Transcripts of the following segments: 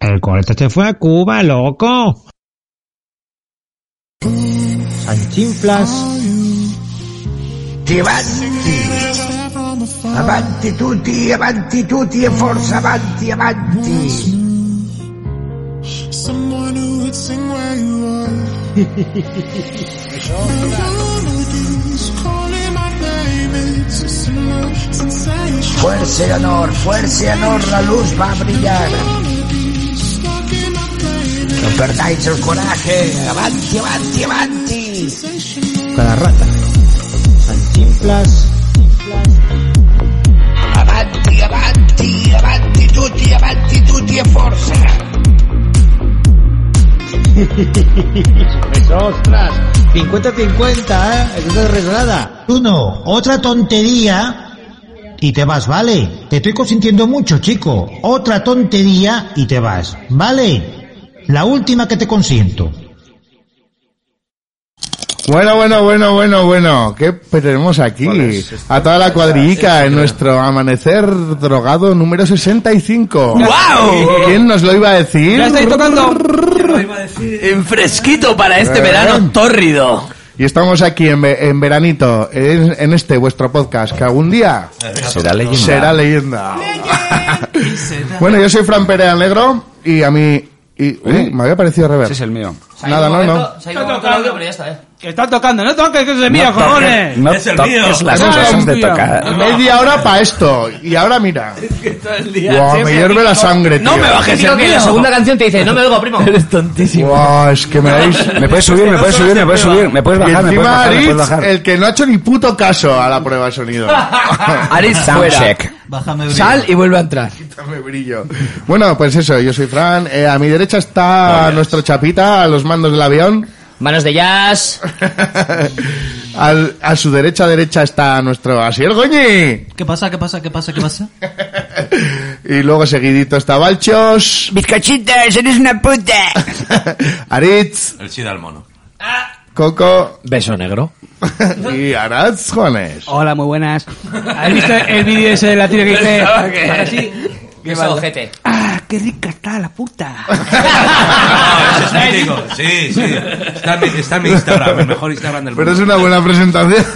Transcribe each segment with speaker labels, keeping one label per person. Speaker 1: El corte se fue a Cuba, loco.
Speaker 2: Sanchinflas.
Speaker 3: Avanti, avanti tutti, avanti tutti e forza avanti, avanti.
Speaker 4: Someone who would sing where you are. Melodies calling my name, it's a similar sensation.
Speaker 3: Fuerza y honor, fuerza y honor, la luz va a brillar.
Speaker 4: Melodies stuck in my brain,
Speaker 3: No perdáis el coraje, avanti, avanti, avanti.
Speaker 2: Cada rata. Sanchinflas.
Speaker 3: Avanti, avanti, avanti tutti, avanti tutti e forza.
Speaker 2: ¡Ostras! 50-50, ¿eh? Estás resonada.
Speaker 5: Uno, otra tontería y te vas, ¿vale? Te estoy consintiendo mucho, chico. Otra tontería y te vas, ¿vale? La última que te consiento.
Speaker 6: Bueno, bueno, bueno, bueno, bueno. ¿Qué tenemos aquí? A toda la cuadrillica en nuestro amanecer drogado número 65.
Speaker 7: ¡Guau!
Speaker 6: ¿Quién nos lo iba a decir?
Speaker 7: ¡La estáis tocando! En fresquito para este verano tórrido.
Speaker 6: Y estamos aquí en, ve- en veranito, en, en este vuestro podcast, que algún día
Speaker 8: Será leyenda.
Speaker 6: será leyenda. bueno, yo soy Fran Pérez Alegro y a mí... y- uy, me había parecido rever.
Speaker 8: ¿Eh? Ese es el mío.
Speaker 6: Nada, no, no.
Speaker 9: Se ha ido un momento el audio, pero ya está, eh.
Speaker 7: Que están tocando, no toques, que es de mío, cojones.
Speaker 8: No
Speaker 9: Es el
Speaker 8: toques
Speaker 9: mío.
Speaker 8: las
Speaker 6: Es el
Speaker 8: cosas de
Speaker 7: mío.
Speaker 8: tocar.
Speaker 6: Media hora para esto. Y ahora mira. Guau, me hierve la sangre, tío.
Speaker 8: No me bajes
Speaker 9: Creo
Speaker 8: el
Speaker 9: que en la
Speaker 8: mío.
Speaker 9: segunda canción te dice, no me oigo, primo.
Speaker 7: Eres tontísimo.
Speaker 6: Guau, es que me dais...
Speaker 8: Me puedes subir, me puedes subir, me puedes subir, me puedes
Speaker 6: Y
Speaker 8: bajar, me puedes
Speaker 6: encima
Speaker 8: bajar, me puedes
Speaker 6: Aritz,
Speaker 8: bajar.
Speaker 6: el que no ha hecho ni puto caso a la prueba de sonido.
Speaker 7: Aris fuera.
Speaker 8: Soundcheck.
Speaker 5: Bájame
Speaker 7: Sal y vuelve a entrar.
Speaker 6: Dame brillo. Bueno, pues eso, yo soy Fran. eh, a mi derecha está nuestro chapita, a los mandos del avión.
Speaker 9: Manos de jazz.
Speaker 6: Al- a su derecha derecha está nuestro Asier Goñi.
Speaker 5: ¿Qué pasa? ¿Qué pasa? ¿Qué pasa? ¿Qué pasa?
Speaker 6: Y luego seguidito está Balchos,
Speaker 7: Bizcachitas, eres una puta.
Speaker 6: Aritz,
Speaker 8: El chida al mono.
Speaker 6: Coco
Speaker 7: Beso negro.
Speaker 6: y Aratz Jones.
Speaker 7: Hola, muy buenas. ¿Has visto el vídeo ese de la tía que dice?
Speaker 9: Pensaba que-
Speaker 7: Ahora sí.
Speaker 9: Que es ojete.
Speaker 7: ¡Ah, qué rica está la puta!
Speaker 10: Eso es mítico. Sí, sí. Está en, mi, está en mi Instagram, el mejor Instagram del
Speaker 6: Pero es
Speaker 10: mundo.
Speaker 6: una buena presentación.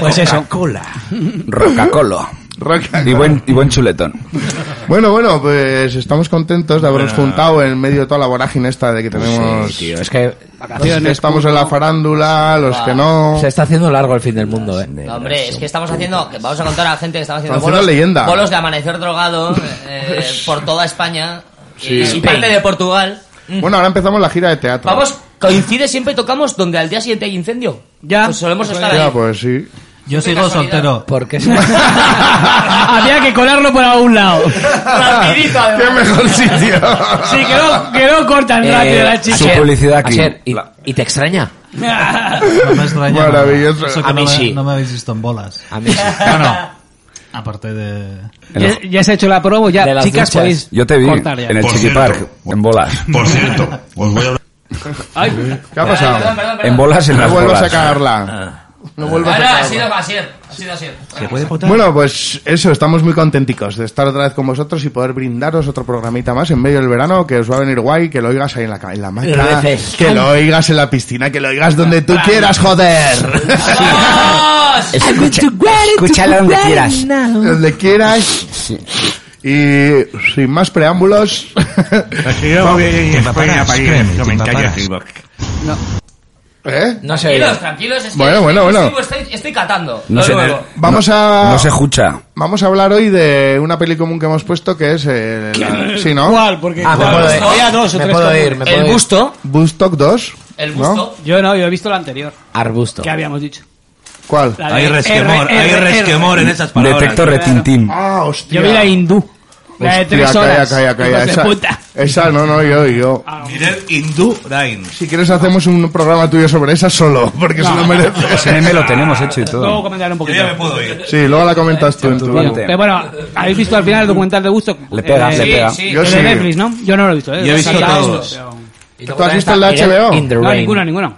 Speaker 7: Pues eso. Cola.
Speaker 8: Rocacolo.
Speaker 6: Roca.
Speaker 8: Y buen, y buen chuletón.
Speaker 6: Bueno, bueno, pues estamos contentos de habernos juntado en medio de toda la vorágine esta de que tenemos...
Speaker 8: Sí, tío, es que
Speaker 6: Los que estamos en la farándula, los que no.
Speaker 7: Se está haciendo largo el fin del mundo, eh.
Speaker 9: No, hombre, es que estamos haciendo, que vamos a contar a la gente que estamos haciendo
Speaker 6: Estamos haciendo leyenda.
Speaker 9: bolos de amanecer drogado eh, por toda España y,
Speaker 6: Sí.
Speaker 9: y parte de Portugal.
Speaker 6: Bueno, ahora empezamos la gira de teatro.
Speaker 9: Vamos, coincide siempre y tocamos donde al día siguiente hay incendio.
Speaker 7: Ya.
Speaker 9: Pues solemos estar
Speaker 6: Ya,
Speaker 9: ahí.
Speaker 6: pues sí.
Speaker 5: Yo
Speaker 9: Qué sigo casualidad. soltero.
Speaker 7: Porque ah, había que colarlo por algún lado.
Speaker 9: Rapidito,
Speaker 6: ¡Qué
Speaker 9: además.
Speaker 6: mejor sitio!
Speaker 7: Sí, que no, que no cortan rápido
Speaker 5: Eh,
Speaker 7: la
Speaker 8: su
Speaker 7: chica.
Speaker 8: Eh, publicidad aquí.
Speaker 9: ¿y,
Speaker 8: La-
Speaker 9: y te extraña?
Speaker 5: No me extraña.
Speaker 6: Maravilloso.
Speaker 5: Eso que
Speaker 9: A
Speaker 5: no
Speaker 9: mí
Speaker 5: me-
Speaker 9: sí.
Speaker 5: No me habéis visto en bolas.
Speaker 9: A mí sí.
Speaker 5: Bueno, aparte de...
Speaker 7: Ya, ya se ha hecho la promo, ya,
Speaker 9: De las
Speaker 7: chicas,
Speaker 9: duchas.
Speaker 7: podéis
Speaker 8: Pues, Yo te vi
Speaker 7: cortar ya.
Speaker 8: en el
Speaker 10: Por
Speaker 8: Chiqui
Speaker 10: cierto.
Speaker 8: Park, en bolas.
Speaker 10: Por cierto, os voy a hablar.
Speaker 7: Ay,
Speaker 6: ¿Qué ha pasado?
Speaker 8: En bolas en
Speaker 6: No
Speaker 8: las
Speaker 6: vuelvas a
Speaker 8: bolas.
Speaker 7: Ah.
Speaker 6: cagarla. No vuelvas a
Speaker 9: Ahora ha
Speaker 6: cagarla.
Speaker 9: sido Asier. Ha sido Asier.
Speaker 6: Bueno, pues eso, estamos muy contenticos de estar otra vez con vosotros y poder brindaros otro programita más en medio del verano, que os va a venir guay, que lo oigas ahí en la, ca- en la hamaca,
Speaker 9: veces.
Speaker 6: que lo oigas en la piscina, que lo oigas donde tú quieras, joder.
Speaker 9: ¡Vamos!
Speaker 8: Escúchala donde quieras.
Speaker 6: donde quieras. Y sin más preámbulos, ¿eh?
Speaker 9: No
Speaker 7: se oye.
Speaker 9: Tranquilos, tranquilos. Es que
Speaker 6: Bueno, bueno,
Speaker 9: estoy-
Speaker 6: bueno.
Speaker 9: Estoy, estoy catando.
Speaker 8: No
Speaker 9: Lo
Speaker 8: se,
Speaker 9: nuevo.
Speaker 6: Vamos a...
Speaker 8: no, no se escucha.
Speaker 6: Vamos a hablar hoy de una peli común que hemos puesto que es eh, la- sí, ¿no?
Speaker 7: ¿Cuál? Porque
Speaker 9: me
Speaker 7: ¿cuál?
Speaker 9: puedo ir.
Speaker 7: Había dos o
Speaker 2: Me
Speaker 7: tres
Speaker 2: puedo
Speaker 7: como-
Speaker 2: ir, me
Speaker 9: El
Speaker 2: puedo ir.
Speaker 9: busto.
Speaker 6: Bustock 2.
Speaker 9: El
Speaker 6: ¿no?
Speaker 9: busto.
Speaker 7: Yo no, yo he visto la anterior.
Speaker 2: Arbusto.
Speaker 7: Que habíamos dicho.
Speaker 6: ¿Cuál?
Speaker 7: La de
Speaker 10: Hay resquemor,
Speaker 7: RR.
Speaker 10: hay resquemor en esas palabras.
Speaker 8: Detecto retintín.
Speaker 6: Ah, hostia.
Speaker 7: Yo vi la hindú. La de
Speaker 6: Hostia,
Speaker 7: tres
Speaker 6: calla,
Speaker 7: horas.
Speaker 6: calla, calla.
Speaker 7: Hijos de
Speaker 6: Esa,
Speaker 7: puta. Ah,
Speaker 6: esa no, no, yo, yo.
Speaker 10: Mirel Hindú Dain.
Speaker 6: Si quieres hacemos un programa tuyo sobre esa solo, porque se
Speaker 7: Ah.
Speaker 6: lo
Speaker 8: Ese
Speaker 6: merece.
Speaker 8: meme lo tenemos hecho y
Speaker 7: Luego
Speaker 8: todo.
Speaker 7: comentaré un
Speaker 10: Yo
Speaker 7: poquito.
Speaker 10: ya me puedo ir.
Speaker 6: Sí, luego la comentas tú en tu...
Speaker 8: Chao, chao.
Speaker 7: Pero bueno, ¿habéis visto al final el documental de gusto?
Speaker 8: Le pega,
Speaker 7: Eh,
Speaker 8: le pega.
Speaker 9: sí.
Speaker 6: Yo
Speaker 7: el
Speaker 6: sí.
Speaker 7: de Netflix, ¿no? Yo no lo he visto, ¿eh?
Speaker 10: Yo he
Speaker 7: Lo
Speaker 10: visto
Speaker 7: sacado,
Speaker 10: todos.
Speaker 7: pero-
Speaker 6: ¿Tú has visto el de HBO?
Speaker 7: No, ninguno, ninguno.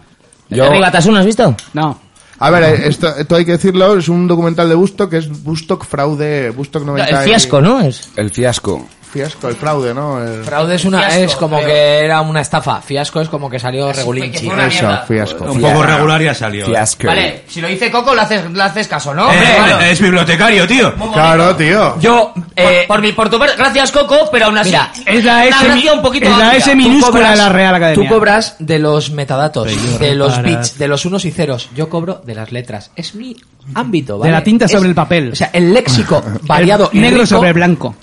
Speaker 8: Yo,
Speaker 9: ¿no has visto?
Speaker 7: No.
Speaker 6: A ver, eh, esto, esto hay que decirlo, es un documental de Bustock que es Bustock fraude, Bustock 90
Speaker 9: El fiasco, ¿no? Es...
Speaker 8: el fiasco.
Speaker 6: Fiasco, el fraude, ¿no? El-
Speaker 5: Fraude es una
Speaker 9: Fiasco,
Speaker 5: es como
Speaker 9: creo.
Speaker 5: que era una estafa. Fiasco es como que salió regulinchi.
Speaker 9: una
Speaker 6: Eso,
Speaker 9: mierda.
Speaker 6: fiasco.
Speaker 10: Un poco regular ya salió.
Speaker 8: Fiasco.
Speaker 9: Vale, si lo dice Coco, le haces, le haces caso, ¿no?
Speaker 10: Eh,
Speaker 9: Hombre, claro.
Speaker 10: es bibliotecario, tío.
Speaker 6: Claro, tío.
Speaker 5: Yo eh,
Speaker 9: por, por mi, por tu per- Gracias, Coco, pero aún así.
Speaker 5: Mira,
Speaker 7: Es la
Speaker 9: Una
Speaker 7: S,
Speaker 9: gracia un poquito
Speaker 7: es la
Speaker 9: amplia.
Speaker 7: S
Speaker 9: Tú
Speaker 7: minúscula de la Real
Speaker 5: tú
Speaker 7: Academia.
Speaker 5: cobras de los metadatos,
Speaker 7: Pero
Speaker 5: de los
Speaker 7: reparas.
Speaker 5: bits, de los unos y ceros. Yo cobro de las letras. Es mi ámbito, ¿vale?
Speaker 7: de la tinta
Speaker 5: Es-
Speaker 7: sobre el papel.
Speaker 5: O sea, el léxico variado y
Speaker 7: negro
Speaker 5: rico
Speaker 7: sobre blanco.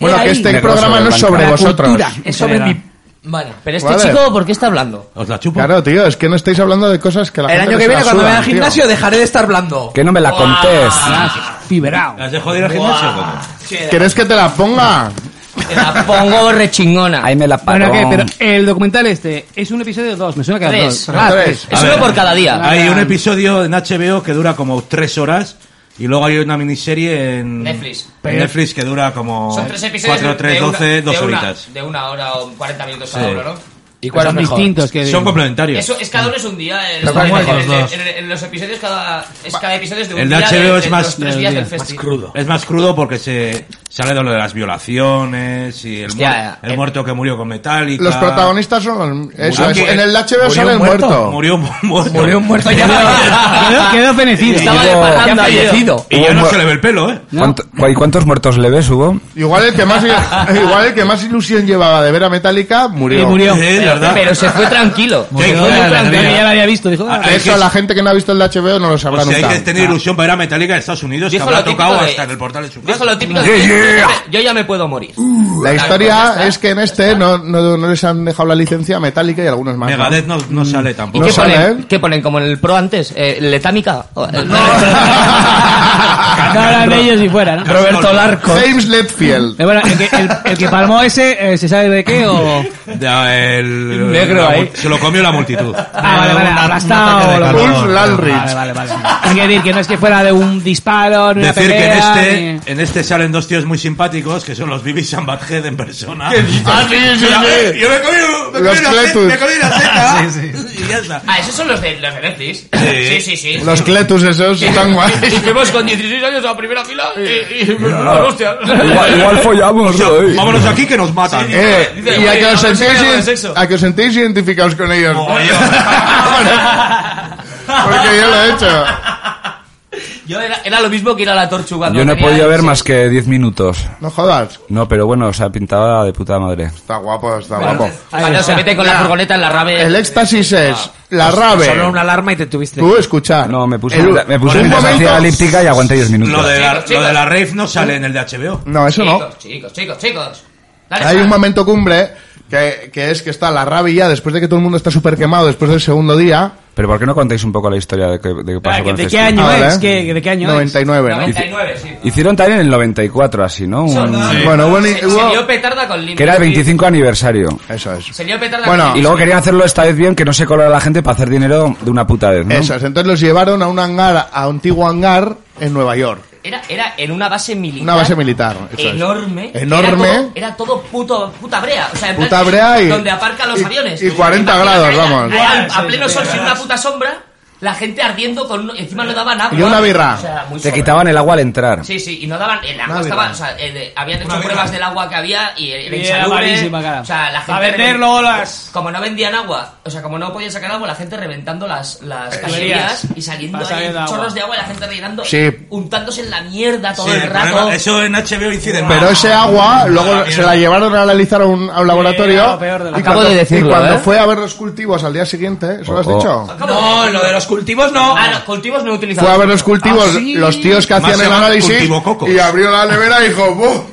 Speaker 6: Bueno,
Speaker 5: era
Speaker 6: que
Speaker 5: ahí.
Speaker 6: este
Speaker 8: Negro
Speaker 6: programa
Speaker 8: sobre
Speaker 6: no es sobre
Speaker 7: La
Speaker 6: vosotros.
Speaker 7: cultura.
Speaker 5: es sobre
Speaker 7: Era.
Speaker 5: mi Vale,
Speaker 9: Pero este
Speaker 6: Vale.
Speaker 9: chico, ¿por qué está hablando?
Speaker 10: Os la chupo.
Speaker 6: Claro, tío, es que no estáis hablando de cosas que la
Speaker 5: el
Speaker 6: gente
Speaker 5: año
Speaker 6: no
Speaker 5: que
Speaker 6: se
Speaker 5: viene
Speaker 6: la
Speaker 5: cuando me
Speaker 6: suda,
Speaker 5: vaya al
Speaker 6: tío.
Speaker 5: gimnasio dejaré de estar blando. Ah,
Speaker 8: Que no me la contés.
Speaker 7: Fibrao.
Speaker 10: ¿Has dejado de ir al gimnasio o cómo?
Speaker 6: ¿Quieres que te la ponga?
Speaker 9: Te la pongo rechingona.
Speaker 8: Ahí me
Speaker 5: Ah.
Speaker 8: la paró.
Speaker 7: Bueno, ¿qué? Pero el documental este es un episodio de dos, me suena que eran
Speaker 9: Tres.
Speaker 7: dos. Ah,
Speaker 6: Tres.
Speaker 9: Es
Speaker 10: A
Speaker 9: uno
Speaker 10: ver.
Speaker 9: por cada día.
Speaker 10: Hay un episodio en HBO que dura como tres horas y luego hay una miniserie en
Speaker 9: Netflix.
Speaker 10: en Netflix que dura como
Speaker 9: Son tres episodios.
Speaker 10: 4, 3,
Speaker 9: de una-
Speaker 10: 12, dos
Speaker 9: de una-
Speaker 10: horitas.
Speaker 9: De una hora o 40 minutos cada
Speaker 10: Sí.
Speaker 9: uno, ¿no?
Speaker 5: ¿Y cuál es
Speaker 7: son
Speaker 5: mejor?
Speaker 7: distintos que
Speaker 10: Son complementarios.
Speaker 9: Eso es cada uno es un día. En,
Speaker 5: Pero
Speaker 9: los-
Speaker 5: ¿cómo
Speaker 9: en-
Speaker 5: es?
Speaker 9: en-
Speaker 10: Los dos.
Speaker 9: en- en los episodios cada, es cada episodio es de un
Speaker 10: El de
Speaker 9: día.
Speaker 10: HBO es
Speaker 9: de
Speaker 10: más-
Speaker 9: los tres
Speaker 7: del
Speaker 9: días
Speaker 7: día.
Speaker 9: del
Speaker 7: Más
Speaker 9: festival.
Speaker 10: Es más crudo porque se sale de lo de las violaciones y el,
Speaker 5: Hostia,
Speaker 10: muer- el
Speaker 5: eh.
Speaker 10: murió, muerto que murió con Metallica.
Speaker 6: Los protagonistas son los... Eso, es.
Speaker 10: Murió-
Speaker 6: En el HBO sale el muerto.
Speaker 10: Murió un muerto.
Speaker 5: Murió un muerto ya.
Speaker 7: Quedó, quedó fenecido.
Speaker 5: Estaba de parranda,
Speaker 9: Ya
Speaker 5: fallecido.
Speaker 10: Y ya no se le ve el pelo, ¿eh?
Speaker 8: ¿Cuánto- cu- ¿Y cuántos muertos leves hubo?
Speaker 6: Igual el que más igual el que más ilusión llevaba de ver a Metallica murió.
Speaker 7: Y murió.
Speaker 10: Sí, de verdad.
Speaker 9: Pero se fue tranquilo.
Speaker 10: Sí,
Speaker 7: Porque
Speaker 10: fue
Speaker 7: joder,
Speaker 10: muy
Speaker 7: la
Speaker 10: tranquilo.
Speaker 7: verdad que ya la había visto. Dijo,
Speaker 10: Ah,
Speaker 7: ah,
Speaker 10: hay
Speaker 6: Eso
Speaker 10: que-
Speaker 6: la gente que no ha visto el HBO no lo sabrá
Speaker 10: O sea, hay
Speaker 6: nunca.
Speaker 10: que tener ilusión para ir a Metallica de Estados Unidos
Speaker 9: Ah. Dijo
Speaker 10: que habrá
Speaker 9: lo típico
Speaker 10: tocado
Speaker 9: de-
Speaker 10: hasta en el portal de su
Speaker 9: Dijo
Speaker 10: casa.
Speaker 9: lo típico de- Yo ya me puedo morir.
Speaker 10: Uh.
Speaker 6: La
Speaker 9: Claro, ya
Speaker 6: historia
Speaker 9: está.
Speaker 6: es que en este no, no, no les han dejado la licencia a Metallica y algunos más. ¿no?
Speaker 10: Megadeth no, no sale
Speaker 9: ¿Y
Speaker 10: tampoco.
Speaker 6: No
Speaker 9: qué
Speaker 6: sale,
Speaker 9: ponen?
Speaker 6: ¿eh?
Speaker 9: ¿Qué ponen? ¿Como en el pro antes? Eh, ¿Letámica?
Speaker 7: no hablan de ellos si fuera, ¿no?
Speaker 10: Roberto
Speaker 9: Larco.
Speaker 6: James Ledfield.
Speaker 7: Eh, bueno, el, que, el, el que palmó ese, eh, ¿se sabe de qué o...?
Speaker 10: Ya, el-
Speaker 5: Negro
Speaker 10: la
Speaker 5: ahí.
Speaker 10: mul- Se lo comió la multitud.
Speaker 7: Ah, vale, vale, aplastado. o lo-
Speaker 6: Ulf
Speaker 7: Vale,
Speaker 6: Lanrich.
Speaker 7: vale, vale. Hay que decir que no es que fuera de un disparo, ni una
Speaker 10: Decir que en
Speaker 7: pelea, ni-
Speaker 10: este, en este salen dos tíos muy simpáticos que son los Bibi and Badhead en persona.
Speaker 6: Ah, sí, sí, sí.
Speaker 10: Yo me comí, me comí
Speaker 6: Los
Speaker 10: la ce-
Speaker 6: Cletus.
Speaker 10: me comí la seta. Y ya está.
Speaker 9: Ah, esos son los de, los de Netflix. Sí, sí, sí.
Speaker 6: Los Cletus esos están
Speaker 9: Y
Speaker 6: guays.
Speaker 9: fuimos con 16 años a la primera fila y... y hostia.
Speaker 8: Igual, igual follamos, ¿no?
Speaker 10: Vámonos de aquí que nos matan.
Speaker 6: Eh,
Speaker 9: Dice,
Speaker 6: y a que,
Speaker 9: "Oye,
Speaker 6: os
Speaker 9: no sé qué hago de
Speaker 6: sentéis,
Speaker 9: sexo".
Speaker 6: a que os sentéis identificados con ellos.
Speaker 10: Mogollón.
Speaker 6: Porque yo lo he hecho.
Speaker 9: Yo era, era lo mismo que ir a la torchuga.
Speaker 8: Yo no he
Speaker 9: tenía
Speaker 8: podido ver
Speaker 9: 16.
Speaker 8: más que 10 minutos.
Speaker 6: No jodas.
Speaker 8: No, pero bueno, o sea, pintaba de puta madre.
Speaker 6: Está guapo, está guapo.
Speaker 9: Cuando se mete con la furgoneta en la rave...
Speaker 6: El éxtasis es la rave.
Speaker 5: Solo una alarma y te tuviste.
Speaker 6: Tú escucha.
Speaker 8: No, me puse,
Speaker 6: El-
Speaker 8: me puse
Speaker 6: un
Speaker 8: en
Speaker 6: momento-
Speaker 8: la elíptica y aguanté 10
Speaker 10: Lo
Speaker 8: minutos.
Speaker 10: de, la,
Speaker 9: Chicos, chicos.
Speaker 10: lo de la rave no sale en el de HBO.
Speaker 6: No, eso no.
Speaker 9: Chicos, chicos, chicos, chicos. Dale,
Speaker 6: Hay
Speaker 9: sal.
Speaker 6: un momento cumbre que, que es que está la rave ya después de que todo el mundo está súper quemado después del segundo día.
Speaker 8: Pero ¿por qué no contáis un poco la historia de qué, de qué pasó
Speaker 7: Ah, que-
Speaker 8: con este el
Speaker 7: ¿De qué
Speaker 8: festival?
Speaker 7: año
Speaker 6: Ah, vale.
Speaker 7: es? ¿Qué- ¿De qué año es?
Speaker 6: 99, ¿no?
Speaker 9: 99, sí.
Speaker 8: Hicieron también en el 94, así, ¿no? Un-
Speaker 6: Bueno, hubo ni-
Speaker 9: Se, se
Speaker 6: hubo-
Speaker 9: dio petarda con Limp
Speaker 8: Que era el
Speaker 9: Bizkit.
Speaker 8: 25 aniversario.
Speaker 6: Eso es.
Speaker 9: Se dio petarda
Speaker 6: Bueno,
Speaker 8: Y
Speaker 9: con
Speaker 8: luego querían hacerlo esta vez bien, que no se colara la gente para hacer dinero de una puta vez, ¿no?
Speaker 6: Eso es. Entonces los llevaron a un hangar, a un antiguo hangar en Nueva York.
Speaker 9: Era, era en una base militar.
Speaker 6: Una base militar. eso es.
Speaker 9: Enorme.
Speaker 6: Enorme.
Speaker 9: Era todo, era todo puto, puta brea. O sea, en plan-
Speaker 6: Puta brea y-
Speaker 9: Donde aparcan los
Speaker 6: y-
Speaker 9: aviones.
Speaker 6: y 40
Speaker 9: Imagínate
Speaker 6: grados,
Speaker 9: ahí,
Speaker 6: vamos.
Speaker 9: ahí al- A, pleno sol, sin una puta sombra, la gente ardiendo con... Encima no daban agua.
Speaker 6: Y una birra.
Speaker 9: Ah, O sea, muy
Speaker 8: Te
Speaker 9: sobre-
Speaker 8: quitaban el agua al entrar.
Speaker 9: Sí, sí, y no daban... El agua estaba... O sea, eh, de- habían hecho pruebas del agua que había y era
Speaker 7: Y era
Speaker 9: insalubre.
Speaker 7: malísima, cara.
Speaker 9: O sea, la gente...
Speaker 7: Para vender
Speaker 9: reven-
Speaker 7: luego las-
Speaker 9: Como no vendían agua, o sea, como no podían sacar agua, la gente reventando las, las
Speaker 7: tuberías.
Speaker 9: cañerías y saliendo
Speaker 7: Va
Speaker 9: ahí
Speaker 7: saliendo agua.
Speaker 9: chorros de agua y la gente rellenando,
Speaker 6: Sí.
Speaker 9: untándose en la mierda todo
Speaker 10: Sí,
Speaker 9: el
Speaker 10: el
Speaker 9: rato.
Speaker 10: problema- eso en HBO incide más.
Speaker 6: Pero ese agua
Speaker 9: Ah,
Speaker 6: luego
Speaker 10: mierda.
Speaker 6: se la llevaron a analizar a un, a un laboratorio.
Speaker 7: lo peor de lo
Speaker 6: y
Speaker 9: Acabo
Speaker 6: cuando,
Speaker 9: de decirlo,
Speaker 6: y cuando
Speaker 9: ¿eh?
Speaker 6: fue a ver los cultivos al día siguiente, ¿eso lo has
Speaker 8: Oh, oh.
Speaker 6: dicho?
Speaker 5: No, lo de los cultivos no.
Speaker 9: Ah, los cultivos no utilizaban.
Speaker 6: Fue a ver los cultivos,
Speaker 5: Ah, sí.
Speaker 6: los tíos que
Speaker 10: Más
Speaker 6: hacían
Speaker 10: se
Speaker 6: el
Speaker 10: llama
Speaker 6: análisis
Speaker 10: cultivo coco.
Speaker 6: y abrió la nevera y dijo, "Buh,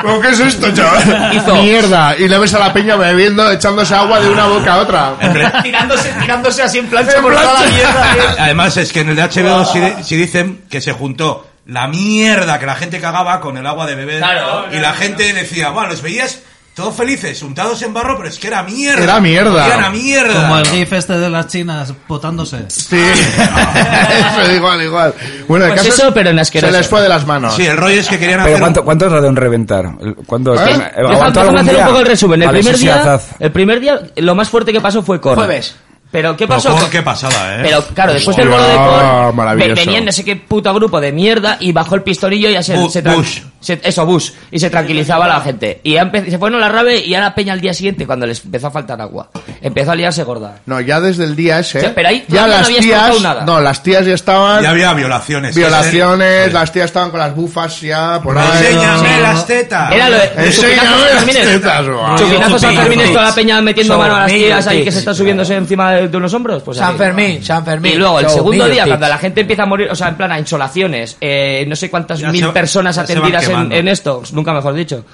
Speaker 6: ¿pero ¿qué es esto, chaval?
Speaker 9: Hizo-
Speaker 6: Mierda. Y le ves a la peña bebiendo, echándose agua de una boca a otra.
Speaker 9: tirándose, tirándose así en plancha por
Speaker 6: plancha.
Speaker 9: toda la mierda. eh.
Speaker 10: Además, es que en el de HBO si, dicen que se juntó la mierda que la gente cagaba con el agua de beber.
Speaker 9: Claro.
Speaker 10: y la gente decía, bueno, los veías todos felices, untados en barro, pero es que era mierda.
Speaker 6: Era mierda.
Speaker 10: Era mierda.
Speaker 11: Como el gif este de las chinas botándose.
Speaker 6: Sí, eso, igual, igual. Bueno, el
Speaker 9: Pues
Speaker 6: caso es-
Speaker 9: eso, pero en
Speaker 6: se
Speaker 9: asqueroso.
Speaker 6: les fue de las manos.
Speaker 10: Sí, el rollo es que querían
Speaker 8: Pero
Speaker 10: hacer...
Speaker 8: ¿cuánto, ¿cuánto tardaron en reventar? El- ¿Cuándo?
Speaker 6: ¿Eh?
Speaker 8: Es que-
Speaker 6: Deja-
Speaker 8: ¿aguantó
Speaker 9: Déjame
Speaker 8: Pues algún
Speaker 9: hacer un
Speaker 8: día?
Speaker 9: poco el resumen. El
Speaker 8: Vale,
Speaker 9: primer
Speaker 8: sí, sí,
Speaker 9: día,
Speaker 8: haz- haz.
Speaker 9: el primer día, lo más fuerte que pasó fue Korra.
Speaker 5: Jueves.
Speaker 9: Pero ¿qué pasó?
Speaker 10: Procor, qué pasada, ¿eh?
Speaker 9: Pero claro, después del bolo
Speaker 10: Hostia,
Speaker 9: de Cor, ve-
Speaker 10: maravilloso.
Speaker 9: venían ese qué puto grupo de mierda y bajó el pistolillo y ya se,
Speaker 10: Bu-
Speaker 9: se tran-
Speaker 10: Bush.
Speaker 9: se- eso, Bush. Y se tranquilizaba la gente. Y ya empe- se fueron a la rave y a la peña al día siguiente cuando les empezó a faltar agua. Empezó a liarse gorda.
Speaker 6: No, ya desde el día ese.
Speaker 9: O sea, pero ahí
Speaker 6: ya
Speaker 9: todavía no
Speaker 6: las
Speaker 9: habías
Speaker 6: tías.
Speaker 9: contado nada.
Speaker 6: No, las tías ya estaban.
Speaker 10: Ya había violaciones.
Speaker 6: Violaciones, las tías estaban con las bufas ya por ahí.
Speaker 10: Enséñame las tetas.
Speaker 9: Era lo de- de
Speaker 6: Enséñame
Speaker 9: chupinazos a
Speaker 6: las
Speaker 9: Fermines.
Speaker 6: tetas, guau.
Speaker 9: Chupinazos San Fermín,
Speaker 12: Chupinazos.
Speaker 9: toda la peña metiendo
Speaker 12: Show
Speaker 9: mano a las
Speaker 12: me
Speaker 9: tías
Speaker 12: your
Speaker 9: ahí que
Speaker 12: tits.
Speaker 9: se están subiéndose encima de, de unos hombros. Pues
Speaker 12: San
Speaker 9: así.
Speaker 12: Fermín, San Fermín.
Speaker 9: Y luego el
Speaker 12: Show
Speaker 9: segundo
Speaker 12: me your
Speaker 9: día,
Speaker 12: tits.
Speaker 9: cuando la gente empieza a morir, o sea, en plan a insolaciones, eh, no sé cuántas
Speaker 12: Ya
Speaker 9: mil
Speaker 12: se-
Speaker 9: personas
Speaker 12: ya se van
Speaker 9: atendidas en,
Speaker 12: quemando.
Speaker 9: en esto, nunca mejor dicho.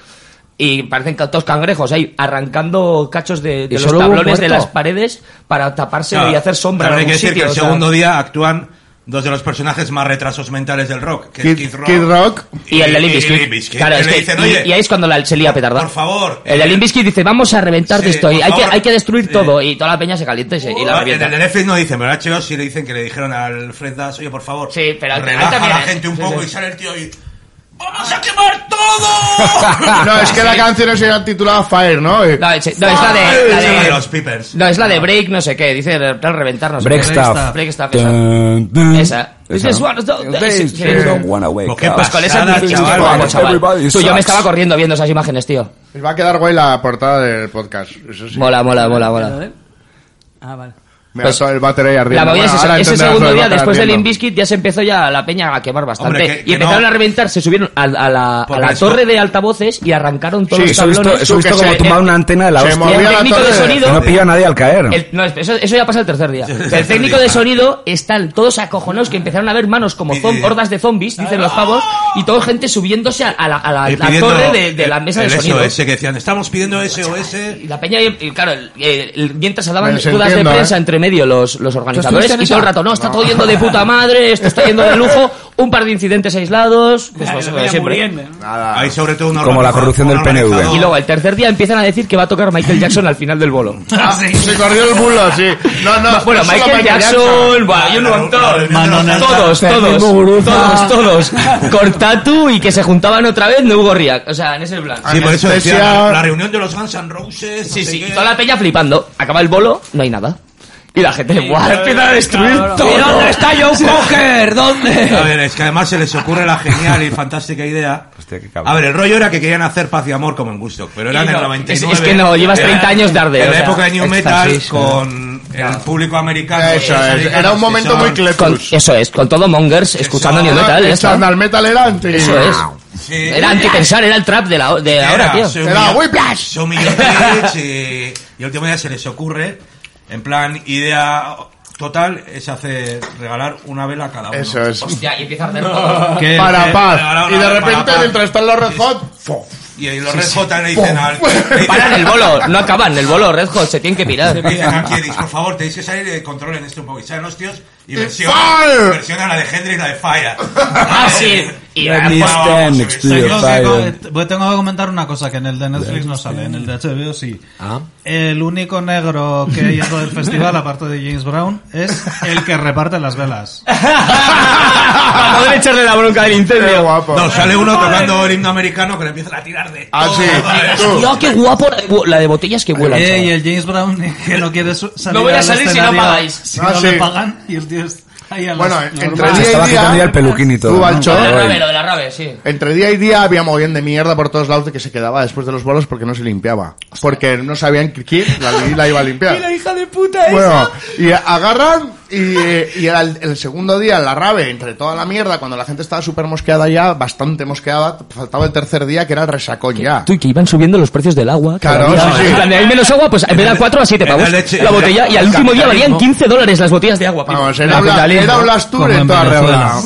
Speaker 9: Y parecen ca- todos cangrejos ahí arrancando cachos de, de
Speaker 10: ¿Y
Speaker 9: los
Speaker 10: solo hubo un
Speaker 9: tablones de
Speaker 10: muerto?
Speaker 9: las paredes para taparse
Speaker 10: Claro,
Speaker 9: y hacer sombra. en
Speaker 10: también hay
Speaker 9: algún
Speaker 10: que decir
Speaker 9: sitio,
Speaker 10: que el
Speaker 9: o sea.
Speaker 10: segundo día actúan dos de los personajes más retrasos mentales del rock, que es Kid Rock.
Speaker 6: Kid Rock.
Speaker 9: Y el de Limp
Speaker 10: y- y
Speaker 9: Bizkit.
Speaker 10: Limp Bizkit,
Speaker 9: Claro,
Speaker 10: que
Speaker 9: es
Speaker 10: le
Speaker 9: que-
Speaker 10: dicen,
Speaker 9: y-
Speaker 10: "Oye,
Speaker 9: y ahí es cuando la, se lía petarda. Por
Speaker 10: favor. eh,
Speaker 9: El de Limp Bizkit dice, vamos a reventar de esto.
Speaker 10: por
Speaker 9: Y hay que,
Speaker 10: favor.
Speaker 9: hay que destruir todo. Y toda la peña se calienta y, se, y la
Speaker 10: No, en
Speaker 9: revienta.
Speaker 10: el de Netflix no dicen, pero en HBO sí le dicen que le dijeron al Fred Dass, oye, por favor, sí, pero
Speaker 9: ahí
Speaker 10: relaja a
Speaker 9: también
Speaker 10: la
Speaker 9: es.
Speaker 10: gente un
Speaker 9: Sí,
Speaker 10: poco
Speaker 9: sí.
Speaker 10: y sale el tío y...
Speaker 6: no, es que la canción se titulada Fire, ¿no? Eh,
Speaker 9: No, es, no, es
Speaker 10: Ah,
Speaker 9: la de, la de-
Speaker 10: Peepers. Ah.
Speaker 9: No, es la de Break, no sé qué. Dice de de reventar, no sé
Speaker 1: Break
Speaker 9: qué.
Speaker 1: stuff.
Speaker 9: Break stuff, esa.
Speaker 1: Dun, dun.
Speaker 9: Esa. This is one of those
Speaker 1: Days
Speaker 9: days.
Speaker 1: you don't wanna wake
Speaker 9: Pues qué
Speaker 1: up.
Speaker 9: pasada, chaval.
Speaker 6: Everybody
Speaker 9: Tú, yo me
Speaker 6: sucks.
Speaker 9: estaba corriendo viendo esas imágenes, tío.
Speaker 6: Les Pues va a quedar guay la portada del podcast. Eso sí.
Speaker 9: Mola, mola, mola, mola. Pues
Speaker 12: Ah, vale.
Speaker 6: Me ha soltado el váter ahí arriba.
Speaker 9: La movida
Speaker 6: Bueno,
Speaker 9: es esa.
Speaker 6: ahora
Speaker 9: Ese
Speaker 6: entenderás lo
Speaker 9: segundo
Speaker 6: del
Speaker 9: día,
Speaker 6: váter
Speaker 9: después del
Speaker 6: ardiendo.
Speaker 9: Inviskit, ya se empezó ya la peña a quemar bastante.
Speaker 10: Hombre, que- que
Speaker 9: y empezaron
Speaker 10: no.
Speaker 9: a reventar, se subieron a, a la, a
Speaker 10: Por
Speaker 9: la
Speaker 10: esto.
Speaker 9: torre de altavoces y arrancaron todos
Speaker 1: Sí,
Speaker 9: los
Speaker 1: eso he visto-
Speaker 9: tablones.
Speaker 1: eso he visto
Speaker 9: Que
Speaker 1: como
Speaker 9: se-
Speaker 1: tumbar
Speaker 8: eh,
Speaker 9: el-
Speaker 1: una antena de la
Speaker 9: se
Speaker 1: hostia.
Speaker 9: movía El la técnico de torre. sonido-
Speaker 1: No pilló a nadie al caer.
Speaker 9: El- no, eso, eso ya pasa el tercer día. El técnico de sonido están todos acojonados que empezaron a ver manos como zom- hordas de zombies, dicen los pavos, y toda gente subiéndose a, a la, a la-
Speaker 10: y
Speaker 9: la
Speaker 10: pidiendo
Speaker 9: torre de, de la
Speaker 10: el-
Speaker 9: mesa de
Speaker 10: el
Speaker 9: sonido.
Speaker 10: SOS que decían, estamos pidiendo SOS.
Speaker 9: Y la peña, y- y claro, el- eh, el- el- mientras se daban
Speaker 10: Me
Speaker 9: dudas
Speaker 10: les
Speaker 9: de
Speaker 10: entiendo,
Speaker 9: prensa
Speaker 10: ¿eh?
Speaker 9: entre medio los, los organizadores,
Speaker 10: estuviste en
Speaker 9: y todo el
Speaker 10: esa?
Speaker 9: rato, no, está
Speaker 10: No.
Speaker 9: todo yendo de puta madre, esto está yendo de lujo, un par de incidentes aislados, pues, pues, lo de siempre.
Speaker 10: Hay sobre todo una
Speaker 1: Como la corrupción del PNV.
Speaker 9: Y luego el tercer día empiezan a decir que va a tocar Michael Jackson al final del bolo.
Speaker 6: Ah, Se corrió el bulo, sí. No, no.
Speaker 9: Bueno,
Speaker 6: no solo
Speaker 9: Michael Jackson, bueno, hay un montón. Todos, todos, todos, todos, Cortatu y que se juntaban otra vez no Hugo Riak. O sea, en ese plan.
Speaker 10: Sí, por eso decían, la, la reunión de los Guns N' Roses. no
Speaker 9: Sí,
Speaker 10: sé
Speaker 9: sí, y
Speaker 10: qué.
Speaker 9: toda la peña flipando. Acaba el bolo, no hay nada. Y la gente, ¡buah! Empieza a destruir todo.
Speaker 10: ¿Y dónde está Joe Cocker?
Speaker 9: ¿Dónde?
Speaker 10: A ver, es que además se les ocurre la genial y fantástica idea.
Speaker 1: cabrón.
Speaker 10: A ver, el rollo era que querían hacer paz y amor como en Gusto, pero eran
Speaker 9: Y
Speaker 10: en
Speaker 9: no,
Speaker 10: el 99.
Speaker 9: es- es que no, llevas 30 años tarde,
Speaker 10: En
Speaker 9: o
Speaker 10: la
Speaker 9: sea,
Speaker 10: época de New
Speaker 9: Éxtasis,
Speaker 10: Metal
Speaker 9: claro.
Speaker 10: con el público americano.
Speaker 6: Eso
Speaker 10: los
Speaker 6: es,
Speaker 10: americanos
Speaker 6: era un
Speaker 10: que
Speaker 6: momento
Speaker 10: son-
Speaker 6: muy clever.
Speaker 9: Con- eso es, con todo Mongers escuchando New Metal. ya
Speaker 6: El
Speaker 9: está.
Speaker 6: Chandal Metal era antes.
Speaker 9: Eso es. Era antipensar, era el trap de, la, de Eh, ahora, tío.
Speaker 10: Show Me- Show Me Your Tits, eh, y el último día se les ocurre, en plan, idea total, es hacer, regalar una vela a cada uno.
Speaker 6: Eso es.
Speaker 9: Hostia, y empieza a hacer todo.
Speaker 10: Que-
Speaker 6: Para
Speaker 10: que
Speaker 6: paz.
Speaker 10: regalar
Speaker 6: Y
Speaker 10: una
Speaker 6: de
Speaker 10: vela para
Speaker 6: repente,
Speaker 10: paz.
Speaker 6: mientras están los Red Hot,
Speaker 10: Y ahí los Red Hot le dicen al...
Speaker 9: Paran el bolo, no acaban el bolo, Red Hot, se tienen que pirar.
Speaker 10: le dicen al Kieris, por favor, tenéis que salir y controlen esto un poco. Y salen los tíos y versión,
Speaker 6: fire!
Speaker 10: versión a la de Hendrix, la de Fire.
Speaker 9: Ah, sí. Y
Speaker 10: Let
Speaker 1: me
Speaker 10: vamos,
Speaker 1: stand
Speaker 10: vamos,
Speaker 1: next to you,
Speaker 10: vamos,
Speaker 1: fire.
Speaker 10: vamos.
Speaker 11: Voy- tengo que comentar una cosa que en el de Netflix no sale, en el de HBO sí. El único negro que hay dentro del festival, aparte de James Brown, es el que reparte las velas.
Speaker 9: Para poder echarle la bronca del incendio.
Speaker 10: No, sale uno tocando el himno americano que le empiezan a tirar de...
Speaker 6: Ah, sí.
Speaker 10: Tú.
Speaker 9: Tío, qué guapo la de- la de botellas que vuelan.
Speaker 11: Eh,
Speaker 9: chaval.
Speaker 11: y el James Brown que no quiere su- salir
Speaker 9: No voy a
Speaker 11: al
Speaker 9: salir si no
Speaker 11: escenario,
Speaker 9: pagáis.
Speaker 11: Si
Speaker 9: Ah,
Speaker 11: no le
Speaker 9: sí.
Speaker 11: pagan y el tío está ahí a las-
Speaker 6: Bueno,
Speaker 11: normal.
Speaker 6: entre
Speaker 1: Se
Speaker 6: día
Speaker 1: estaba
Speaker 6: y
Speaker 1: quitando ya el
Speaker 6: día.
Speaker 1: peluquín y todo.
Speaker 6: Tú,
Speaker 1: ¿no?
Speaker 6: Balcho.
Speaker 9: Lo de la rave, lo de la rave, sí.
Speaker 6: Entre día y día había mogollón de mierda por todos lados de que se quedaba después de los bolos porque no se limpiaba. Porque no sabían que- quién la, la iba a limpiar.
Speaker 9: hija de puta
Speaker 6: Bueno, y agarran y, eh, y era el, el segundo día en la rave, entre toda la mierda, cuando la gente estaba súper mosqueada ya, bastante mosqueada, faltaba el tercer día que era el resacón ya.
Speaker 9: Tú, y que iban subiendo los precios del agua. cada
Speaker 6: Claro,
Speaker 9: día.
Speaker 6: sí, sí.
Speaker 9: En plan, de, hay menos agua, pues en vez de 4 a 7
Speaker 6: Era
Speaker 9: pavos.
Speaker 6: leche.
Speaker 9: La botella, y al último día valían 15 dólares las botellas de agua.
Speaker 6: Vamos, era, bla- era un Last Tour en toda regla.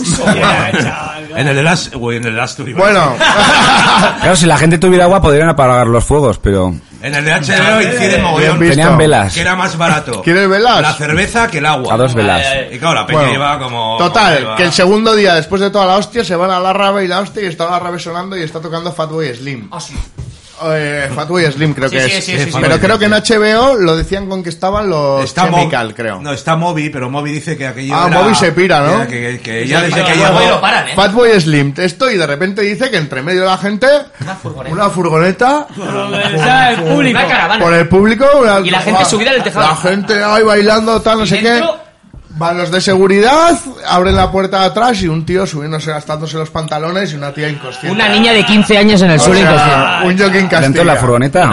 Speaker 10: En el de Last... Uy, en el de Last Tour iba a
Speaker 6: Bueno,
Speaker 1: Claro, si la gente tuviera agua podrían apagar los fuegos, pero...
Speaker 10: En el de HBO incide mogollón.
Speaker 1: Bien Tenían visto. velas.
Speaker 10: Que era más barato.
Speaker 6: ¿Quieres velas?
Speaker 10: La cerveza que el agua.
Speaker 1: A dos velas.
Speaker 10: Y claro, la peña
Speaker 6: Bueno,
Speaker 10: lleva como...
Speaker 6: Total,
Speaker 10: lleva-
Speaker 6: que el segundo día, después de toda la hostia, se van a la rave y la hostia y está la rave sonando y está tocando Fatboy Slim. eh, Fatboy Slim, creo
Speaker 10: Ah, Sí,
Speaker 6: que
Speaker 10: sí,
Speaker 6: es.
Speaker 10: sí, sí, sí.
Speaker 6: pero
Speaker 10: Fatboy
Speaker 6: creo que en
Speaker 10: Slim,
Speaker 6: HBO lo decían con que estaban los
Speaker 10: Está Mo-
Speaker 6: Chemical, creo.
Speaker 10: No, está Moby, pero Moby dice que aquello.
Speaker 6: Ah,
Speaker 10: era-
Speaker 6: Moby se pira, ¿no?
Speaker 10: era Que, que ella
Speaker 6: Sí,
Speaker 10: desde
Speaker 6: sí,
Speaker 10: que
Speaker 6: sí,
Speaker 10: llegó.
Speaker 6: bueno, Fatboy Slim, esto, y de repente dice que entre medio de la gente, una furgoneta,
Speaker 9: está el público. Una caravana.
Speaker 6: por el público, una- Ah,
Speaker 9: Y la gente subida del tejado.
Speaker 6: La gente ahí bailando, tal, no sé qué. Van los de seguridad, abren la puerta de atrás y un tío subiéndose, gastándose los pantalones y una tía inconsciente.
Speaker 9: Una niña de 15 años en el
Speaker 6: O
Speaker 9: suelo
Speaker 6: sea,
Speaker 9: inconsciente.
Speaker 6: Un jogging Castilla.
Speaker 1: Dentro de la furgoneta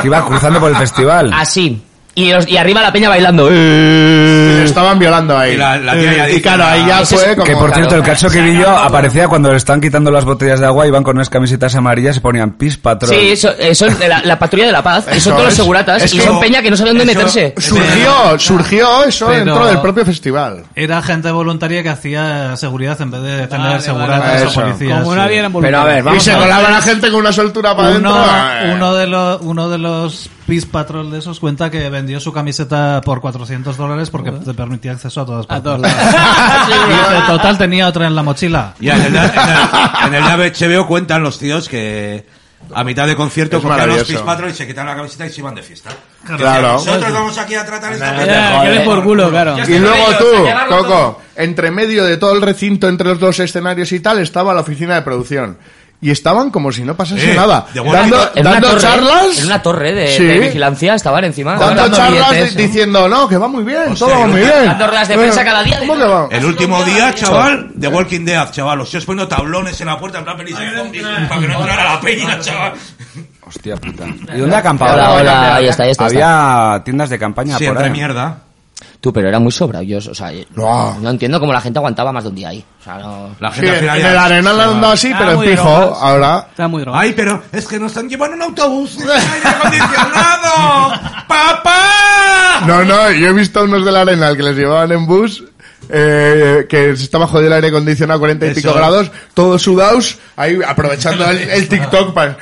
Speaker 1: que iba cruzando por el festival.
Speaker 9: Así. Y, os- y arriba la peña bailando. eh.
Speaker 6: estaban violando ahí.
Speaker 1: Y
Speaker 6: la- la tía ya Eh, Y dice, claro,
Speaker 1: cara
Speaker 6: ahí ya Eso es- fue como-
Speaker 1: Que por cierto, el
Speaker 6: claro.
Speaker 1: cacho que vi yo aparecía cuando le estaban quitando las botellas de agua, iban con unas camisetas amarillas y ponían pis patrón.
Speaker 9: Sí, eso, eso es de la, la patrulla de la paz. y
Speaker 1: Eso
Speaker 9: son todos los
Speaker 1: es.
Speaker 9: seguratas.
Speaker 1: Es
Speaker 9: y
Speaker 1: que-
Speaker 9: son peña que no saben dónde meterse.
Speaker 6: Surgió, surgió eso
Speaker 11: Pero-
Speaker 6: dentro del propio festival.
Speaker 11: Era gente voluntaria que hacía seguridad en vez de tener
Speaker 6: vale.
Speaker 11: seguratas
Speaker 6: Eso.
Speaker 11: o policías.
Speaker 6: Como
Speaker 11: sí.
Speaker 6: nadie era voluntario. Pero a ver, vamos Y se a ver. colaba la gente con una soltura eh. para
Speaker 11: uno,
Speaker 6: adentro.
Speaker 11: Uno de, los uno de los Peace Patrol de esos cuenta que vendió su camiseta por 400 dólares porque te permitía acceso a todas partes. Y dice, total, tenía otra en la mochila.
Speaker 10: Ya, en el, en el, en el HBO cuentan los tíos que a mitad de concierto
Speaker 6: Es
Speaker 10: cogían los
Speaker 6: maravilloso.
Speaker 10: Peace Patrol y se quitan la camiseta y se iban de fiesta.
Speaker 6: Claro.
Speaker 10: Nosotros vamos aquí a tratar esta
Speaker 6: Ya, que des por
Speaker 7: culo, claro.
Speaker 6: Y luego tú, Coco, entre medio de todo el recinto, entre los dos escenarios y tal, estaba la oficina de producción. Y estaban como si no pasase
Speaker 9: Eh,
Speaker 6: nada.
Speaker 9: de buena-
Speaker 6: Dando,
Speaker 9: en una
Speaker 6: dando
Speaker 9: torre-
Speaker 6: charlas.
Speaker 9: En una torre de,
Speaker 6: Sí.
Speaker 9: de vigilancia estaban encima.
Speaker 6: Dando
Speaker 9: Dando
Speaker 6: charlas
Speaker 9: billetes,
Speaker 6: di- diciendo, no, que va muy bien, todo va
Speaker 10: yo-
Speaker 6: muy bien.
Speaker 10: Dando
Speaker 9: ruedas de prensa cada día.
Speaker 6: ¿Cómo que va?
Speaker 10: El último día, chaval, de Walking Dead, chaval. Los tíos poniendo tablones en la puerta en plan pelis de zombies para que no entrara la peña, chaval.
Speaker 1: Hostia puta. ¿Y dónde acampaba?
Speaker 9: Hola, hola, ahí está, ahí está, ahí
Speaker 1: Había tiendas de campaña
Speaker 9: Sí,
Speaker 1: por
Speaker 9: entre
Speaker 1: ahí.
Speaker 9: mierda. Tú, pero era muy sobrado. Yo, o sea, no. entiendo cómo la gente aguantaba más de un día ahí. O sea, no... Ah,
Speaker 10: La
Speaker 6: Sí, en el arenal han dado así, pero en ah, pijo, ahora.
Speaker 7: Está muy drogado.
Speaker 10: Ay, pero es que nos han llevado en un autobús. ¡Aire acondicionado! ¡Papá!
Speaker 6: No, no, yo he visto a unos del Arenal que les llevaban en bus, eh, que se estaba jodido el aire acondicionado a 40 y
Speaker 10: Eso.
Speaker 6: pico grados, todos sudados, ahí aprovechando el, el TikTok para...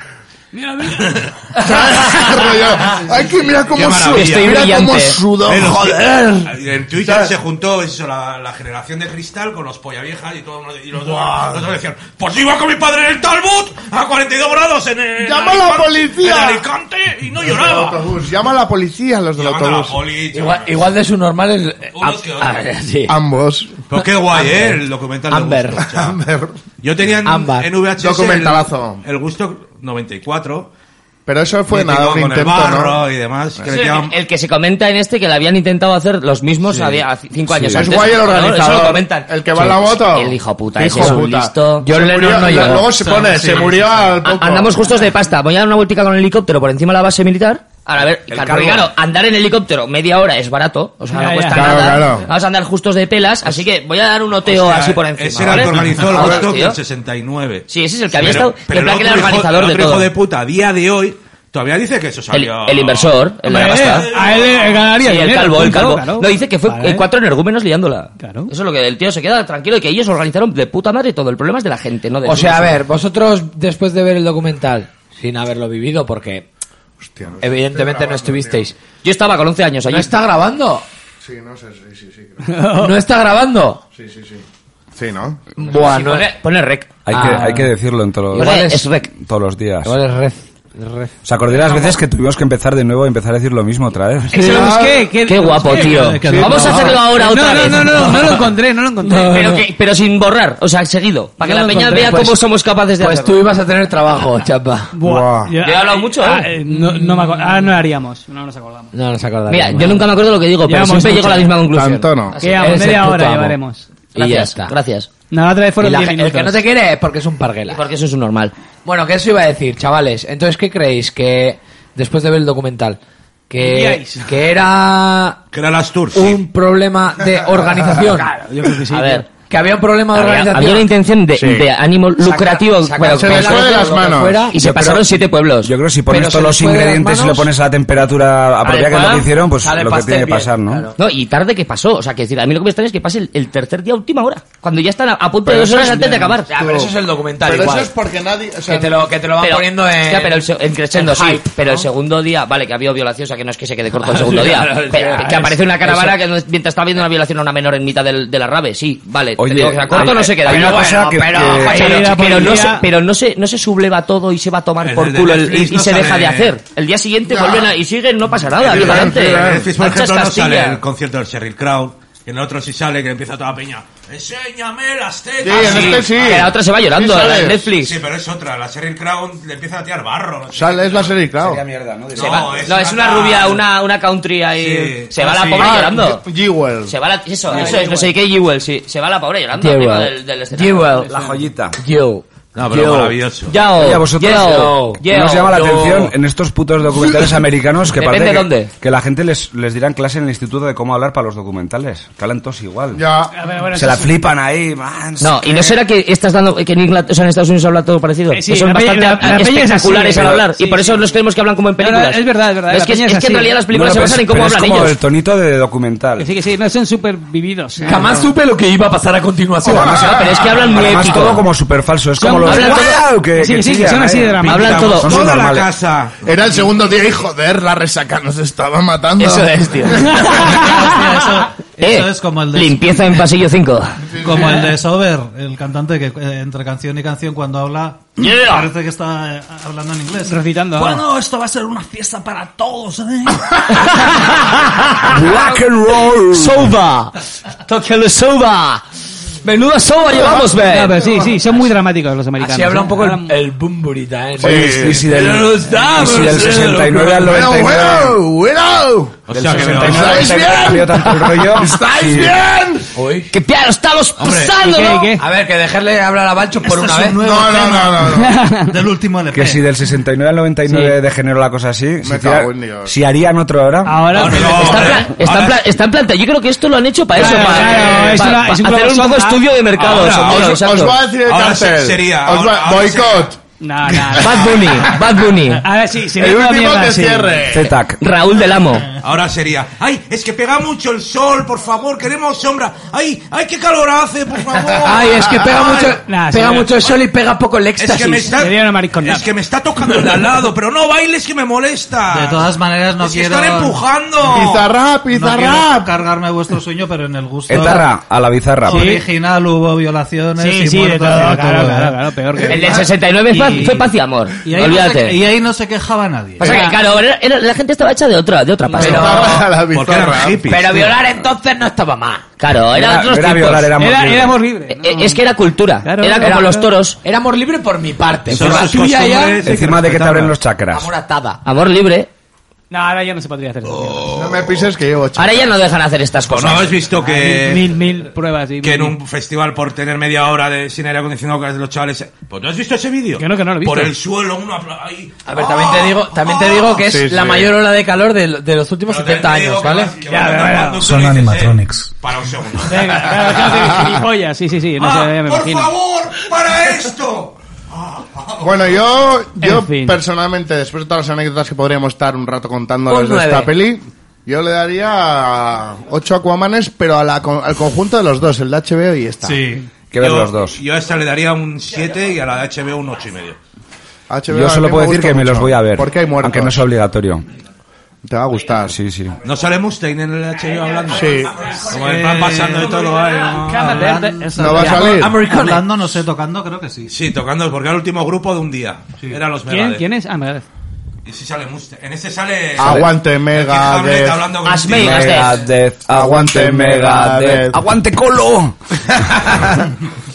Speaker 6: Rollo, Ay, que mira
Speaker 10: Qué
Speaker 6: cómo suda,
Speaker 10: maravilla.
Speaker 6: mira cómo suda,
Speaker 10: Eh, los-
Speaker 6: joder.
Speaker 10: En Twitter
Speaker 6: ¿Sabes?
Speaker 10: se juntó eso, la, la generación de cristal con los pollaviejas y todos y los
Speaker 6: Buah.
Speaker 10: los otros decían, pues iba con mi padre en el Talbot a 42 grados en el
Speaker 6: Llama a la
Speaker 10: Alicante-
Speaker 6: policía.
Speaker 10: en Alicante y no
Speaker 6: Los del
Speaker 10: lloraba.
Speaker 6: autobús, Llama a la policía los del
Speaker 10: Llamando a la
Speaker 6: autobús.
Speaker 10: poli,
Speaker 5: Igual, igual de su normal es...
Speaker 10: Unos que
Speaker 5: Ah,
Speaker 10: otros.
Speaker 5: sí.
Speaker 6: Ambos.
Speaker 10: Pues qué guay, ¿eh? El documental de
Speaker 5: Amber.
Speaker 10: gusto, chaval.
Speaker 6: Amber.
Speaker 10: Yo tenía en,
Speaker 6: Ámbar.
Speaker 10: en VHS
Speaker 6: Documentalazo.
Speaker 10: El, el gusto 94.
Speaker 6: Pero eso fue
Speaker 10: que
Speaker 6: nada,
Speaker 10: iba
Speaker 6: un
Speaker 10: con el
Speaker 6: intento,
Speaker 10: barro
Speaker 6: ¿no?
Speaker 10: y demás. que
Speaker 9: Sí,
Speaker 10: le tiraban-
Speaker 9: el, el que se comenta en este que le habían intentado hacer los mismos
Speaker 10: Sí.
Speaker 9: a, a cinco
Speaker 10: Sí.
Speaker 9: años
Speaker 10: Es
Speaker 9: antes.
Speaker 10: guay el
Speaker 9: ¿no?
Speaker 10: organizador,
Speaker 9: Eso lo comentan.
Speaker 6: El que va en la
Speaker 9: Sí.
Speaker 6: moto.
Speaker 9: El hijo puta,
Speaker 6: Qué
Speaker 9: ese
Speaker 6: hijo
Speaker 9: es un
Speaker 6: puta.
Speaker 9: listo.
Speaker 6: Se murió- Luego se pone, se murió al poco.
Speaker 9: A- Andamos justos de pasta. Voy a dar una vueltica con el helicóptero por encima de la base militar. Ahora, a ver,
Speaker 12: El
Speaker 9: claro, porque,
Speaker 12: cargo.
Speaker 9: claro, andar en helicóptero media hora es barato, o sea,
Speaker 12: Ya,
Speaker 9: no
Speaker 12: ya.
Speaker 9: cuesta
Speaker 12: Claro,
Speaker 9: nada.
Speaker 12: claro.
Speaker 9: Vamos a andar justos de pelas, así que voy a dar un oteo
Speaker 10: Hostia,
Speaker 9: así por encima.
Speaker 10: Ese era el que
Speaker 9: ¿vale?
Speaker 10: organizó el
Speaker 9: Joder,
Speaker 10: gusto
Speaker 9: tío.
Speaker 10: del 69.
Speaker 9: Sí, ese es el que había
Speaker 10: Pero-
Speaker 9: estado-
Speaker 10: Pero
Speaker 9: en
Speaker 10: el
Speaker 9: plan que era
Speaker 10: otro hijo-
Speaker 9: organizador
Speaker 10: el
Speaker 9: de
Speaker 10: otro hijo
Speaker 9: todo.
Speaker 10: de puta, a día de hoy, todavía dice que eso salió.
Speaker 9: El inversor, el de la
Speaker 10: Hombre,
Speaker 9: pasta.
Speaker 7: A él le ganaría
Speaker 9: Sí, el
Speaker 7: dinero,
Speaker 9: calvo, el
Speaker 7: punto,
Speaker 9: calvo.
Speaker 7: claro.
Speaker 9: No, dice que fue
Speaker 7: Vale.
Speaker 9: eh, cuatro energúmenos liándola. Eso es lo que el tío se queda tranquilo y que ellos organizaron de puta madre todo. El problema es de la gente, no de
Speaker 5: O sea, a
Speaker 9: pues,
Speaker 5: ver, vosotros después de ver el documental, sin haberlo vivido, porque evidentemente no estuvisteis.
Speaker 9: Yo estaba con 11 años allí.
Speaker 5: ¿No está grabando?
Speaker 6: Sí, no sé, sí, sí, sí.
Speaker 5: ¿No está grabando?
Speaker 6: Sí, sí, sí. Sí, ¿no?
Speaker 5: Buah, no-
Speaker 9: rec.
Speaker 1: Hay, que,
Speaker 5: Ah.
Speaker 1: hay que decirlo en todos los,
Speaker 5: Igual es- es
Speaker 1: todos los días.
Speaker 5: Igual es red.
Speaker 1: ¿Os acordáis las veces que tuvimos que empezar de nuevo y empezar a decir lo mismo otra vez?
Speaker 7: Sí, lo busqué, que-
Speaker 9: Qué guapo,
Speaker 7: Sí,
Speaker 9: tío.
Speaker 7: que- que-
Speaker 9: Vamos a hacerlo ahora
Speaker 7: no,
Speaker 9: otra
Speaker 7: no,
Speaker 9: vez.
Speaker 7: No, no, no, no lo encontré, no lo encontré.
Speaker 9: pero, que- pero sin borrar, o sea, seguido. Para que
Speaker 5: No
Speaker 9: la
Speaker 5: lo
Speaker 9: peña
Speaker 5: encontré.
Speaker 9: vea
Speaker 5: Pues-
Speaker 9: cómo somos capaces de
Speaker 5: Pues
Speaker 9: hacerlo.
Speaker 5: tú ibas a tener trabajo, chapa.
Speaker 7: Yo
Speaker 9: he hablado mucho,
Speaker 7: Ah,
Speaker 9: ¿eh?
Speaker 7: eh, no, no me acuerdo. Ahora no lo haríamos. No nos acordamos.
Speaker 5: No nos acordamos.
Speaker 9: Mira, yo nunca me acuerdo lo que digo, pero
Speaker 7: Llevamos
Speaker 9: siempre llego a la
Speaker 7: mucho.
Speaker 9: misma conclusión.
Speaker 7: Tanto no.
Speaker 9: Así,
Speaker 7: Que a
Speaker 9: eres el
Speaker 7: media
Speaker 9: puto
Speaker 7: hora
Speaker 9: amo.
Speaker 7: llevaremos.
Speaker 9: Y ya
Speaker 5: Gracias.
Speaker 9: está. Gracias.
Speaker 7: No, la otra vez
Speaker 5: Y
Speaker 7: fueron
Speaker 5: la
Speaker 7: 10
Speaker 5: ge- el
Speaker 7: minutos.
Speaker 5: que no te quiere es porque es un parguela.
Speaker 9: Porque eso es un normal.
Speaker 5: Bueno, que eso iba a decir, chavales. Entonces, ¿qué creéis? Que después de ver el documental, que,
Speaker 9: Diríais.
Speaker 5: que era
Speaker 10: Que era las tours.
Speaker 5: un problema de organización.
Speaker 9: A ver.
Speaker 5: Que había un problema de
Speaker 9: Había,
Speaker 5: organización.
Speaker 9: había una intención de,
Speaker 5: Sí.
Speaker 9: de ánimo
Speaker 5: Saca-
Speaker 9: lucrativo.
Speaker 5: saca-
Speaker 9: pero-
Speaker 5: se les fue de las manos.
Speaker 9: Y se
Speaker 1: Yo
Speaker 9: pasaron
Speaker 1: creo-
Speaker 9: siete pueblos.
Speaker 1: Yo creo que si pones
Speaker 9: Pero se
Speaker 1: todos
Speaker 9: les
Speaker 1: los
Speaker 9: fue de las
Speaker 1: ingredientes y lo
Speaker 9: manos.
Speaker 1: pones a la
Speaker 8: Ah,
Speaker 1: temperatura apropiada que es lo
Speaker 9: Adecuada,
Speaker 1: que hicieron, pues
Speaker 9: sale
Speaker 1: lo que
Speaker 9: pastel
Speaker 1: tiene que
Speaker 9: bien,
Speaker 1: pasar, ¿no?
Speaker 9: claro. No, y tarde que pasó. O sea, que decir, a mí lo que me extraña es que pase el, el tercer día a última hora. Cuando ya están a, a punto de
Speaker 5: Pero
Speaker 9: dos
Speaker 5: eso
Speaker 9: horas
Speaker 5: es-
Speaker 9: antes de acabar.
Speaker 5: Ya, pero eso es el documental
Speaker 6: Pero
Speaker 5: igual.
Speaker 6: eso es porque nadie... O sea,
Speaker 5: que, te lo, que te lo van
Speaker 9: Pero-
Speaker 5: poniendo en...
Speaker 9: hostia, pero el, se- en crescendo,
Speaker 5: en
Speaker 9: sí.
Speaker 5: hype,
Speaker 9: pero el
Speaker 5: ¿no?
Speaker 9: segundo día, vale, que ha habido violación, o sea, que no es que se quede corto el segundo día.
Speaker 5: Claro,
Speaker 9: Pe-
Speaker 5: ya,
Speaker 9: que aparece una
Speaker 5: es-
Speaker 9: caravana
Speaker 5: eso.
Speaker 9: que no- mientras está viendo una violación a una menor en mitad del- de la rave, sí, vale,
Speaker 8: Oye,
Speaker 9: O sea, corto
Speaker 8: hay-
Speaker 9: no se queda.
Speaker 8: hay una cosa que-
Speaker 9: pero,
Speaker 8: que-
Speaker 9: pero-
Speaker 8: que-
Speaker 9: pero
Speaker 8: que-
Speaker 9: no se, pero no se, no se subleva todo y se va a tomar
Speaker 8: El
Speaker 9: por
Speaker 8: de
Speaker 9: culo el- y,
Speaker 8: Netflix
Speaker 9: y
Speaker 8: no
Speaker 9: se deja
Speaker 8: sale.
Speaker 9: de hacer. El día siguiente vuelven a, y siguen, no pasa nada.
Speaker 10: El de
Speaker 9: adelante.
Speaker 10: Netflix, por
Speaker 9: Anchas
Speaker 10: ejemplo, eh, no
Speaker 9: Castilla.
Speaker 10: sale el concierto del Sheryl Crow. Que en el otro sí sale, que empieza toda la peña. Enséñame las tetas.
Speaker 9: Sí, en este sí. Que la otra se va llorando, Sí, la de sale. Netflix.
Speaker 10: Sí, pero es otra. La Sheryl Crow le empieza a tirar barro. no sé.
Speaker 6: Sale, es la serie, claro.
Speaker 10: Sería mierda, ¿no?
Speaker 9: Se va- no, es una rubia, una, una country ahí.
Speaker 10: Sí.
Speaker 9: Se va
Speaker 10: Ah,
Speaker 9: la
Speaker 10: sí.
Speaker 9: pobre
Speaker 10: Ah,
Speaker 9: llorando.
Speaker 6: Jewel.
Speaker 9: Se va la, eso,
Speaker 10: Ah,
Speaker 9: eso es, no sé qué Jewel, sí. Se va la pobre llorando
Speaker 13: Jewel.
Speaker 9: arriba del, del escenario.
Speaker 13: Jewel.
Speaker 8: La joyita.
Speaker 13: Yo.
Speaker 10: No, pero
Speaker 8: Yo.
Speaker 10: maravilloso.
Speaker 9: Yo.
Speaker 8: Oye, a vosotros
Speaker 9: Yo.
Speaker 8: ¿no os
Speaker 9: Yo.
Speaker 8: llama la
Speaker 9: Yo.
Speaker 8: atención en estos putos documentales americanos que
Speaker 9: Depende
Speaker 8: parece que,
Speaker 9: dónde.
Speaker 8: que la gente les, les dirán clase en el instituto de cómo hablar para los documentales. Que hablan todos igual.
Speaker 7: Ah, pero bueno,
Speaker 8: Se
Speaker 7: eso
Speaker 8: la
Speaker 7: sí.
Speaker 8: flipan ahí. man,
Speaker 9: No, y no será que estás dando que en Inglaterra, o sea, en Estados Unidos habla todo parecido.
Speaker 7: Eh, sí,
Speaker 9: Que son
Speaker 7: la peña-
Speaker 9: bastante
Speaker 7: la- la peña es así,
Speaker 9: espectaculares al
Speaker 7: pero-
Speaker 9: hablar
Speaker 7: sí,
Speaker 9: y por eso
Speaker 7: sí.
Speaker 9: nos creemos que hablan como en películas.
Speaker 7: No, no, es verdad, es verdad,
Speaker 9: Es
Speaker 7: la
Speaker 9: que,
Speaker 7: peña
Speaker 9: es
Speaker 7: es
Speaker 9: que en
Speaker 7: así.
Speaker 9: realidad las películas
Speaker 8: Bueno,
Speaker 9: se basan
Speaker 8: pero
Speaker 9: en cómo
Speaker 8: es
Speaker 9: hablan
Speaker 8: como
Speaker 9: ellos.
Speaker 8: el tonito de documental.
Speaker 7: Que sí, que sí, no son ¿eh? súper vividos.
Speaker 3: Jamás supe lo que iba a pasar a continuación.
Speaker 9: No, pero es que hablan muy
Speaker 8: Ah, Además,
Speaker 9: épico.
Speaker 8: todo como súper falso. Es como los...
Speaker 9: hablan
Speaker 10: Ah,
Speaker 9: todo-
Speaker 8: ¡Guau! Que,
Speaker 7: Sí,
Speaker 8: que
Speaker 7: sí, que
Speaker 8: chillan
Speaker 7: son así
Speaker 8: ahí.
Speaker 7: de dramáticos.
Speaker 8: Pintan,
Speaker 9: Hablan todo.
Speaker 8: son
Speaker 6: Toda la
Speaker 8: subnormales.
Speaker 10: casa.
Speaker 6: Era el segundo día y joder, la resaca nos estaba matando.
Speaker 9: Eso es, tío.
Speaker 11: Eso
Speaker 9: Eh,
Speaker 11: es como el de
Speaker 9: Limpieza en pasillo 5.
Speaker 11: Como el de Sober, el cantante que eh, entre canción y canción cuando habla
Speaker 9: Yeah.
Speaker 11: parece que está eh, hablando en inglés.
Speaker 7: Recitando.
Speaker 3: Bueno, esto va a ser una fiesta para todos, ¿eh?
Speaker 8: Black and roll.
Speaker 9: Soba. Tóquenle soba. Menuda soba llevamos, ve.
Speaker 7: Ah, No, pero sí, sí, son muy dramáticos los americanos.
Speaker 5: Así habla un poco
Speaker 7: Hablan-
Speaker 5: el, el Bumburita, ¿eh?
Speaker 8: Oye, y si del,
Speaker 5: Pero no está,
Speaker 8: y si
Speaker 5: pero
Speaker 8: del
Speaker 5: sí,
Speaker 8: 69 al
Speaker 6: Bueno,
Speaker 8: 99...
Speaker 6: bueno, bueno.
Speaker 10: O sea, que me lo-
Speaker 6: ¿Estáis bien?
Speaker 8: cambió tanto el rollo.
Speaker 6: ¿Estáis
Speaker 8: y-
Speaker 6: bien?
Speaker 5: Hoy.
Speaker 9: ¡Qué piano está los pasando,
Speaker 7: ¿y qué,
Speaker 9: no!
Speaker 7: y qué?
Speaker 5: A ver, que dejarle hablar a Balcho por
Speaker 11: Este
Speaker 5: una
Speaker 11: es un
Speaker 5: vez.
Speaker 11: nuevo
Speaker 6: No, no,
Speaker 11: tema
Speaker 6: no, no. no.
Speaker 11: Del último LP.
Speaker 8: Que si del 69 al 99 degeneró la cosa así, si,
Speaker 6: Me
Speaker 8: hiciera-
Speaker 6: cago en Dios.
Speaker 8: si harían otro ahora...
Speaker 7: Ahora,
Speaker 9: Está, en
Speaker 10: Ahora-
Speaker 9: plan- está en plan- está en planta. Yo creo que esto lo han hecho para eso,
Speaker 7: Claro,
Speaker 9: para,
Speaker 7: claro,
Speaker 9: para-
Speaker 7: es una-
Speaker 9: para
Speaker 7: es un
Speaker 9: hacer un
Speaker 7: globosonda.
Speaker 9: poco estudio de mercado.
Speaker 10: Ahora,
Speaker 9: sobre-
Speaker 10: os-
Speaker 6: Os,
Speaker 9: exacto.
Speaker 6: os voy a decir el
Speaker 10: Ahora sí
Speaker 6: cartel.
Speaker 10: sería,
Speaker 6: Os va-
Speaker 10: ahora- ahora
Speaker 6: boicot.
Speaker 7: Ah, No, no, no.
Speaker 9: Bad Bunny, Bad Bunny,
Speaker 7: Ahora sí, se
Speaker 6: El
Speaker 7: ve toda
Speaker 6: último
Speaker 7: mierda,
Speaker 6: que
Speaker 7: sí.
Speaker 6: cierre.
Speaker 8: ZTAC.
Speaker 9: Raúl del Amo.
Speaker 10: Ahora sería, ay, es que pega mucho el sol, por favor, queremos sombra. Ay, ay, qué calor hace, por favor.
Speaker 5: Ay, es que pega
Speaker 10: Ay,
Speaker 5: mucho,
Speaker 7: Nah,
Speaker 5: pega
Speaker 7: sí,
Speaker 5: mucho el sol y pega poco el
Speaker 10: Es
Speaker 5: éxtasis.
Speaker 10: que me está,
Speaker 7: Sería una maricona.
Speaker 10: es que me está tocando el de al lado, pero no bailes que me molesta.
Speaker 11: De todas maneras no
Speaker 10: es que
Speaker 11: quiero...
Speaker 10: están empujando.
Speaker 6: Pizarra,
Speaker 11: No
Speaker 6: pizarra.
Speaker 11: quiero cargarme vuestro sueño, pero en el gusto
Speaker 8: Etarra, a la bizarra.
Speaker 11: original hubo violaciones
Speaker 7: Sí,
Speaker 11: y
Speaker 7: sí, de
Speaker 11: muertos
Speaker 7: todo,
Speaker 11: y de
Speaker 7: claro,
Speaker 11: todo, ¿eh?
Speaker 7: claro, claro, peor que...
Speaker 9: El del 69 fue-
Speaker 11: Y-
Speaker 9: fue paz y amor.
Speaker 11: Y ahí, no se, y
Speaker 9: Olvídate.
Speaker 11: ahí no se quejaba nadie.
Speaker 9: Pasa que, claro,
Speaker 11: eh,
Speaker 9: era- era- la gente estaba hecha de otra, de otra pasta.
Speaker 6: Pizarra, la
Speaker 10: Porque eran
Speaker 6: pizarra.
Speaker 10: hippies.
Speaker 5: Pero violar entonces no estaba mal.
Speaker 9: Claro, era
Speaker 8: Era,
Speaker 9: otros
Speaker 8: era violar,
Speaker 9: tipos.
Speaker 8: era
Speaker 7: Era,
Speaker 8: morir.
Speaker 7: éramos libres.
Speaker 9: Eh, Es que era cultura.
Speaker 7: Claro,
Speaker 9: Era como
Speaker 7: era-
Speaker 9: los toros.
Speaker 5: Era amor libre por mi parte.
Speaker 10: Son
Speaker 5: Por la
Speaker 10: sus
Speaker 5: tuya ya,
Speaker 10: costumbres.
Speaker 8: Encima de que te abren los chakras.
Speaker 5: amor atada.
Speaker 9: Amor libre.
Speaker 7: No, ahora ya no se podría hacer eso.
Speaker 6: No me pises que llevo ocho.
Speaker 9: Ahora ya no dejan hacer estas
Speaker 10: ¿O Pues no
Speaker 9: cosas.
Speaker 10: habéis visto que...
Speaker 7: Mil, mil pruebas. y
Speaker 10: que en
Speaker 7: mil-
Speaker 10: un festival por tener media hora de sin aire acondicionado que de los chavales pues no has visto ese vídeo
Speaker 7: Que no, que no lo he visto.
Speaker 10: por el suelo uno apla- ahí
Speaker 5: A ver, también te digo, también te digo que es
Speaker 6: Sí, sí.
Speaker 5: la mayor ola de calor de, de los últimos
Speaker 10: Pero te-
Speaker 5: 70
Speaker 10: te digo
Speaker 5: años,
Speaker 10: que
Speaker 5: ¿vale?
Speaker 10: vas- que vas andando, tú
Speaker 3: Son
Speaker 10: dices, eh,
Speaker 3: animatronics.
Speaker 10: para un segundo
Speaker 7: Venga, claro, claro, que Ah. gilipollas, sí, sí, sí, no
Speaker 10: Ah,
Speaker 7: sé, ya me
Speaker 10: por
Speaker 7: imagino.
Speaker 10: favor para esto
Speaker 6: Bueno, yo, yo
Speaker 7: En fin.
Speaker 6: personalmente, después de todas las anécdotas que podríamos estar un rato
Speaker 5: Un
Speaker 6: contándoles de
Speaker 5: nueve.
Speaker 6: esta peli, yo le daría ocho Aquamanes, pero a la con- al conjunto de los dos, el de HBO y esta.
Speaker 11: Sí.
Speaker 8: Que ver
Speaker 10: Yo-
Speaker 8: los dos.
Speaker 10: yo a esta le daría un 7 y a la de HBO un 8 y medio
Speaker 6: HBO
Speaker 8: Yo
Speaker 6: a
Speaker 8: solo
Speaker 6: mí me
Speaker 8: puedo decir
Speaker 6: gusta
Speaker 8: que me los
Speaker 6: mucho,
Speaker 8: voy a ver.
Speaker 6: Porque hay muertos.
Speaker 8: Aunque no es obligatorio.
Speaker 6: Te va a gustar.
Speaker 8: Ah, Sí, sí.
Speaker 10: no sale Mustaine en el HBO hablando
Speaker 6: Sí.
Speaker 10: como el pan pasando de todo ahí, ¿no?
Speaker 7: eh,
Speaker 6: No va a salir.
Speaker 11: Hablando, no sé, tocando, creo que sí.
Speaker 10: sí tocando porque era el último grupo de un día eran los
Speaker 7: ¿Quién,
Speaker 10: Megadeth
Speaker 7: ¿Quién es? Ah, Megadeth.
Speaker 10: y si sale Mustaine en ese sale
Speaker 6: Ah,
Speaker 10: el
Speaker 6: Aguante,
Speaker 10: que Hamlet
Speaker 6: Megadeth.
Speaker 10: hablando con
Speaker 9: As
Speaker 10: un tío.
Speaker 9: Megadeth.
Speaker 8: Megadeth, aguante Megadeth. ¡Aguante Colo!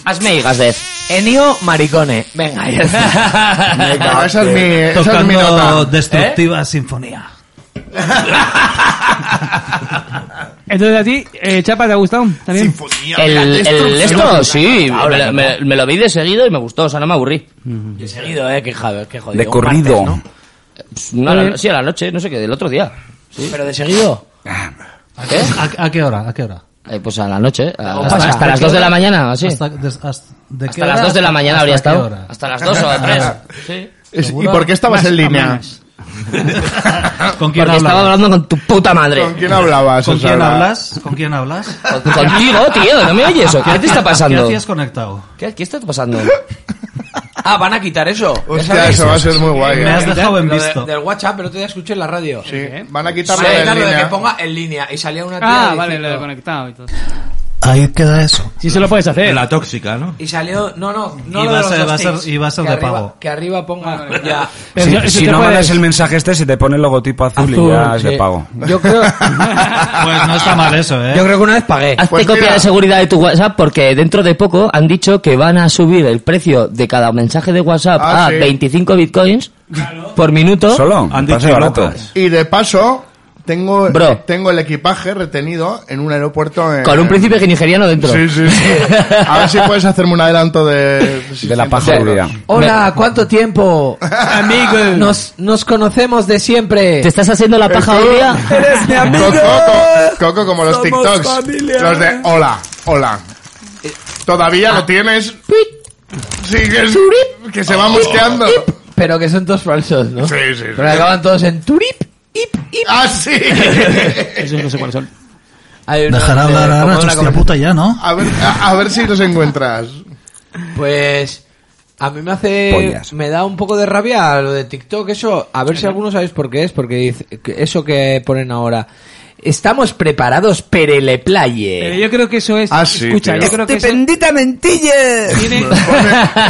Speaker 9: Hazme higas de.
Speaker 5: Enio Maricone. Venga, ya está.
Speaker 6: No, esa es mi, esa es mi
Speaker 11: Tocando
Speaker 6: nota.
Speaker 11: Destructiva
Speaker 9: ¿Eh?
Speaker 11: Sinfonía.
Speaker 7: Entonces a ti, eh, Chapa, ¿te ha gustado también? eh,
Speaker 9: El, el esto, sí, me, lo- me- me lo vi de seguido y me gustó, o sea, no me aburrí.
Speaker 5: De seguido, eh, que jodido. Que jodido.
Speaker 8: De
Speaker 5: Un
Speaker 8: corrido.
Speaker 5: martes, ¿no?
Speaker 9: No, a la- sí, a la noche, no sé qué, del otro día.
Speaker 5: Pero de seguido.
Speaker 11: ¿A, a qué hora? ¿A qué hora?
Speaker 9: Eh, pues a la noche, a-
Speaker 5: ¿Cómo
Speaker 9: hasta,
Speaker 5: pasa?
Speaker 9: hasta las 2 de la mañana, así.
Speaker 11: Hasta,
Speaker 9: Hasta,
Speaker 11: des- hasta- ¿de qué
Speaker 9: las
Speaker 11: hora
Speaker 9: 2 de la mañana
Speaker 11: hasta
Speaker 9: habría
Speaker 11: qué
Speaker 9: estado.
Speaker 11: hora?
Speaker 9: Hasta las 2 o 3. Sí.
Speaker 6: Es- ¿Y por qué estabas en línea?
Speaker 11: ¿Con quién
Speaker 9: Porque
Speaker 11: hablas?
Speaker 9: estaba hablando con tu puta madre.
Speaker 6: ¿Con quién hablabas?
Speaker 11: ¿Con
Speaker 6: Susana?
Speaker 11: quién hablas? ¿Con quién hablas?
Speaker 9: Con- Contigo, tío, no me oyes. ¿o ¿Qué te está
Speaker 11: ¿Qué
Speaker 9: pasando?
Speaker 11: hacías conectado?
Speaker 9: ¿Qué, qué está pasando?
Speaker 5: Ah, van a quitar eso.
Speaker 6: Hostia, eso va a ser muy guay.
Speaker 11: Me
Speaker 6: ¿eh?
Speaker 11: has dejado en
Speaker 5: Lo de-
Speaker 11: visto.
Speaker 5: del WhatsApp, pero te escuché en la radio.
Speaker 6: Sí. Van a
Speaker 5: Van
Speaker 6: quitarlo
Speaker 5: a
Speaker 6: de
Speaker 5: quitar lo de que
Speaker 6: línea.
Speaker 5: ponga en línea y salía una tía
Speaker 7: Ah, vale, lo
Speaker 5: diciendo,
Speaker 7: de conectado y todo.
Speaker 3: Ahí queda eso.
Speaker 7: Sí, se lo puedes hacer.
Speaker 10: La tóxica, ¿no?
Speaker 5: Y salió, no, no, no
Speaker 11: Y va
Speaker 5: lo de
Speaker 11: a
Speaker 5: los
Speaker 11: ser- va a
Speaker 5: hostings.
Speaker 11: ser- y va a ser
Speaker 5: Que
Speaker 11: de
Speaker 5: arriba-
Speaker 11: pago. Ah,
Speaker 5: Que arriba ponga ya.
Speaker 1: Si, si no mandas el mensaje este, se te pone el logotipo azul, y
Speaker 5: Azul,
Speaker 1: ya es
Speaker 5: sí.
Speaker 1: de pago.
Speaker 5: Yo creo.
Speaker 11: Pues no está mal eso, ¿eh?
Speaker 5: Yo creo que una vez pagué.
Speaker 9: Hazte
Speaker 8: pues
Speaker 6: Pues
Speaker 9: copia de seguridad de tu WhatsApp porque dentro de poco han dicho que van a subir el precio de cada mensaje de WhatsApp
Speaker 6: Ah,
Speaker 9: a
Speaker 6: sí.
Speaker 9: 25 bitcoins por minuto.
Speaker 1: Solo.
Speaker 9: Han
Speaker 1: dicho barato.
Speaker 6: Y de paso, tengo, eh,
Speaker 9: Bro.
Speaker 6: tengo el equipaje retenido en un aeropuerto. en-
Speaker 9: Con un príncipe nigeriano dentro.
Speaker 6: Sí, sí, sí. A ver si puedes hacerme un adelanto de. De la
Speaker 1: paja
Speaker 6: seguridad.
Speaker 5: Hola, ¿cuánto tiempo? Amigo. Nos, nos conocemos de siempre.
Speaker 9: ¿Te estás haciendo la paja hoy día?
Speaker 5: Eres mi amigo.
Speaker 6: Coco, co- Coco, como los
Speaker 5: Somos
Speaker 6: TikToks.
Speaker 5: familia.
Speaker 6: Los de hola, hola. Todavía lo tienes. Sí, que, es- que se va mosqueando.
Speaker 5: Pero que son todos falsos, ¿no?
Speaker 6: Sí, sí, sí.
Speaker 5: Pero acaban todos en turip.
Speaker 6: ¡Ah, sí!
Speaker 7: Esos no sé cuáles son.
Speaker 5: Hay uno
Speaker 11: Dejará
Speaker 5: de-
Speaker 11: hablar a
Speaker 5: como
Speaker 11: Arach,
Speaker 5: una
Speaker 11: hostia puta ya, ¿no?
Speaker 6: A ver, a, a ver si los encuentras.
Speaker 5: Pues a mí me hace
Speaker 6: Pollas.
Speaker 5: me da un poco de rabia lo de TikTok eso, a ver si algunos sabéis por qué es, porque dice- que eso que ponen ahora. Estamos preparados perele
Speaker 7: Pero
Speaker 5: playe.
Speaker 7: yo creo que eso es.
Speaker 5: Ah, sí,
Speaker 7: escucha,
Speaker 5: tío.
Speaker 7: yo creo que eso-
Speaker 5: Estupendita mentilla.
Speaker 7: Tiene, el
Speaker 5: Me pone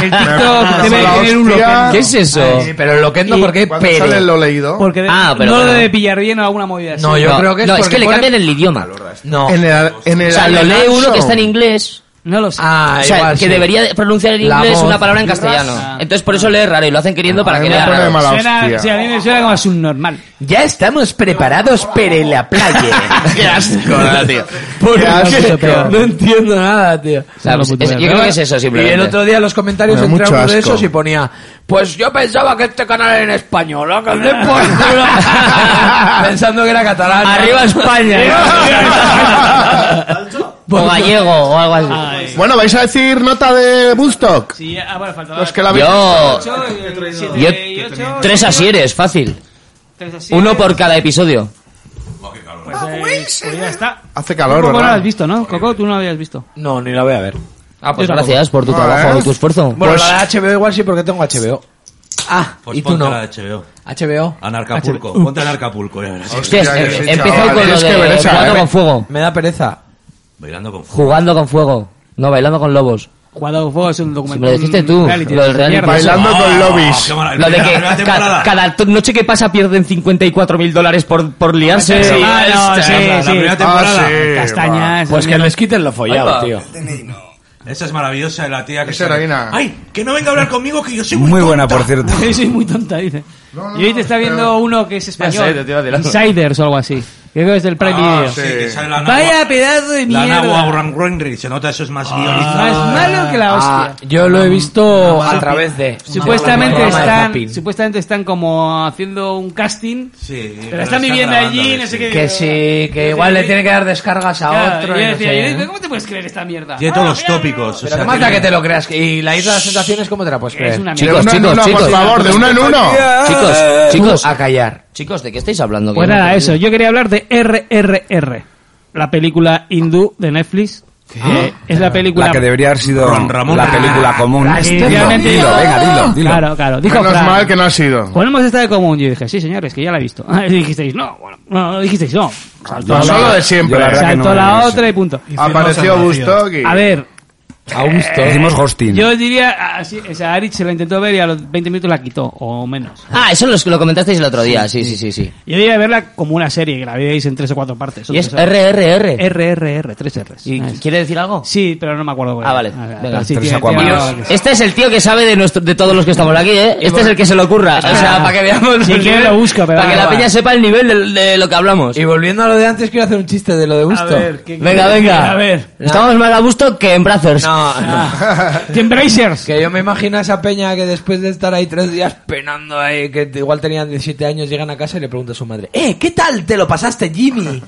Speaker 7: TikTok debe
Speaker 5: mala
Speaker 7: tener un
Speaker 5: hostia.
Speaker 7: loquendo.
Speaker 5: ¿Qué es eso? Sí, pero el loquendo,
Speaker 7: Y-
Speaker 5: ¿por qué?
Speaker 6: ¿Cuándo
Speaker 5: Pero-
Speaker 6: sale lo leído?
Speaker 7: Porque de-
Speaker 5: Ah, pero-
Speaker 7: no
Speaker 5: pero-
Speaker 7: lo de Villarrién o alguna movida así.
Speaker 5: No, yo creo que es
Speaker 9: no, es
Speaker 5: porque
Speaker 9: que le
Speaker 5: ponen-
Speaker 9: cambian el idioma.
Speaker 5: No.
Speaker 6: En el, en el
Speaker 9: O sea, lo lee
Speaker 6: Alien
Speaker 9: uno que
Speaker 6: Show.
Speaker 9: está en inglés.
Speaker 7: No lo sé.
Speaker 5: Ah,
Speaker 9: o sea,
Speaker 5: igual,
Speaker 9: que
Speaker 5: sí.
Speaker 9: debería de pronunciar en
Speaker 5: La
Speaker 9: inglés
Speaker 5: voz.
Speaker 9: una palabra en
Speaker 5: Tierras.
Speaker 9: castellano. Entonces por eso lee raro y lo hacen queriendo para
Speaker 6: Ah, A
Speaker 9: que
Speaker 6: mí me
Speaker 9: lea
Speaker 6: pone
Speaker 9: raro.
Speaker 6: mala
Speaker 7: Suena,
Speaker 6: hostia.
Speaker 7: sí, a mí me suena como es un normal.
Speaker 5: Ya estamos preparados perele playe.
Speaker 6: Qué asco, tío.
Speaker 5: Por
Speaker 6: Qué
Speaker 5: Dios,
Speaker 6: asco.
Speaker 5: tío. No entiendo nada, tío.
Speaker 9: Claro, pues, es- yo creo que es eso, simplemente.
Speaker 5: Y el otro día en los comentarios
Speaker 9: Bueno,
Speaker 5: entraba
Speaker 9: mucho
Speaker 5: uno de
Speaker 9: asco.
Speaker 5: esos y ponía, pues yo pensaba que este canal era en español, ¿no? Que me den por culo". Pensando que era catalán.
Speaker 9: Ah. Arriba ¿eh? España. o gallego o algo así.
Speaker 6: Bueno, ¿vais a decir nota de Bustock?
Speaker 7: Sí, ah, bueno, faltaba. eh,
Speaker 6: Los que la habéis-
Speaker 9: Yo,
Speaker 7: Siete
Speaker 9: yo
Speaker 7: y ocho,
Speaker 9: tres
Speaker 7: siete,
Speaker 9: así eres, fácil.
Speaker 7: tres así.
Speaker 9: Uno por cada episodio.
Speaker 7: Pues, eh, pues ya está.
Speaker 6: Hace calor,
Speaker 7: Coco, no lo
Speaker 6: ¿verdad?
Speaker 7: has visto, ¿no? Coco, tú no lo habías visto.
Speaker 5: Eh. No, ni la voy a ver.
Speaker 9: Ah, pues
Speaker 7: Yo tampoco.
Speaker 9: gracias por tu
Speaker 7: Ah,
Speaker 9: trabajo
Speaker 7: ¿eh?
Speaker 9: y tu esfuerzo. Pues
Speaker 5: Bueno, la de HBO igual sí porque tengo HBO. Ah,
Speaker 10: Pues
Speaker 5: y tú
Speaker 10: ponte
Speaker 5: no.
Speaker 10: la de HBO.
Speaker 5: HBO.
Speaker 10: Anarcapulco.
Speaker 5: HBO.
Speaker 10: Ponte Anarcapulco, ya verás.
Speaker 5: Hostia,
Speaker 10: Ya
Speaker 5: eh,
Speaker 10: verás.
Speaker 5: eh, empezó
Speaker 10: Chaval,
Speaker 5: con
Speaker 10: tienes
Speaker 5: lo
Speaker 10: que
Speaker 5: de
Speaker 10: ver esa,
Speaker 9: Jugando
Speaker 10: ¿eh?
Speaker 9: con fuego.
Speaker 5: Me da pereza.
Speaker 10: Bailando con fuego.
Speaker 9: Jugando con fuego. No, bailando con lobos.
Speaker 7: Jugado con fuego es un
Speaker 9: Si
Speaker 7: documental.
Speaker 9: me lo dijiste tú.
Speaker 7: un reality.
Speaker 9: Lo del reality.
Speaker 6: Bailando
Speaker 9: Eso.
Speaker 6: con lobbies.
Speaker 9: Lo de que
Speaker 10: Primera
Speaker 9: ca-
Speaker 10: temporada.
Speaker 9: cada to- noche que pasa pierden 54 mil dólares por, por liarse.
Speaker 7: Sí, ah, no, sí,
Speaker 10: la
Speaker 7: sí.
Speaker 10: primera temporada.
Speaker 6: Ah, sí,
Speaker 7: Castañas.
Speaker 5: Pues que les quiten lo follado,
Speaker 10: Ahí
Speaker 5: tío.
Speaker 10: va. Esa es maravillosa, la tía que
Speaker 6: Esa
Speaker 10: sale.
Speaker 6: heroína.
Speaker 10: ¡Ay! Que no venga a hablar conmigo, que yo soy muy,
Speaker 1: Muy buena,
Speaker 10: tonta.
Speaker 1: por cierto.
Speaker 7: Sí, soy muy tonta, dice. y hoy te está viendo uno que es español.
Speaker 10: sé, te iba a tirar.
Speaker 7: Insiders o algo así. Creo que es del Prime
Speaker 10: Ah,
Speaker 7: Video.
Speaker 10: sí, que sale la
Speaker 7: Vaya
Speaker 10: nagua-
Speaker 7: pedazo de
Speaker 10: La Nahua
Speaker 7: mierda. Ah,
Speaker 10: Rangrengri. Se nota, eso es más guionista.
Speaker 7: Más malo que la hostia.
Speaker 5: Ah, Yo lo he visto a través de.
Speaker 7: Supuestamente
Speaker 5: Programa de
Speaker 7: están,
Speaker 5: zapping.
Speaker 7: supuestamente están como haciendo un casting.
Speaker 10: Sí,
Speaker 7: Pero están viviendo allí, no sé qué.
Speaker 5: Que sí, que igual le tiene que dar descargas a
Speaker 7: Claro,
Speaker 5: otro.
Speaker 7: yo
Speaker 5: y no
Speaker 7: decía,
Speaker 5: sé.
Speaker 7: yo digo, ¿Cómo te puedes creer esta mierda? Ah,
Speaker 10: Tiene todos los tópicos. o
Speaker 5: Pero
Speaker 10: sea,
Speaker 5: qué más da
Speaker 10: tiene-
Speaker 5: que te lo creas. Y la isla de las sensaciones, ¿cómo te la puedes creer?
Speaker 7: una
Speaker 6: De uno en uno, por favor, de uno en uno.
Speaker 9: Chicos,
Speaker 10: Eh.
Speaker 9: chicos,
Speaker 5: a callar.
Speaker 9: chicos, ¿de qué estáis hablando?
Speaker 7: Pues
Speaker 9: Que no
Speaker 7: nada,
Speaker 9: te-
Speaker 7: eso. Yo quería hablar de RRR, la película hindú de Netflix. Eh, es
Speaker 5: Ah.
Speaker 7: la película.
Speaker 1: La que debería haber sido
Speaker 10: Ramón.
Speaker 1: la película común.
Speaker 7: Ah,
Speaker 1: Dilo,
Speaker 7: realmente-
Speaker 1: dilo, venga, dilo, dilo.
Speaker 7: Claro, claro. Dijo
Speaker 6: Menos
Speaker 7: Fran,
Speaker 6: mal que no ha sido.
Speaker 7: Ponemos esta de común. Yo dije, sí, señores, que ya la he visto. Y dijisteis, Ah, no, bueno, no, no, dijisteis, no. Saltó
Speaker 6: No,
Speaker 7: la-
Speaker 6: solo de siempre.
Speaker 1: Yo la verdad que
Speaker 7: Saltó
Speaker 1: no
Speaker 7: la
Speaker 1: sé.
Speaker 7: otra y punto.
Speaker 6: Apareció Bustock y...
Speaker 7: A ver, Eh,
Speaker 1: Augusto. Hicimos hosting.
Speaker 7: yo diría, así, o sea, Aritz se la intentó ver y a los 20 minutos la quitó, o menos.
Speaker 9: Ah, eso los- lo comentasteis el otro día. Sí, sí, sí, sí.
Speaker 7: Yo diría verla como una serie, que la veíais en tres o cuatro partes. son
Speaker 9: Y es
Speaker 7: tres horas.
Speaker 9: RRR.
Speaker 7: RRR, tres R's.
Speaker 9: ¿Y
Speaker 7: Ah,
Speaker 9: qui- ¿Quiere decir algo?
Speaker 7: Sí, pero no me acuerdo. cuál
Speaker 9: Ah,
Speaker 7: era.
Speaker 9: vale.
Speaker 7: Ah,
Speaker 9: Venga,
Speaker 7: pero sí,
Speaker 1: tres
Speaker 7: tiene-
Speaker 1: Aquaman.
Speaker 7: tiene-
Speaker 1: Dios.
Speaker 9: Este es el tío que sabe de nuestro, de todos los que estamos aquí, ¿eh? Este es el que se le ocurra. O
Speaker 7: Ah.
Speaker 9: sea, para que veamos.
Speaker 7: Si
Speaker 9: el
Speaker 7: quiere
Speaker 9: nivel-
Speaker 7: lo busca, pero
Speaker 9: Para
Speaker 7: vale,
Speaker 9: que la
Speaker 7: vale.
Speaker 9: peña sepa el nivel del- de, lo que hablamos.
Speaker 5: Y volviendo a lo de antes, quiero hacer un chiste de lo de gusto.
Speaker 7: ver, ¿qué-
Speaker 9: Venga, venga.
Speaker 7: A ver.
Speaker 9: Estamos más a gusto que en Brazers.
Speaker 5: No, no.
Speaker 7: Team Brazers.
Speaker 5: Que yo me imagino a esa peña que después de estar ahí tres días penando ahí, que te- igual tenían 17 años, llegan a casa y le pregunta a su madre, ¡Eh, qué tal te lo pasaste, Jimmy! Y,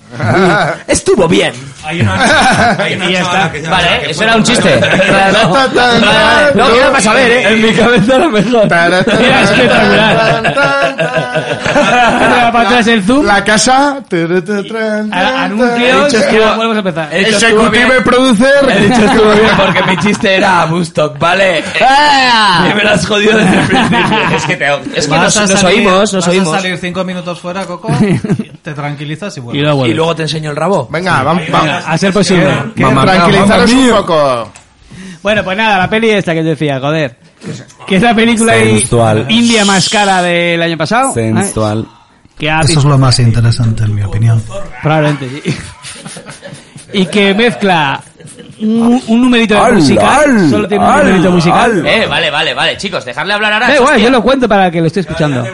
Speaker 5: Estuvo bien.
Speaker 10: Hay una, hay una
Speaker 7: Y ya
Speaker 10: chavala
Speaker 7: está.
Speaker 10: que se
Speaker 9: Vale,
Speaker 10: llama-
Speaker 9: ¿eh?
Speaker 10: que
Speaker 9: eso
Speaker 10: fue-
Speaker 9: era un chiste.
Speaker 6: Ta, ta, ta, ta,
Speaker 9: No, que era para saber, ¿eh?
Speaker 5: En mi cabeza lo mejor.
Speaker 6: Tarán, tarán,
Speaker 7: Era espectacular.
Speaker 6: tarán, tarán, tarán.
Speaker 7: Ahora para atrás el zoom.
Speaker 6: La casa. tarán, tarán, tarán,
Speaker 7: Ahora,
Speaker 6: tarán.
Speaker 7: Anuncios. y ahora Volvemos a empezar.
Speaker 5: Eso estuvo
Speaker 6: Executive
Speaker 5: bien.
Speaker 6: producer.
Speaker 5: Estuvo bien porque que mi chiste era Bustock, ¿vale?
Speaker 9: ¡Ah!
Speaker 5: Me lo has jodido desde el principio.
Speaker 9: Es que, te, es que
Speaker 11: Vas
Speaker 9: nos,
Speaker 11: a
Speaker 9: nos
Speaker 11: salir-
Speaker 9: oímos, nos
Speaker 11: vas
Speaker 9: oímos.
Speaker 11: a salir cinco minutos fuera, Coco, te tranquilizas y vuelves.
Speaker 9: Y luego
Speaker 5: Y luego te enseño el rabo.
Speaker 6: Venga, vamos.
Speaker 7: a ser posible.
Speaker 6: Tranquilizaros un poco.
Speaker 7: Bueno, pues nada, la peli esta que te decía, joder. Que es la película
Speaker 1: Sensual.
Speaker 7: in- india más cara del año pasado.
Speaker 1: Sensual.
Speaker 7: ¿eh? Que ha
Speaker 11: Eso es
Speaker 7: visto-
Speaker 11: lo más interesante, en mi opinión.
Speaker 7: Probablemente, sí. Y que mezcla un, un numerito de
Speaker 9: Al,
Speaker 7: musical.
Speaker 9: al,
Speaker 7: solo tiene un
Speaker 9: al,
Speaker 7: numerito musical.
Speaker 9: Eh, vale, vale, vale, chicos, dejadle hablar ahora.
Speaker 7: Da igual,
Speaker 9: hostia.
Speaker 7: yo lo cuento para que lo esté escuchando.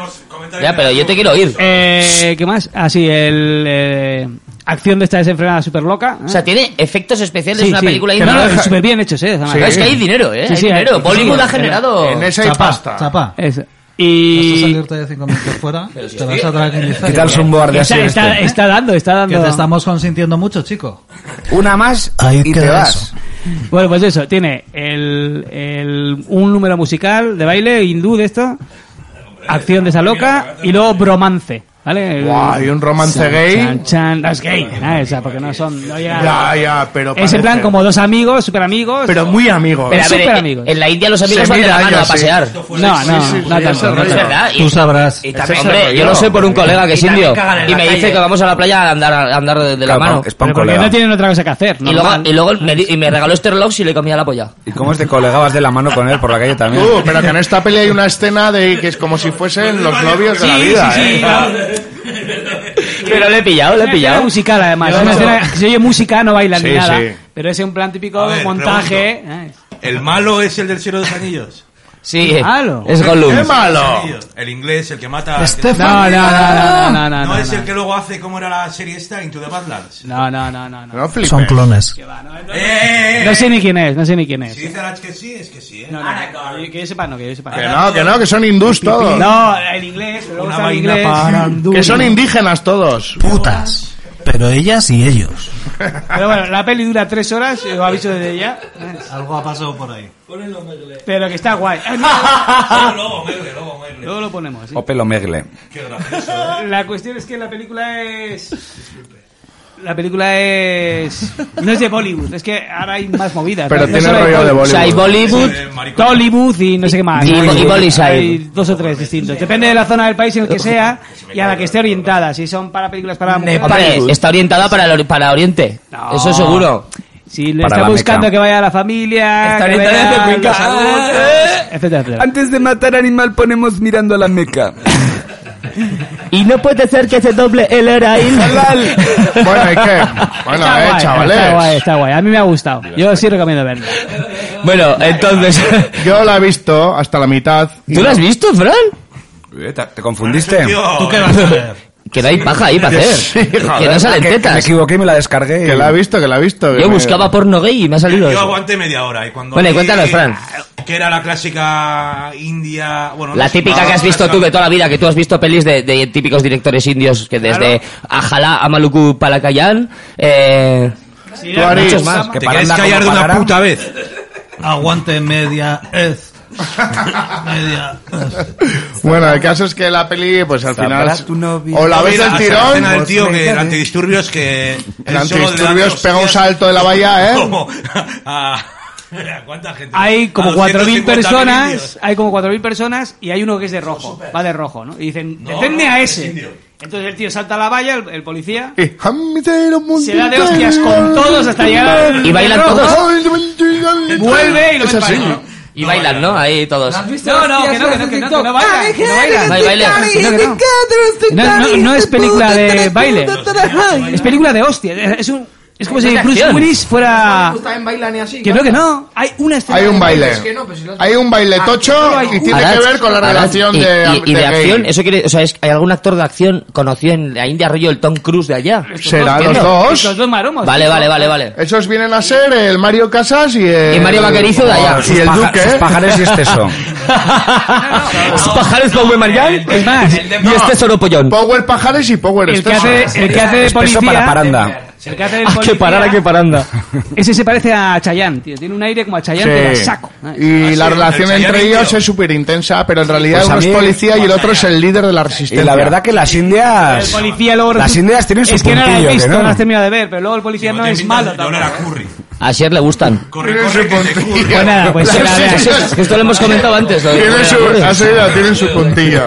Speaker 9: Ya, pero yo te quiero oír.
Speaker 7: Eh, ¿Qué más? Ah, sí, el... eh, acción de esta desenfrenada súper loca.
Speaker 9: O sea, tiene efectos especiales una película
Speaker 7: que no,
Speaker 9: india.
Speaker 7: súper bien hechos, ¿eh?
Speaker 9: Sí. Es que hay dinero, ¿eh? Hay dinero. Bollywood ha generado- En esa hay Chapa, pasta. chapa.
Speaker 7: Eso. Y...
Speaker 11: Vas a salirte de cinco minutos fuera, te vas a tranquilizar.
Speaker 1: ¿Qué tal su guardia
Speaker 7: Está-
Speaker 1: así
Speaker 7: está,
Speaker 1: este?
Speaker 7: está dando, está
Speaker 11: Que
Speaker 7: dando.
Speaker 11: te estamos consintiendo mucho, chico.
Speaker 1: Una más
Speaker 11: Ahí
Speaker 1: y te
Speaker 11: queda
Speaker 1: vas.
Speaker 7: Bueno, pues eso, tiene el, el- un número musical de baile hindú de esto, acción de esa loca y luego bromance. ¿Vale?
Speaker 6: Guau, ¿y un romance
Speaker 7: Chan,
Speaker 6: gay?
Speaker 7: chan, chan. No es gay, nada, o sea, porque no son. No llegan-
Speaker 6: Ya, ya, pero
Speaker 7: Es en plan
Speaker 6: parece.
Speaker 7: como dos amigos, super amigos.
Speaker 6: Pero muy amigos.
Speaker 7: Pero
Speaker 9: Pero a ver,
Speaker 7: súper
Speaker 9: eh,
Speaker 7: amigos.
Speaker 9: en la India los amigos
Speaker 7: Se
Speaker 9: van de la
Speaker 7: mira,
Speaker 9: mano
Speaker 7: ya
Speaker 9: a
Speaker 7: sí.
Speaker 9: pasear.
Speaker 7: No, no,
Speaker 9: Sí, sí, sí,
Speaker 7: no
Speaker 9: ese
Speaker 7: tanto, no
Speaker 9: rollo.
Speaker 7: tanto.
Speaker 9: Es verdad.
Speaker 11: Tú sabrás.
Speaker 9: Y
Speaker 11: Ese
Speaker 9: también,
Speaker 11: es el
Speaker 9: hombre,
Speaker 11: rollo.
Speaker 9: yo lo sé por un colega que es
Speaker 11: Y también
Speaker 9: indio
Speaker 11: cagan en
Speaker 9: y
Speaker 11: la
Speaker 9: me dice
Speaker 11: calle.
Speaker 9: que vamos a la playa a andar, a andar de, de la
Speaker 1: Claro,
Speaker 9: mano.
Speaker 1: es pa' un
Speaker 7: Pero porque
Speaker 1: colega.
Speaker 7: no tienen otra cosa que hacer.
Speaker 9: Y luego, y luego me, di- y me regaló este reloj si le comía la polla.
Speaker 1: ¿Y cómo es de colegabas de la mano con él por la calle también?
Speaker 6: Uh, pero que en esta peli hay una escena de que es como si fuesen los novios de la vida. ¿eh?
Speaker 9: Pero le he pillado, le he
Speaker 7: Una escena
Speaker 9: pillado.
Speaker 7: musical, además.
Speaker 9: Yo
Speaker 7: una
Speaker 9: no-
Speaker 7: escena que se oye música, no bailan
Speaker 10: Sí,
Speaker 7: ni nada.
Speaker 10: sí.
Speaker 7: Pero es un plan típico
Speaker 10: A ver,
Speaker 7: montaje. ¿eh?
Speaker 10: ¿El malo es el del Cielo de los Anillos?
Speaker 9: Sí,
Speaker 7: Malo.
Speaker 9: es Gollum.
Speaker 10: ¿Qué malo? El inglés, el que mata...
Speaker 7: Stefan- No, no, no, no, no, no, no,
Speaker 10: es
Speaker 7: no.
Speaker 10: el que luego hace como era la serie esta, Into the Badlands.
Speaker 7: No, no, no, no. no.
Speaker 11: Son clones.
Speaker 7: No sé ni quién es, no sé ni quién es.
Speaker 10: Si dice Arach que sí, es que sí, ¿eh?
Speaker 7: No, no, que yo sepa, no, que yo sepa.
Speaker 6: Que no, que no, que son hindús todos.
Speaker 7: No, el inglés, pero luego
Speaker 6: Una
Speaker 7: está el
Speaker 6: vaina
Speaker 7: inglés.
Speaker 6: para Que son indígenas todos.
Speaker 11: Putas. Pero ellas y ellos.
Speaker 7: Pero bueno, la peli dura tres horas, os aviso desde ya. ¿eh?
Speaker 11: Algo ha pasado por ahí.
Speaker 7: Pero que está guay. Ah, no. Luego lo ponemos. ¿Ah, sí.
Speaker 1: O pelo megle.
Speaker 7: La cuestión es que la película es. La película es. No es de Bollywood, es que ahora hay más movidas.
Speaker 6: Pero
Speaker 7: No
Speaker 6: tiene
Speaker 7: solo hay
Speaker 6: rollo de
Speaker 7: O sea, hay
Speaker 6: Bollywood.
Speaker 7: Bollywood, Tollywood y no sé qué más.
Speaker 9: Y- y
Speaker 7: Hay-
Speaker 9: Bollywood.
Speaker 7: Hay dos o tres distintos. Depende de la zona del país en el que sea y a la que esté orientada. Si son para películas para
Speaker 9: Hombre,
Speaker 7: mujeres.
Speaker 1: pues-
Speaker 9: está orientada para, el ori- para Oriente.
Speaker 7: No.
Speaker 9: Eso seguro.
Speaker 7: Si le está buscando que vaya la familia.
Speaker 9: Está
Speaker 7: que
Speaker 9: orientada
Speaker 7: vaya
Speaker 9: hacia Cuenca.
Speaker 7: los adultos,
Speaker 5: eh.
Speaker 9: Ah,
Speaker 7: Etcétera, etcétera.
Speaker 1: Antes de matar animal ponemos mirando a la meca.
Speaker 9: Y no puede ser que se doble el erail.
Speaker 6: Bueno, ¿y qué? Bueno,
Speaker 7: Está
Speaker 6: eh,
Speaker 7: guay,
Speaker 6: chavales. pues.
Speaker 7: Está guay, está guay. A mí me ha gustado. Yo sí recomiendo verla.
Speaker 9: Bueno, entonces.
Speaker 6: Yo la he visto hasta la mitad.
Speaker 9: ¿Tú la has visto, Fran?
Speaker 1: Eh, ¿Te te confundiste?
Speaker 10: ¿Tú
Speaker 11: qué vas a hacer?
Speaker 9: Que no hay paja ahí para hacer.
Speaker 6: Sí, joder.
Speaker 9: que no salen
Speaker 1: Que- que me
Speaker 9: tetas.
Speaker 1: equivoqué y me la descargué.
Speaker 6: Que la he visto, que la he visto.
Speaker 9: Yo buscaba porno gay y me ha salido
Speaker 10: Yo
Speaker 9: eso.
Speaker 10: aguanté media hora y cuando...
Speaker 9: Bueno, y
Speaker 10: vi
Speaker 9: cuéntanos, Fran.
Speaker 10: Que era la clásica india... Bueno,
Speaker 9: La típica que has visto tú de toda la vida, que tú has visto pelis de, de típicos directores indios, que desde Ajalá a Maluku Palacayán, eh,
Speaker 6: Tú, Ari,
Speaker 9: muchos más.
Speaker 10: ¿Te quieres callar de una puta vez?
Speaker 11: Aguante media ez. media ez.
Speaker 6: Bueno, el caso es que la peli, pues al final.
Speaker 1: Sabrá tu novio.
Speaker 6: O la veis
Speaker 10: Mira,
Speaker 6: del
Speaker 10: hasta La escena del
Speaker 6: tirón.
Speaker 9: Pues
Speaker 10: tío que el antidisturbios que...
Speaker 6: El antidisturbios pega un salto de la valla, ¿eh?
Speaker 10: Como... a- ¿Cuánta gente?
Speaker 7: Hay como
Speaker 10: A
Speaker 7: 4.000
Speaker 10: 250.000 indios.
Speaker 7: personas, hay como 4.000 personas y hay uno que es de rojo, va de rojo, ¿no? Y dicen, "Detenme a ese. Entonces el tío salta a la valla, el, el policía,
Speaker 6: Y-
Speaker 7: se da de hostias con todos hasta llegar al-
Speaker 9: Y bailan
Speaker 7: al rojo,
Speaker 9: todos.
Speaker 7: Vuelve y lo
Speaker 6: Es
Speaker 7: mete
Speaker 6: así.
Speaker 7: para adentro.
Speaker 9: Y bailan, ¿no? Ahí todos.
Speaker 7: No, no, que no, que no, que no, que no baila, que no baila.
Speaker 9: No hay baile.
Speaker 7: No, que no. No, no, no es película de baile, es película de hostias. Es- Es, un, es como si
Speaker 9: Es de
Speaker 7: Bruce
Speaker 9: acción.
Speaker 7: Willis fuera...
Speaker 5: también bailan y así.
Speaker 7: Que no, que no. Hay una escena...
Speaker 6: Hay un
Speaker 5: Es que
Speaker 6: baile.
Speaker 5: no, pues si lo has-
Speaker 6: Hay un baile tocho y tiene que ver con la
Speaker 9: Arad,
Speaker 6: relación
Speaker 9: y,
Speaker 6: de.
Speaker 9: y- y de,
Speaker 6: gay.
Speaker 9: acción, eso quiere, o sea, es- hay algún actor de acción conocido en la India, rollo el Tom Cruise de allá.
Speaker 6: ¿Será los dos?
Speaker 7: Los dos maromos.
Speaker 9: Vale, vale, vale, vale.
Speaker 6: Esos vienen a ser el Mario Casas y el.
Speaker 9: Y Mario Vaquerizo de allá.
Speaker 6: Y el Duque.
Speaker 1: Sus
Speaker 6: ¿eh?
Speaker 1: pajares y este son.
Speaker 9: ¿Es pajares Power Marian?
Speaker 7: Es más,
Speaker 9: Y este es Oro Pollón.
Speaker 6: Power Pajares y Power
Speaker 7: el que
Speaker 6: Esteso.
Speaker 7: hace, el que hace de
Speaker 1: Espeso
Speaker 7: policía...
Speaker 1: para paranda.
Speaker 7: El que hace
Speaker 14: Hay
Speaker 7: el
Speaker 14: que
Speaker 7: policía-
Speaker 14: parar, hay que paranda.
Speaker 7: Ese se parece a Chayanne, tío. Tiene un aire como a Chayanne que la
Speaker 6: Sí.
Speaker 7: saco.
Speaker 5: Ah,
Speaker 6: Y la relación
Speaker 7: Chayanne
Speaker 6: entre
Speaker 7: indio.
Speaker 6: ellos es súper intensa, pero en realidad
Speaker 1: Pues a
Speaker 6: uno es
Speaker 1: mí-
Speaker 6: policía y el otro es el líder de la
Speaker 1: Y
Speaker 6: resistencia.
Speaker 1: la verdad que las indias...
Speaker 7: El policía luego
Speaker 1: Las indias tienen su
Speaker 7: Es que no la
Speaker 1: puntillo,
Speaker 7: he visto,
Speaker 1: que no.
Speaker 7: no la has terminado de ver, pero luego el policía no es malo. ¿eh?
Speaker 9: A Sher le gustan.
Speaker 10: Corre, corre, que te curro.
Speaker 9: Pues nada, pues
Speaker 10: Las
Speaker 9: se la vean.
Speaker 10: indias-
Speaker 9: Es que esto lo hemos comentado antes. lo de-
Speaker 10: Tiene
Speaker 9: lo de
Speaker 10: su-
Speaker 9: las gorras.
Speaker 10: ha sido-
Speaker 6: tienen su puntillo.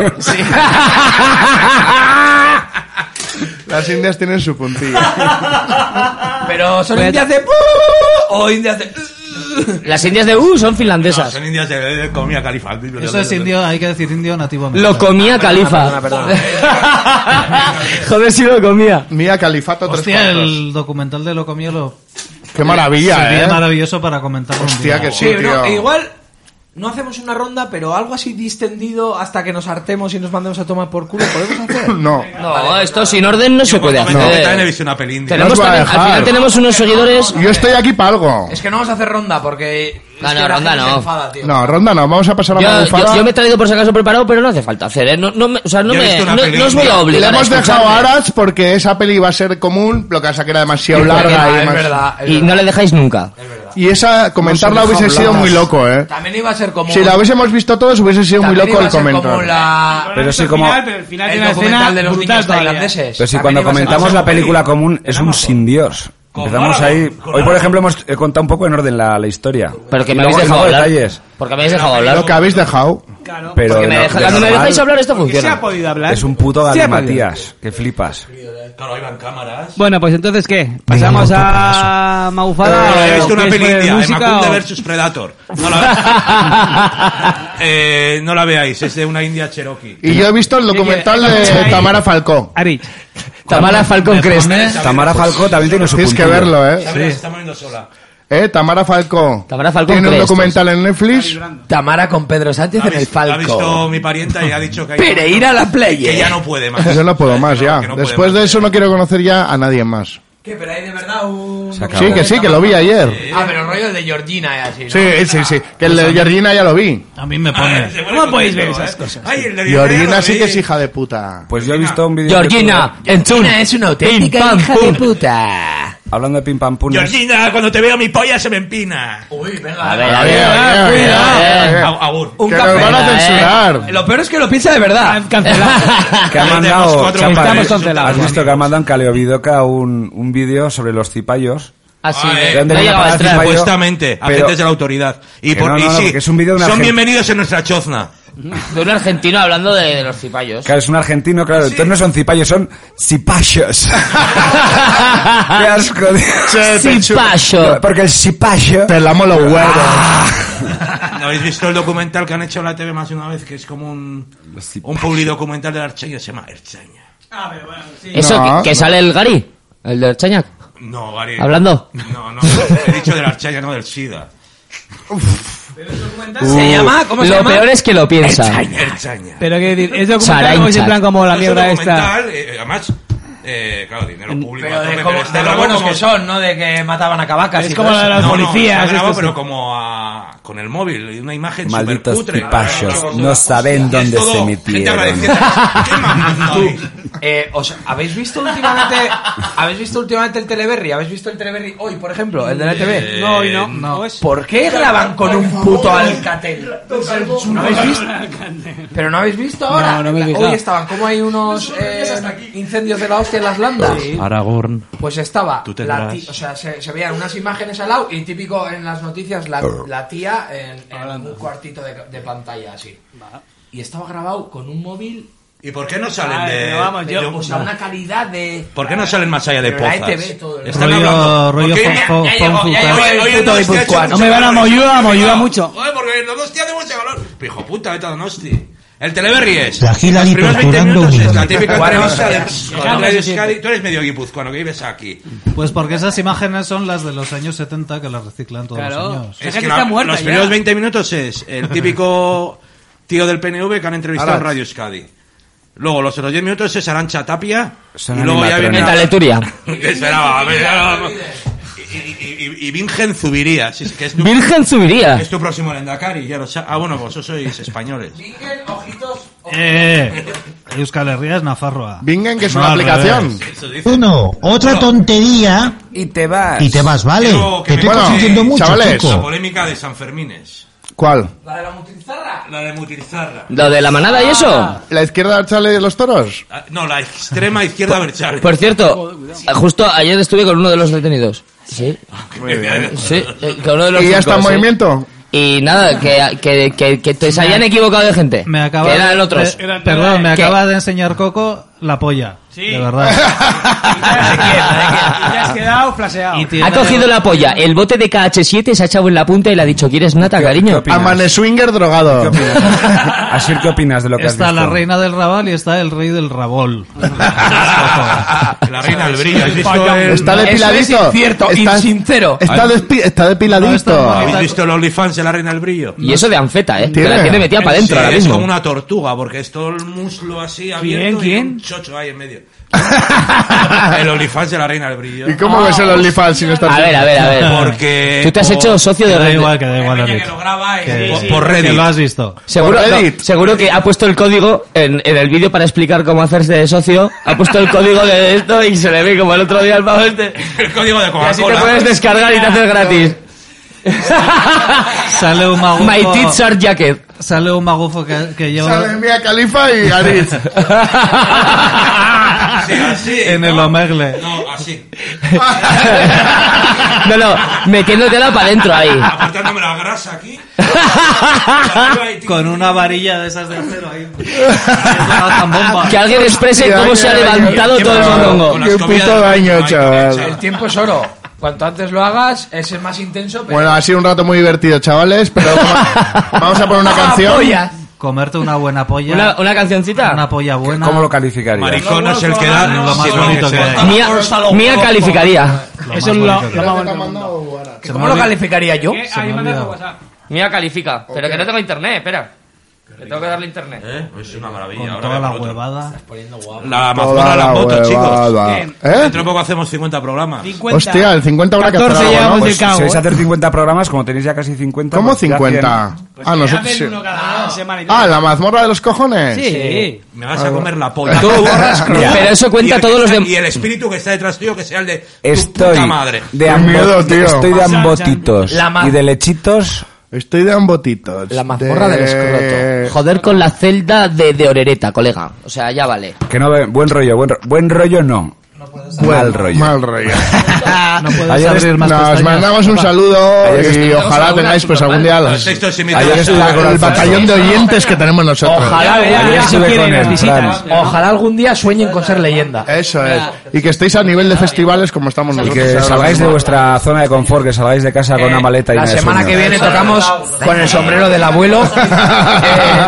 Speaker 6: Las indias tienen su puntillo.
Speaker 5: Pero son
Speaker 9: Pues-
Speaker 5: indias de... O indias de...
Speaker 9: Las indias de U son finlandesas.
Speaker 10: Son indias de, de comida califa.
Speaker 11: Eso es indio, hay que decir indio nativo. Ah,
Speaker 9: Lo comía Califa.
Speaker 14: Joder, si lo comía.
Speaker 6: Mía Califato tres
Speaker 11: Hostia,
Speaker 6: cuartos.
Speaker 11: el documental de lo comía lo...
Speaker 6: Qué maravilla,
Speaker 11: Sería
Speaker 6: eh.
Speaker 11: maravilloso para comentarlo un
Speaker 6: Hostia,
Speaker 11: día.
Speaker 6: que sí,
Speaker 5: Oye, no,
Speaker 6: tío.
Speaker 5: e igual no hacemos una ronda, pero algo así distendido hasta que nos hartemos y nos mandemos a tomar por culo. ¿Podemos hacer?
Speaker 6: No.
Speaker 9: No, esto sin orden no se puede
Speaker 10: No. Yo también he
Speaker 9: hacer.
Speaker 10: visto una peli india.
Speaker 9: Tenemos
Speaker 10: Nos va a
Speaker 9: también- al
Speaker 10: dejar.
Speaker 9: final tenemos unos seguidores.
Speaker 6: Yo estoy aquí para algo.
Speaker 5: Es que no vamos a hacer ronda porque...
Speaker 9: No,
Speaker 5: es que
Speaker 9: no,
Speaker 5: la
Speaker 9: ronda
Speaker 5: gente se
Speaker 9: no.
Speaker 5: enfada, tío.
Speaker 6: No, ronda no, vamos a pasar a la
Speaker 9: Yo,
Speaker 6: bufada.
Speaker 9: yo- yo me he traído por si acaso preparado, pero no hace falta hacer, ¿eh? No, no me- o sea, no,
Speaker 6: Yo he
Speaker 9: me,
Speaker 6: visto una
Speaker 9: no,
Speaker 6: peli
Speaker 9: no os voy a
Speaker 6: india.
Speaker 9: obligar.
Speaker 6: Le hemos
Speaker 9: a
Speaker 6: dejado a
Speaker 9: escucharme.
Speaker 6: Aras porque esa peli iba a ser común, lo que pasa que era demasiado
Speaker 9: Sí, porque
Speaker 6: larga
Speaker 9: no,
Speaker 6: y
Speaker 9: es
Speaker 6: demás.
Speaker 9: verdad, es Y verdad. no le dejáis nunca.
Speaker 6: Y esa, comentarla
Speaker 9: Nos
Speaker 6: hubiese
Speaker 9: dejamos
Speaker 6: sido muy
Speaker 9: habladas.
Speaker 6: loco, eh.
Speaker 5: También iba a ser como...
Speaker 6: Si la hubiésemos visto todos, hubiese sido muy
Speaker 5: También
Speaker 6: loco
Speaker 5: iba
Speaker 6: el
Speaker 5: a ser como
Speaker 6: comentario.
Speaker 5: la-
Speaker 1: Pero sí, como-
Speaker 7: Pero al final
Speaker 5: El
Speaker 7: tiene una
Speaker 5: documental
Speaker 7: escena
Speaker 5: de los
Speaker 7: brutal
Speaker 5: niños
Speaker 7: todavía.
Speaker 5: tailandeses.
Speaker 1: Pero si
Speaker 5: También
Speaker 1: cuando
Speaker 5: iba a ser
Speaker 1: comentamos la
Speaker 5: como-
Speaker 1: película común es un sin Dios. Empezamos ahí. Hoy, por ejemplo, hemos eh, contado un poco en orden la, la historia.
Speaker 9: Pero que
Speaker 1: Y
Speaker 9: me
Speaker 1: luego-
Speaker 9: habéis
Speaker 1: y
Speaker 9: dejado
Speaker 1: luego
Speaker 9: hablar.
Speaker 1: detalles.
Speaker 9: Porque me habéis dejado hablar.
Speaker 6: Lo que habéis dejado.
Speaker 1: Pero
Speaker 9: Porque
Speaker 1: de
Speaker 9: me
Speaker 1: no-
Speaker 9: deja-
Speaker 1: de
Speaker 9: cuando me
Speaker 1: normal-
Speaker 9: dejáis hablar, esto
Speaker 7: Porque
Speaker 9: funciona.
Speaker 7: se ha podido hablar.
Speaker 1: Es un puto
Speaker 7: Se ha podido.
Speaker 1: galimatías. Que flipas.
Speaker 10: Claro, iban cámaras.
Speaker 7: Bueno, pues entonces, ¿qué? ¿Pasamos a Maufada?
Speaker 10: Eh,
Speaker 7: ¿O
Speaker 10: he visto una
Speaker 9: pues,
Speaker 7: quieres
Speaker 10: peli
Speaker 7: poner
Speaker 10: india,
Speaker 7: música
Speaker 10: Emacunde
Speaker 7: o-
Speaker 10: versus Predator. No la, eh, no la veáis, es de una india cherokee.
Speaker 6: Y yo he visto el documental de Tamara Falcó.
Speaker 9: Tamara Falcón Crest.
Speaker 1: Tamara Falcó también tiene su
Speaker 6: Tienes que
Speaker 1: puntillo.
Speaker 6: verlo, eh.
Speaker 10: Se está moviendo sola.
Speaker 6: Eh, Tamara Falcó.
Speaker 5: Tamara Falcó
Speaker 6: Tiene un
Speaker 5: Crest,
Speaker 6: documental en Netflix.
Speaker 5: Tamara con Pedro Sánchez en el
Speaker 10: La ha visto
Speaker 5: Falco.
Speaker 10: mi parienta y ha dicho que hay
Speaker 5: Pereira la playa.
Speaker 10: Que ya no puede más.
Speaker 6: Yo no puedo más ya. Después de eso no quiero conocer ya a nadie más.
Speaker 5: ¿Qué, pero hay de verdad un...
Speaker 6: Sí, que sí, que lo vi ayer.
Speaker 5: Ah, pero el rollo de Georgina es así, ¿no? Ah. Pues
Speaker 6: Sí, sí, sí. Que el de Georgina ya lo vi.
Speaker 11: A mí me pone.
Speaker 7: ¿Cómo podéis ver esas cosas?
Speaker 6: Georgina sí que es hija de puta.
Speaker 1: Pues yo he visto un vídeo.
Speaker 9: Georgina, en Tune.
Speaker 5: es una
Speaker 9: auténtica Pim, pam, hija de pum.
Speaker 5: puta.
Speaker 1: Hablando de pim pam pum.
Speaker 10: Georgina, cuando te veo mi polla se me empina.
Speaker 5: Uy, venga.
Speaker 10: A
Speaker 1: ver, a ver, a ver, a ver, a ver.
Speaker 10: Agur.
Speaker 5: Un
Speaker 1: Que nos van a censurar.
Speaker 5: Lo peor es que lo piensa de verdad.
Speaker 1: Que ha mandado.
Speaker 5: cuatro millones.
Speaker 1: Chapa, Has visto que ha mandado en Caleovidoca un, un vídeo sobre los cipayos.
Speaker 9: Así.
Speaker 1: ¿De
Speaker 10: Eh,
Speaker 1: dónde
Speaker 10: no
Speaker 1: viene
Speaker 10: llegaba
Speaker 1: para
Speaker 10: a
Speaker 1: el
Speaker 10: entrar.
Speaker 1: cipayo?
Speaker 10: Supuestamente,
Speaker 1: Pero-
Speaker 10: agentes de la autoridad. Y,
Speaker 1: Que
Speaker 10: por,
Speaker 1: no, no,
Speaker 10: y
Speaker 1: no,
Speaker 10: sí,
Speaker 1: que es un vídeo de una
Speaker 10: son
Speaker 1: gente-
Speaker 10: bienvenidos en nuestra chozna.
Speaker 9: De un argentino hablando de, de los cipayos.
Speaker 1: Claro, es un argentino, claro. Entonces no son cipayos, son cipayos. Qué asco, tío.
Speaker 9: Cipayo.
Speaker 1: Porque el cipayo...
Speaker 6: Te lamo los huevos.
Speaker 10: ¿No habéis visto el documental que han hecho en la TV más de una vez? Que es como un, un publidocumental de la Archeña. Se llama Archeña.
Speaker 5: Ah,
Speaker 9: Eso,
Speaker 10: No,
Speaker 9: que, que
Speaker 10: no.
Speaker 9: sale el Gary, el del Chañac.
Speaker 10: No, Gary.
Speaker 9: ¿Hablando?
Speaker 10: No, no. He dicho de la Archeña, no del SIDA.
Speaker 9: Uh, lo peor es que lo piensa.
Speaker 10: Erchaña.
Speaker 7: Pero qué decir, es documental o es en plan como la
Speaker 10: Es un
Speaker 7: mierda esta.
Speaker 10: documental, eh, además, eh, claro, dinero público.
Speaker 5: Pero
Speaker 10: a tope,
Speaker 5: de, como,
Speaker 10: pero
Speaker 5: de
Speaker 10: está
Speaker 5: lo buenos
Speaker 10: como-
Speaker 5: que son, ¿no? De que mataban a cabacas.
Speaker 7: Es
Speaker 5: y
Speaker 7: como
Speaker 5: todo
Speaker 7: la de
Speaker 5: eso.
Speaker 7: las
Speaker 10: No, no,
Speaker 7: policías,
Speaker 10: está grabado,
Speaker 7: estos,
Speaker 10: pero
Speaker 7: sí.
Speaker 10: como a- con el móvil, y una imagen súper
Speaker 1: Malditos
Speaker 10: cutre.
Speaker 1: cipayos, no saben
Speaker 10: Hostia, es
Speaker 1: dónde
Speaker 10: todo
Speaker 1: se
Speaker 10: gente
Speaker 1: metieron.
Speaker 10: agradecida. Qué mamada, hoy.
Speaker 5: Eh, os- ¿habéis visto últimamente habéis visto últimamente el Teleberry? ¿Habéis visto el Teleberry hoy, por ejemplo? ¿El de la TV?
Speaker 10: Eh, No, hoy no.
Speaker 5: ¿Por qué graban con un puto alcatel? ¿No habéis visto? ¿Pero no habéis visto ahora?
Speaker 12: No, no me he fijado.
Speaker 5: Hoy estaban, como hay unos eh, incendios de la hostia en las landas.
Speaker 12: Aragorn.
Speaker 5: Pues estaba,
Speaker 12: Tú
Speaker 5: la
Speaker 12: tendrás.
Speaker 5: ti- o sea, se, se veían unas imágenes al lado y típico en las noticias la, la tía en, en un cuartito de, de pantalla así. Y estaba grabado con un móvil.
Speaker 10: ¿Y por qué no salen Ay, de- pero vamos,
Speaker 5: pero,
Speaker 10: yo-
Speaker 5: o sea, una calidad de.
Speaker 10: ¿Por qué no salen más allá de
Speaker 5: Pero la
Speaker 10: pozas?
Speaker 5: ETV todo el
Speaker 10: Están
Speaker 11: Rollo-
Speaker 10: hablando.
Speaker 11: rollo
Speaker 10: Porque
Speaker 11: fo-
Speaker 10: ya-
Speaker 11: fo-
Speaker 10: ya
Speaker 11: fo-
Speaker 10: llegó- ya
Speaker 11: fo-
Speaker 10: llegó el
Speaker 11: fo-
Speaker 10: puto
Speaker 11: fo-
Speaker 10: Donostia,
Speaker 11: guipuzcoano.
Speaker 10: ha hecho
Speaker 11: No me van a
Speaker 10: mucho
Speaker 11: Moyúa,
Speaker 10: calor.
Speaker 11: Moyúa
Speaker 7: mucho.
Speaker 10: Joder, porque los dos tienen mucho calor. Pero Hijo puta, vete a Donosti. El Teleberry es.
Speaker 15: La gira
Speaker 10: Los
Speaker 15: y
Speaker 10: primeros 20
Speaker 15: torturando
Speaker 10: minutos
Speaker 15: un
Speaker 10: es la
Speaker 15: niño.
Speaker 10: típica
Speaker 15: Cuatro
Speaker 10: entrevista de.
Speaker 15: horas.
Speaker 10: con
Speaker 11: Claro,
Speaker 10: Andrés
Speaker 11: sí, sí.
Speaker 10: Euskadi. Tú eres medio guipuzcoano, que vives aquí.
Speaker 11: Pues porque esas imágenes son las de los años 70 que las reciclan todos
Speaker 7: Claro.
Speaker 11: los años.
Speaker 7: Es que está muerta
Speaker 10: los
Speaker 7: ya.
Speaker 10: primeros 20 minutos es el típico tío del PNV que han entrevistado en
Speaker 7: Ahora.
Speaker 10: Radio Euskadi. Luego los otros 10 minutos es Arancha Tapia.
Speaker 1: Son
Speaker 10: y luego ya viene.
Speaker 1: animatronics.
Speaker 9: Metaleturia.
Speaker 10: Esperaba, a ver, ya no- Y, y, y- y Virgen Zubiría. si es que es tu-
Speaker 9: Virgen Zubiría.
Speaker 10: Es tu próximo Lendakari, ya lo sabes. Ah, bueno, vosotros sois españoles.
Speaker 5: Virgen, ojitos,
Speaker 11: Eh, Euskal Herria es Nafarroa.
Speaker 6: Bingen,
Speaker 15: que es una aplicación. Uno,
Speaker 11: otra
Speaker 1: Ah.
Speaker 15: tontería
Speaker 5: Y te vas.
Speaker 15: y te vas, ¿vale?
Speaker 10: Quiero
Speaker 15: Te
Speaker 10: me
Speaker 15: estoy
Speaker 10: cuente
Speaker 15: consintiendo mucho,
Speaker 10: La
Speaker 15: chico.
Speaker 10: polémica de San Fermines.
Speaker 6: ¿Cuál?
Speaker 10: La de Mutirizarra.
Speaker 9: ¿Lo de la manada y eso?
Speaker 6: ¿La izquierda chale de los toros?
Speaker 10: Ah, No, la extrema izquierda Berchale.
Speaker 9: Por cierto, justo ayer estuve con uno de los detenidos. Sí. Sí, eh, con uno de los
Speaker 6: ¿Y ya está en
Speaker 9: cinco, sí.
Speaker 6: movimiento?
Speaker 9: Y nada, que, que, eh, que, que te- se habían equivocado de gente.
Speaker 11: Me acaba
Speaker 9: que eran
Speaker 11: de-
Speaker 9: otros.
Speaker 11: pe- perdón, me
Speaker 9: Que-
Speaker 11: acaba de enseñar Coco la polla. De verdad.
Speaker 7: Te has quedado flaseado.
Speaker 9: Ha cogido la polla, el bote de KH7 se ha echado en la punta y le ha dicho, ¿quieres nata, cariño?
Speaker 6: Amane Swinger drogado.
Speaker 1: Así, ¿qué opinas de lo que has
Speaker 11: Está
Speaker 1: visto?
Speaker 11: la reina del rabal y está el rey del rabol.
Speaker 10: La reina del brillo. ¿has visto el-
Speaker 6: Está depiladito. Está- Está, despi- está
Speaker 10: ¿Habéis
Speaker 6: depiladito.
Speaker 10: visto el OnlyFans de la reina del brillo?
Speaker 9: Y eso de anfeta, ¿eh? Que la
Speaker 6: Tiene.
Speaker 9: tiene metida para adentro
Speaker 10: Sí,
Speaker 9: ahora
Speaker 10: Es
Speaker 9: mismo.
Speaker 10: como una tortuga, porque es todo el muslo así abierto y
Speaker 9: ¿Quién?
Speaker 10: un chocho ahí en medio. el OnlyFans de la reina del brillo.
Speaker 6: ¿Y cómo ves el OnlyFans si no está
Speaker 9: Ah. A ver, a ver, a ver.
Speaker 10: Porque...
Speaker 9: Tú te has hecho socio de
Speaker 11: Da
Speaker 9: Reddit.
Speaker 11: igual, que da igual. David. Que-
Speaker 10: sí, sí. Por Reddit.
Speaker 11: Que lo has visto.
Speaker 9: Seguro, no, seguro que ha puesto el código en, en el vídeo para explicar cómo hacerse de socio. Ha puesto el código de esto y se le ve como el otro día al pavo este.
Speaker 10: El código de
Speaker 9: Y así te
Speaker 10: Coca-Cola.
Speaker 9: puedes descargar y te haces gratis.
Speaker 11: Sale un magufo.
Speaker 9: My tits are jacket.
Speaker 11: Sale un magufo que, que
Speaker 6: Sale
Speaker 11: lleva
Speaker 6: Mia Califa y Aris.
Speaker 10: Ah, Sí, así.
Speaker 11: en el omegle.
Speaker 10: No, así.
Speaker 9: No, no, metiéndotela para adentro ahí.
Speaker 10: Apartándome la grasa aquí.
Speaker 11: Con una varilla de esas de acero ahí. Tan
Speaker 12: Ah,
Speaker 11: bomba.
Speaker 9: Que alguien exprese cómo se ha levantado todo el mondongo.
Speaker 6: Qué puto daño,
Speaker 5: El
Speaker 6: chaval.
Speaker 5: tiempo es oro. Cuanto antes lo hagas, es el más intenso. Pero
Speaker 6: Bueno, ha sido un rato muy divertido, chavales, pero vamos a poner una canción.
Speaker 11: Comerte una buena polla.
Speaker 9: Una, una cancioncita.
Speaker 11: Una polla buena.
Speaker 1: ¿Cómo lo calificarías?
Speaker 10: Maricón no es el que da.
Speaker 11: Es lo más
Speaker 10: sino el que
Speaker 11: bonito
Speaker 10: se
Speaker 11: que
Speaker 10: da.
Speaker 11: hay.
Speaker 9: Mía, mía calificaría.
Speaker 7: Eso es lo, lo más bonito.
Speaker 5: ¿Cómo lo calificaría yo?
Speaker 7: Ahí manda por WhatsApp.
Speaker 9: Mía califica. Pero que no tengo internet, espera. Le tengo que darle internet.
Speaker 10: ¿Eh? Es una maravilla.
Speaker 11: Con
Speaker 10: Ahora
Speaker 11: toda
Speaker 10: voy a
Speaker 11: la
Speaker 10: por otro.
Speaker 11: huevada.
Speaker 10: La
Speaker 6: Toda
Speaker 10: Amazona
Speaker 6: la
Speaker 10: la moto, chicos.
Speaker 6: huevada.
Speaker 10: Bien.
Speaker 6: ¿Eh?
Speaker 10: Dentro de poco hacemos 50 programas.
Speaker 7: 50.
Speaker 6: Hostia, el 50 habrá que
Speaker 7: 14
Speaker 6: hacer algo,
Speaker 7: llevamos
Speaker 6: ¿no?
Speaker 7: de
Speaker 6: Pues,
Speaker 7: cabo.
Speaker 1: Si vais
Speaker 10: ¿eh?
Speaker 1: a hacer 50 programas, como tenéis ya casi 50...
Speaker 6: ¿Cómo
Speaker 1: pues ya
Speaker 6: 50?
Speaker 1: 100.
Speaker 6: Ah, nosotros
Speaker 7: Hacen
Speaker 6: sí.
Speaker 7: uno cada semana y tal.
Speaker 6: Ah, la mazmorra de los cojones.
Speaker 7: Sí.
Speaker 10: Me vas a comer la polla.
Speaker 9: Tú borras, pero eso cuenta
Speaker 10: Y el que
Speaker 9: todos los
Speaker 10: está-
Speaker 9: de-
Speaker 10: Y el espíritu que está detrás tuyo, que sea el de tu
Speaker 1: Estoy
Speaker 10: puta madre.
Speaker 1: de,
Speaker 6: Qué miedo,
Speaker 1: ambos,
Speaker 6: tío.
Speaker 1: estoy de
Speaker 7: Chan, chan.
Speaker 1: ambotitos
Speaker 9: La ma-
Speaker 1: y de lechitos.
Speaker 6: Estoy de ambotitos.
Speaker 9: La mazmorra del escroto.
Speaker 6: escroto.
Speaker 9: Joder con la celda de, de Orereta, colega. O sea, ya vale.
Speaker 1: Que no, ve- buen rollo, buen, ro- buen rollo no. Mal rollo.
Speaker 6: Mal rollo.
Speaker 11: No puedes
Speaker 1: Ayer es-
Speaker 11: abrir más
Speaker 6: Nos
Speaker 11: pestañas.
Speaker 6: mandamos un
Speaker 1: Ayer
Speaker 6: saludo y
Speaker 1: estuvimos
Speaker 6: ojalá tengáis pues algún día
Speaker 10: Los
Speaker 6: los-
Speaker 10: textos
Speaker 1: Ayer
Speaker 10: imitados.
Speaker 1: estuve
Speaker 10: a-
Speaker 1: con
Speaker 6: el batallón de oyentes que tenemos nosotros.
Speaker 7: Ojalá,
Speaker 5: eh,
Speaker 7: vea,
Speaker 1: Ayer
Speaker 7: ya se
Speaker 1: estuve con
Speaker 7: quieren las
Speaker 1: el
Speaker 7: visitas.
Speaker 1: Fran.
Speaker 5: Ojalá algún día sueñen con ser leyenda.
Speaker 6: Eso es. Y que estéis a nivel de festivales como estamos
Speaker 1: Y
Speaker 6: nosotros.
Speaker 1: que
Speaker 6: ahora
Speaker 1: salgáis de
Speaker 6: mismo.
Speaker 1: vuestra zona de confort, que salgáis de casa con una maleta y
Speaker 5: Eh, La
Speaker 1: una de
Speaker 5: semana
Speaker 1: sueño.
Speaker 5: que viene tocamos con el sombrero del abuelo. Eh,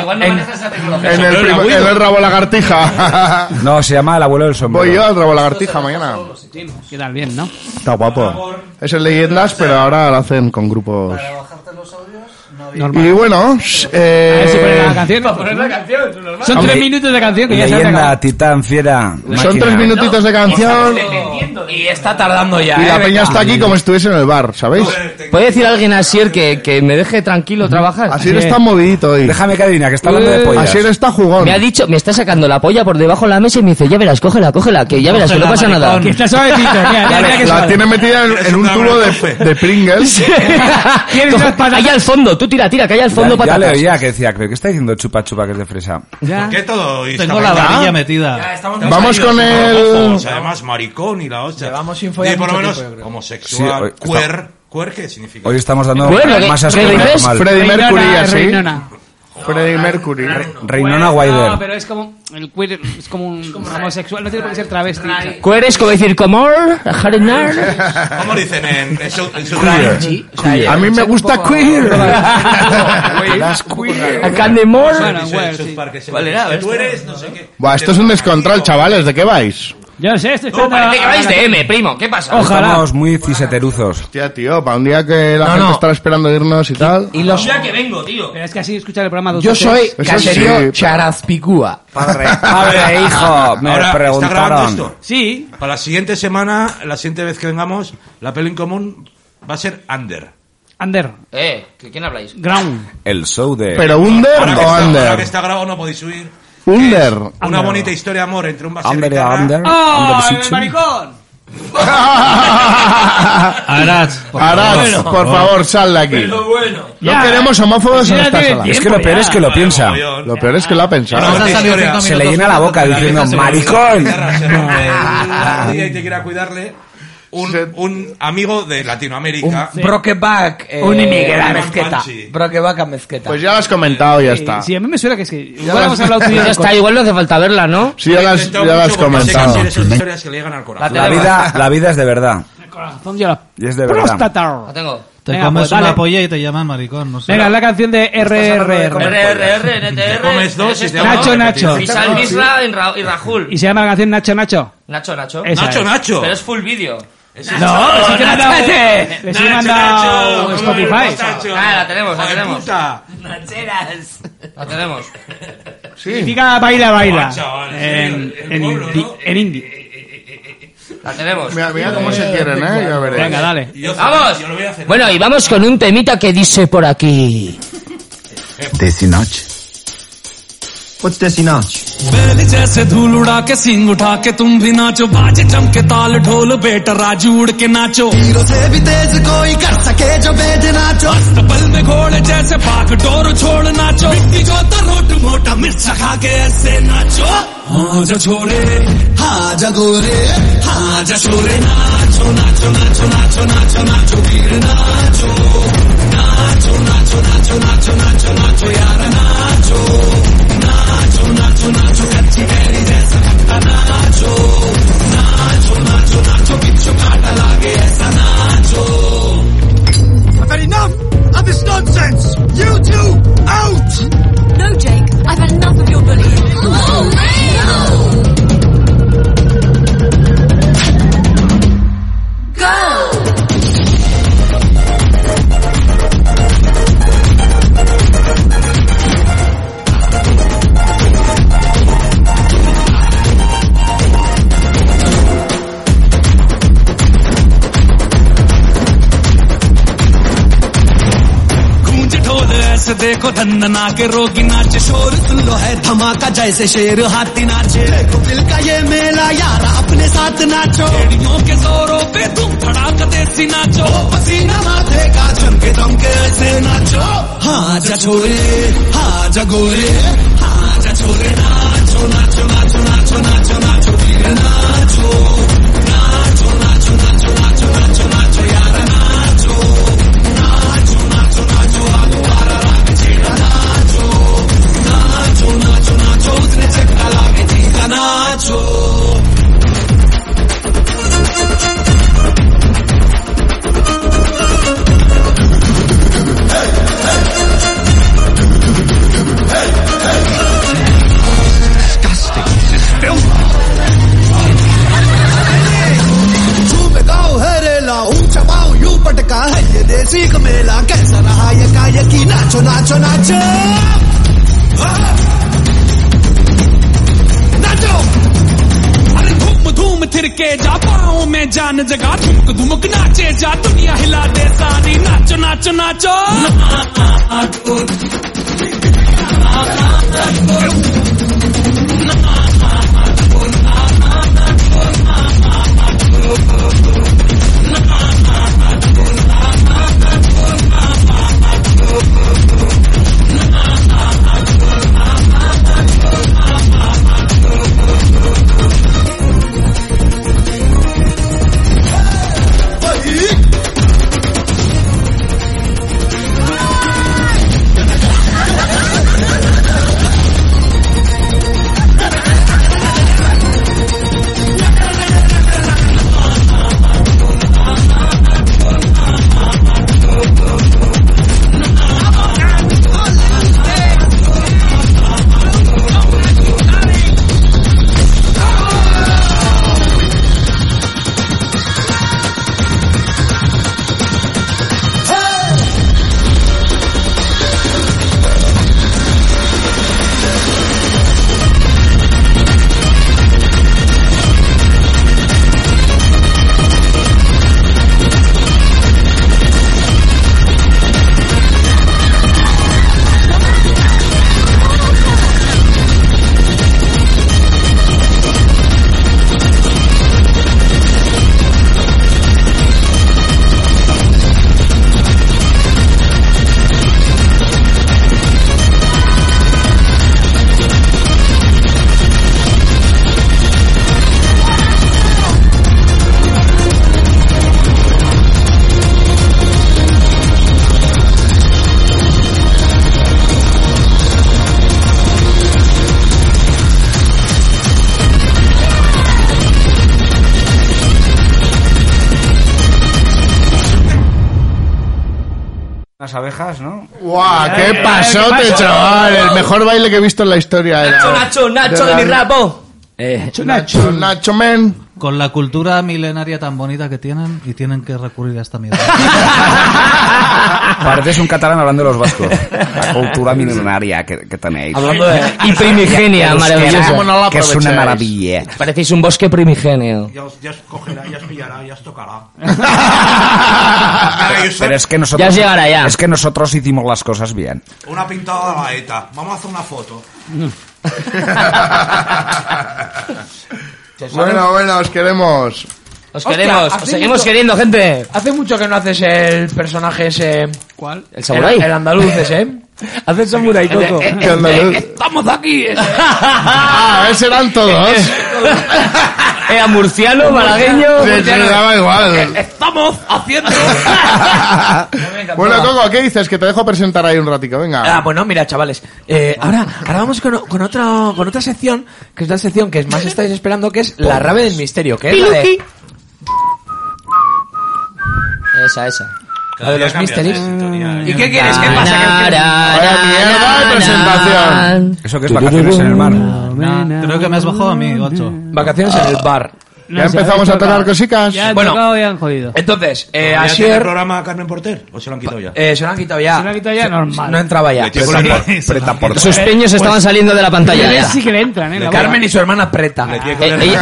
Speaker 5: en-
Speaker 6: En el, prim- en el rabo lagartija.
Speaker 1: No, se llama El abuelo del
Speaker 6: Voy
Speaker 1: sombrero.
Speaker 6: yo al rabo lagartija mañana.
Speaker 7: ¿Qué tal? Bien, ¿no?
Speaker 6: Está guapo. Es el leyendas, pero ahora lo hacen con grupos.
Speaker 7: Normal.
Speaker 6: Y bueno, s- eh,
Speaker 7: A ver si ponen la canción. Son tres
Speaker 1: Hombre,
Speaker 7: minutos de canción que ya se han
Speaker 1: Leyenda,
Speaker 7: acabado.
Speaker 1: titán, fiera.
Speaker 6: son
Speaker 1: máquina.
Speaker 6: tres minutitos de canción y
Speaker 5: Y está tardando ya.
Speaker 6: la
Speaker 5: eh,
Speaker 6: peña
Speaker 5: venga.
Speaker 6: está aquí como si estuviese en el bar, ¿sabéis?
Speaker 9: ¿Puede decir alguien a Sier que, que me deje tranquilo trabajar? Eh,
Speaker 6: Asier está movidito hoy.
Speaker 1: Déjame que adivina, que está hablando de pollas.
Speaker 6: Asier está jugón.
Speaker 9: Me ha dicho, me está sacando la polla por debajo de la mesa y me dice, ya verás, cógela, cógela, que ya verás, que no pasa nada.
Speaker 7: Que está suavecito. mira, mira, mira que
Speaker 6: La
Speaker 7: suave.
Speaker 6: tiene metida en, en un tubo de, de Pringles.
Speaker 7: ¿Quieres unas patatas?
Speaker 9: Ahí al fondo, tú tira, tira, que hay al
Speaker 1: Ya,
Speaker 9: fondo
Speaker 1: ya le
Speaker 9: patatas.
Speaker 1: oía que decía, creo que está diciendo chupa chupa que es de fresa.
Speaker 7: Ya.
Speaker 10: ¿Qué todo? Y
Speaker 11: Tengo la
Speaker 10: está-
Speaker 11: varilla metida.
Speaker 6: Vamos con el...
Speaker 10: Ojos, además, maricón y la hostia.
Speaker 5: Llevamos sin follar
Speaker 10: Y por lo
Speaker 5: mucho
Speaker 10: menos
Speaker 5: tiempo, yo creo.
Speaker 1: Sí, hoy-
Speaker 10: homosexual. Queer. ¿Queer qué significa?
Speaker 1: Hoy estamos dando
Speaker 9: Bueno, ¿qué-
Speaker 1: más
Speaker 9: qué
Speaker 1: asco que
Speaker 9: dices?
Speaker 1: normal.
Speaker 6: Freddie
Speaker 7: Reinona,
Speaker 6: Mercury, así.
Speaker 7: Reinona.
Speaker 6: Freddie Mercury.
Speaker 1: Reinona Wider.
Speaker 7: No, pero es como... El queer es como un homosexual. No tiene por qué ser travesti. o sea.
Speaker 9: ¿Cueres? Como decir, comor, jarinar.
Speaker 10: ¿Cómo dicen en, en su, en su
Speaker 5: Sí, o sea, ya
Speaker 6: A mí me gusta queer.
Speaker 1: Las queer.
Speaker 9: a candemor.
Speaker 7: Bueno,
Speaker 10: en
Speaker 7: bueno,
Speaker 10: South
Speaker 7: sí.
Speaker 10: Park, que se
Speaker 5: Vale,
Speaker 10: dice,
Speaker 5: nada,
Speaker 10: "Es que
Speaker 5: esto-
Speaker 10: tú eres, no sé qué.
Speaker 6: Buah, este esto es un descontrol, chavales. ¿De qué vais?
Speaker 7: Yo sé, estoy
Speaker 10: No,
Speaker 7: esperando
Speaker 9: Parece que
Speaker 7: a-
Speaker 9: vais de M, primo, ¿qué pasa?
Speaker 7: Ojalá.
Speaker 1: Estamos muy ciseteruzos.
Speaker 6: Tía, tío, para un día que la
Speaker 5: No,
Speaker 6: gente
Speaker 5: no.
Speaker 6: estará esperando irnos y tal.
Speaker 5: Y los,
Speaker 9: Ya que vengo, tío.
Speaker 7: Pero es que así escuchar el programa dos
Speaker 5: yo
Speaker 7: veces.
Speaker 5: soy
Speaker 6: sí,
Speaker 5: caserío
Speaker 6: pero-
Speaker 5: Charazpicúa.
Speaker 1: Padre, hijo, me
Speaker 10: Ahora, ¿está grabando
Speaker 1: preguntaron.
Speaker 10: esto?
Speaker 7: Sí.
Speaker 10: Para la siguiente semana, la siguiente vez que vengamos, la peli en común va a ser Under.
Speaker 7: Ander.
Speaker 9: Eh, ¿quién habláis?
Speaker 7: Ground.
Speaker 1: El show de...
Speaker 6: ¿Pero under
Speaker 10: Ahora que,
Speaker 6: o
Speaker 10: está, Eh, ahora que
Speaker 6: under?
Speaker 10: está grabado no podéis subir
Speaker 2: Under.
Speaker 10: Una bonita historia de amor entre un vaso
Speaker 1: Under, under.
Speaker 7: ¡Oh,
Speaker 1: under
Speaker 7: el
Speaker 1: sitchin.
Speaker 7: maricón!
Speaker 11: Arats,
Speaker 6: por Arats,
Speaker 1: favor.
Speaker 6: por favor, sal de aquí.
Speaker 1: Pero
Speaker 6: bueno. No
Speaker 1: Ya,
Speaker 6: queremos homófobos
Speaker 1: si
Speaker 6: en
Speaker 1: ya
Speaker 6: esta
Speaker 1: tiene
Speaker 6: sala.
Speaker 1: tiempo, Es que lo peor ya. es que lo piensa.
Speaker 6: Lo peor es que lo ha pensado.
Speaker 1: Se le llena la boca diciendo, maricón.
Speaker 10: eh, Ella y te quiera cuidarle. Un, un amigo de Latinoamérica.
Speaker 5: Un Brokeback. eh,
Speaker 10: Un inmigrante.
Speaker 5: a Mezqueta. Brokeback a Mezqueta.
Speaker 6: Pues ya lo has comentado, ya está.
Speaker 7: Sí, a mí me suena que es que.
Speaker 5: Ya hemos hablado tú y yo
Speaker 9: Ya
Speaker 5: de
Speaker 9: está,
Speaker 5: cosas.
Speaker 9: igual no hace falta verla, ¿no?
Speaker 6: Sí, ya las,
Speaker 9: ya las comentado.
Speaker 1: La vida, la vida es de verdad. Y es de verdad.
Speaker 7: Próstata.
Speaker 9: La tengo.
Speaker 11: Te
Speaker 7: Venga,
Speaker 11: comes
Speaker 7: pues,
Speaker 11: una
Speaker 7: dale.
Speaker 11: polla y te llaman maricón, no sé.
Speaker 7: Venga, es la canción de
Speaker 9: RRR,
Speaker 7: RRR.
Speaker 9: NTR.
Speaker 11: comes dos
Speaker 9: es
Speaker 11: y te
Speaker 9: esto,
Speaker 7: Nacho,
Speaker 9: ¿no?
Speaker 7: Nacho.
Speaker 9: Rizal, Bisla y Ra- y Rajul.
Speaker 7: Y se llama la canción Nacho Nacho.
Speaker 9: Nacho, Nacho.
Speaker 7: Esa Nacho, es. Nacho.
Speaker 9: Pero es full vídeo.
Speaker 7: No, si te la han dado-
Speaker 9: Nacho,
Speaker 7: les he mandado
Speaker 9: Nacho,
Speaker 7: Spotify.
Speaker 9: Nacho. Ah, la tenemos, la tenemos.
Speaker 14: Nacheras.
Speaker 9: La tenemos.
Speaker 7: Significa baila, baila.
Speaker 9: Chaval,
Speaker 7: Oh, En, Eh, en, hindi- en hindi.
Speaker 9: La tenemos.
Speaker 6: Mira, mira cómo se quieren, eh. Ya veréis.
Speaker 7: Venga, dale.
Speaker 9: ¡Vamos!
Speaker 14: Bueno, y vamos con un temita que dice por aquí.
Speaker 1: Desinoche.
Speaker 14: What's desinoche?
Speaker 3: बैल जैसे धूल उड़ा के सिंग उठा के तुम भी नाचो बाजे चमके ताल ढोल बेटा राजू उड़ के नाचो हीरो से भी तेज कोई कर सके जो बेज नाचो अस्तबल में घोड़े जैसे भाग डोर छोड़ नाचो मिट्टी जो रोट मोटा मिर्चा खा के ऐसे नाचो हाँ जा छोड़े हाँ जा गोरे हाँ जा छोरे नाचो नाचो नाचो नाचो नाचो नाचो भीड़ नाचो नाचो नाचो नाचो नाचो नाचो नाचो यार नाचो नाचो नाचो नाचो कच्ची कैरी जैसा खट्टा नाचो नाचो नाचो नाचो बिच्छू काटा लागे ऐसा नाचो
Speaker 16: I've had enough of this nonsense. You two out.
Speaker 14: No, Jake, I've had enough of your bullying.
Speaker 3: गूंज ढोल ऐसे देखो धंधना के रोगी नाचे शोर सुन लो है धमाका जैसे शेर हाथी नाचे देखो दिल का ये मेला यार अपने साथ नाचो एड़ियों के जोरों पे तुम धड़ाक देसी नाचो पसीना माथे का चमके दमके ऐसे नाचो हाँ जा छोरे हाँ जा गोरे हाँ जा छोरे नाचो नाचो नाचो नाचो नाचो नाचो वीर नाचो नाचो नाचो नाचो नाचो नाचो नाचो यार नाचो नाचो नाचो नाचो आलो आरा राग छेड़ा नाचो नाचो नाचो नाचो उसने चक्का लागे जीता नाचो
Speaker 16: लगाओ हरे लाओ चबाओ यू पटका है ये देसी का मेला कैसा रहा ये का यकी नाचो नाचो नाचो
Speaker 3: नाचो अरे धूम धूम थिरके जा पाओ में जान जगा धुमक धुमक नाचे जा दुनिया हिला दे सारी नाचो नाचो नाचो
Speaker 1: unas abejas, ¿no?
Speaker 6: ¡Guau! ¡Qué
Speaker 9: Eh,
Speaker 6: pasote, chaval! El mejor baile que he visto en la historia era.
Speaker 9: Nacho, Nacho, Nacho de mi
Speaker 6: la-
Speaker 9: rabo.
Speaker 6: Nacho, Nacho, men.
Speaker 11: Eh, Con la cultura milenaria tan bonita que tienen y tienen que recurrir a esta mierda.
Speaker 1: Pareces un catalán hablando de los vascos. La cultura milenaria que, que tenéis.
Speaker 9: Hablando de- y primigenia, maravillosa. ¿Cómo no la
Speaker 1: Que es una
Speaker 9: aprovecháis?
Speaker 1: maravilla.
Speaker 9: Parecéis un bosque primigenio.
Speaker 10: Ya os, ya os cogerá, ya os pillará, ya os tocará.
Speaker 1: Pero es que nosotros.
Speaker 9: Ya llegará ya.
Speaker 1: Es que nosotros hicimos las cosas bien.
Speaker 10: Una pintada a la ETA. Vamos a hacer una foto.
Speaker 6: Bueno, bueno, os queremos.
Speaker 9: Os queremos, os seguimos queriendo, gente.
Speaker 5: Hace mucho que no haces el personaje ese.
Speaker 7: ¿Cuál?
Speaker 5: El
Speaker 9: samurái.
Speaker 5: El, andaluz ese. ¿eh? Haces samurái, Coco.
Speaker 6: El- el- el andaluz.
Speaker 5: Estamos aquí. ese.
Speaker 6: Ah, ese eran todos.
Speaker 9: Era Eh, murciano, malagueño.
Speaker 6: Sí, sí, daba igual.
Speaker 5: Estamos haciendo.
Speaker 3: तो।
Speaker 6: Bueno, Coco, ¿qué dices? Que te dejo presentar ahí un ratico, venga.
Speaker 5: Ah, bueno, mira, chavales. eh, ahora, ahora vamos con, con, otro, con otra sección, que es la sección que más estáis esperando, que es la rave del misterio, que es la de,
Speaker 9: Piluki. Esa, esa.
Speaker 5: la de los mysteries. ¿Y qué quieres? ¿Qué
Speaker 9: Na,
Speaker 5: pasa? ¿Qué-
Speaker 9: na,
Speaker 5: Vaya
Speaker 9: na,
Speaker 5: mierda de
Speaker 9: na,
Speaker 5: presentación.
Speaker 11: na.
Speaker 1: ¿Eso qué es,
Speaker 11: que
Speaker 1: vacaciones en el mar?
Speaker 11: Creo que me has bajado a mí, gacho.
Speaker 5: Vacaciones en el bar.
Speaker 6: Ya empezamos a tocar cositas.
Speaker 7: Ya han
Speaker 5: Bueno.
Speaker 7: tocado y han jodido.
Speaker 5: Entonces, eh,
Speaker 10: ¿Ya tiene el
Speaker 5: Asier...
Speaker 10: programa a Carmen Porter? ¿O se lo han quitado ya?
Speaker 5: eh, se lo han quitado ya. Se lo han
Speaker 7: quitado ya, normal.
Speaker 5: No entraba ya.
Speaker 10: Le tiene
Speaker 5: Preta
Speaker 10: que-
Speaker 5: por-
Speaker 10: se lo han
Speaker 5: preta por-
Speaker 10: quitado.
Speaker 5: Sus peños estaban saliendo de la pantalla
Speaker 7: Yo
Speaker 5: ya.
Speaker 7: sí que le entran, ¿eh? la
Speaker 5: Carmen
Speaker 7: boca.
Speaker 5: y su hermana Preta.
Speaker 10: Eh,
Speaker 9: ella,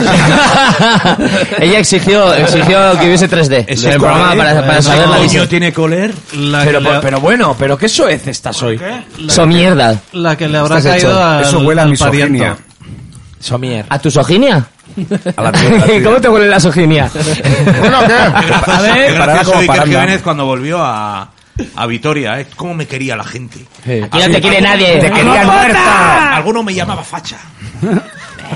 Speaker 9: ella exigió, exigió que hubiese 3D en el programa para, para saber la
Speaker 10: niño
Speaker 9: visión.
Speaker 10: tiene coler?
Speaker 5: Pero, pero bueno, pero qué soez estás hoy. Ah,
Speaker 9: Son mierda.
Speaker 11: La que le habrá
Speaker 9: Estás hecho.
Speaker 11: caído al,
Speaker 9: Eso huele a
Speaker 11: al
Speaker 9: misoginia.
Speaker 11: pariento.
Speaker 5: Somier.
Speaker 9: ¿A tu soginia? ¿Cómo te huele la soginia?
Speaker 6: Bueno,
Speaker 10: Qué gracioso,
Speaker 9: A ver,
Speaker 10: qué
Speaker 9: parada
Speaker 10: gracioso
Speaker 9: como
Speaker 10: Iker
Speaker 9: paranda.
Speaker 10: Jiménez cuando volvió a, a Vitoria, ¿eh? ¿Cómo me quería la gente?
Speaker 9: Aquí no te quiere nadie.
Speaker 10: Te quería
Speaker 9: ¡Mamá,
Speaker 10: muerta. Alguno me llamaba facha.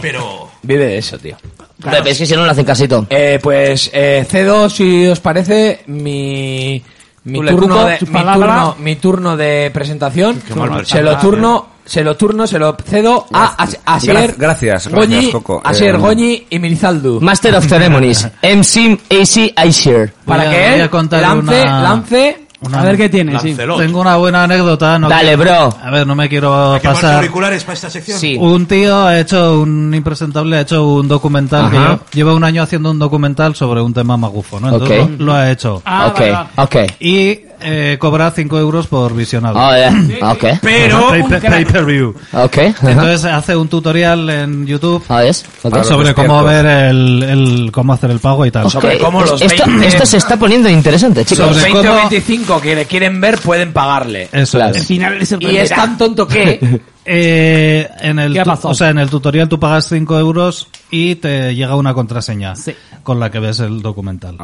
Speaker 10: Pero...
Speaker 5: Vive de eso, tío.
Speaker 9: Claro. Es que si no, no le hacen casito.
Speaker 5: Eh, pues eh, cedo, si os parece, mi, mi,
Speaker 9: Tu
Speaker 5: turno
Speaker 9: lectuco,
Speaker 5: de,
Speaker 9: tu
Speaker 5: mi,
Speaker 9: palabra.
Speaker 5: turno, mi turno de presentación.
Speaker 1: mal persona,
Speaker 5: se lo
Speaker 1: tío.
Speaker 5: turno, se lo turno, se lo cedo a As- Asier.
Speaker 1: Gra- gracias, gracias,
Speaker 5: Goñi,
Speaker 1: Coco.
Speaker 5: Asier
Speaker 1: Eh,
Speaker 5: Goñi y Mirizaldu.
Speaker 9: Master of Ceremonies. MC AC Aisher.
Speaker 5: Para
Speaker 11: Voy a-
Speaker 5: que
Speaker 11: voy
Speaker 5: él
Speaker 11: a contar
Speaker 5: lance,
Speaker 11: una-
Speaker 5: lance.
Speaker 11: una-
Speaker 5: tiene, sí.
Speaker 11: Tengo una buena anécdota. No
Speaker 9: Dale,
Speaker 11: quiero-
Speaker 9: bro.
Speaker 11: A ver, no me quiero
Speaker 10: ¿Qué más
Speaker 11: pasar.
Speaker 10: auriculares para esta sección?
Speaker 9: Sí.
Speaker 11: Un tío ha hecho, un impresentable ha hecho un documental que
Speaker 9: Ajá.
Speaker 11: lle- lleva un año haciendo un documental sobre un tema magufo, ¿no? Entonces
Speaker 9: Ok.
Speaker 11: lo, lo ha hecho.
Speaker 7: Ah,
Speaker 9: ok,
Speaker 7: vale, vale.
Speaker 9: ok.
Speaker 11: Y eh, cobra 5 euros por visionado.
Speaker 9: Oh, yeah. Ok.
Speaker 10: Pero-
Speaker 11: Pay,
Speaker 10: Un
Speaker 11: pay-
Speaker 10: crack.
Speaker 11: pay per view.
Speaker 9: Ok. ajá.
Speaker 11: Entonces hace un tutorial en YouTube
Speaker 9: Ah, es. ok.
Speaker 11: sobre cómo ver el, el- cómo hacer el pago y tal.
Speaker 9: Ok,
Speaker 5: sobre cómo los
Speaker 9: esto,
Speaker 5: 20
Speaker 9: esto se está poniendo interesante, chicos.
Speaker 5: Los 20 o
Speaker 11: cómo-
Speaker 5: 25 que le quieren ver pueden pagarle.
Speaker 11: Eso
Speaker 9: Claro.
Speaker 11: es.
Speaker 7: final es el
Speaker 5: Y es tan tonto que...
Speaker 11: Eh, en el
Speaker 7: ¿Qué
Speaker 11: tu-
Speaker 7: pasó?
Speaker 11: o sea, en el tutorial tú pagas 5 euros y te llega una contraseña
Speaker 7: Sí.
Speaker 11: con la que ves el documental.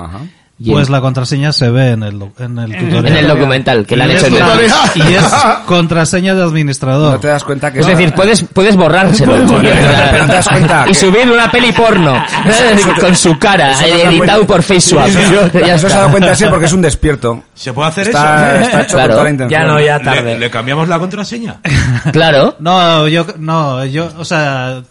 Speaker 9: Y
Speaker 11: Pues
Speaker 9: en-
Speaker 11: la contraseña se ve en el, do- en el tutorial.
Speaker 9: En el documental que le han
Speaker 11: Y
Speaker 9: hecho
Speaker 11: es
Speaker 9: en
Speaker 11: la-
Speaker 9: el-
Speaker 11: Y es contraseña de administrador.
Speaker 1: No te das cuenta que
Speaker 9: Es decir, puedes, puedes borrárselo.
Speaker 1: Pero te das cuenta
Speaker 9: y
Speaker 1: que-
Speaker 9: subir una peli porno. con su cara, eh,
Speaker 1: Eso no se da
Speaker 9: editado
Speaker 1: cuenta.
Speaker 9: por Facebook.
Speaker 1: Ya se os ha dado cuenta sí, porque es un despierto.
Speaker 10: ¿Se puede hacer
Speaker 1: Está,
Speaker 10: eso?
Speaker 1: está hecho
Speaker 9: Claro.
Speaker 1: con toda la intención.
Speaker 5: Ya no, ya
Speaker 10: ¿Le,
Speaker 5: tarde.
Speaker 10: le cambiamos la contraseña?
Speaker 9: Claro.
Speaker 11: No, yo, no, yo, o sea,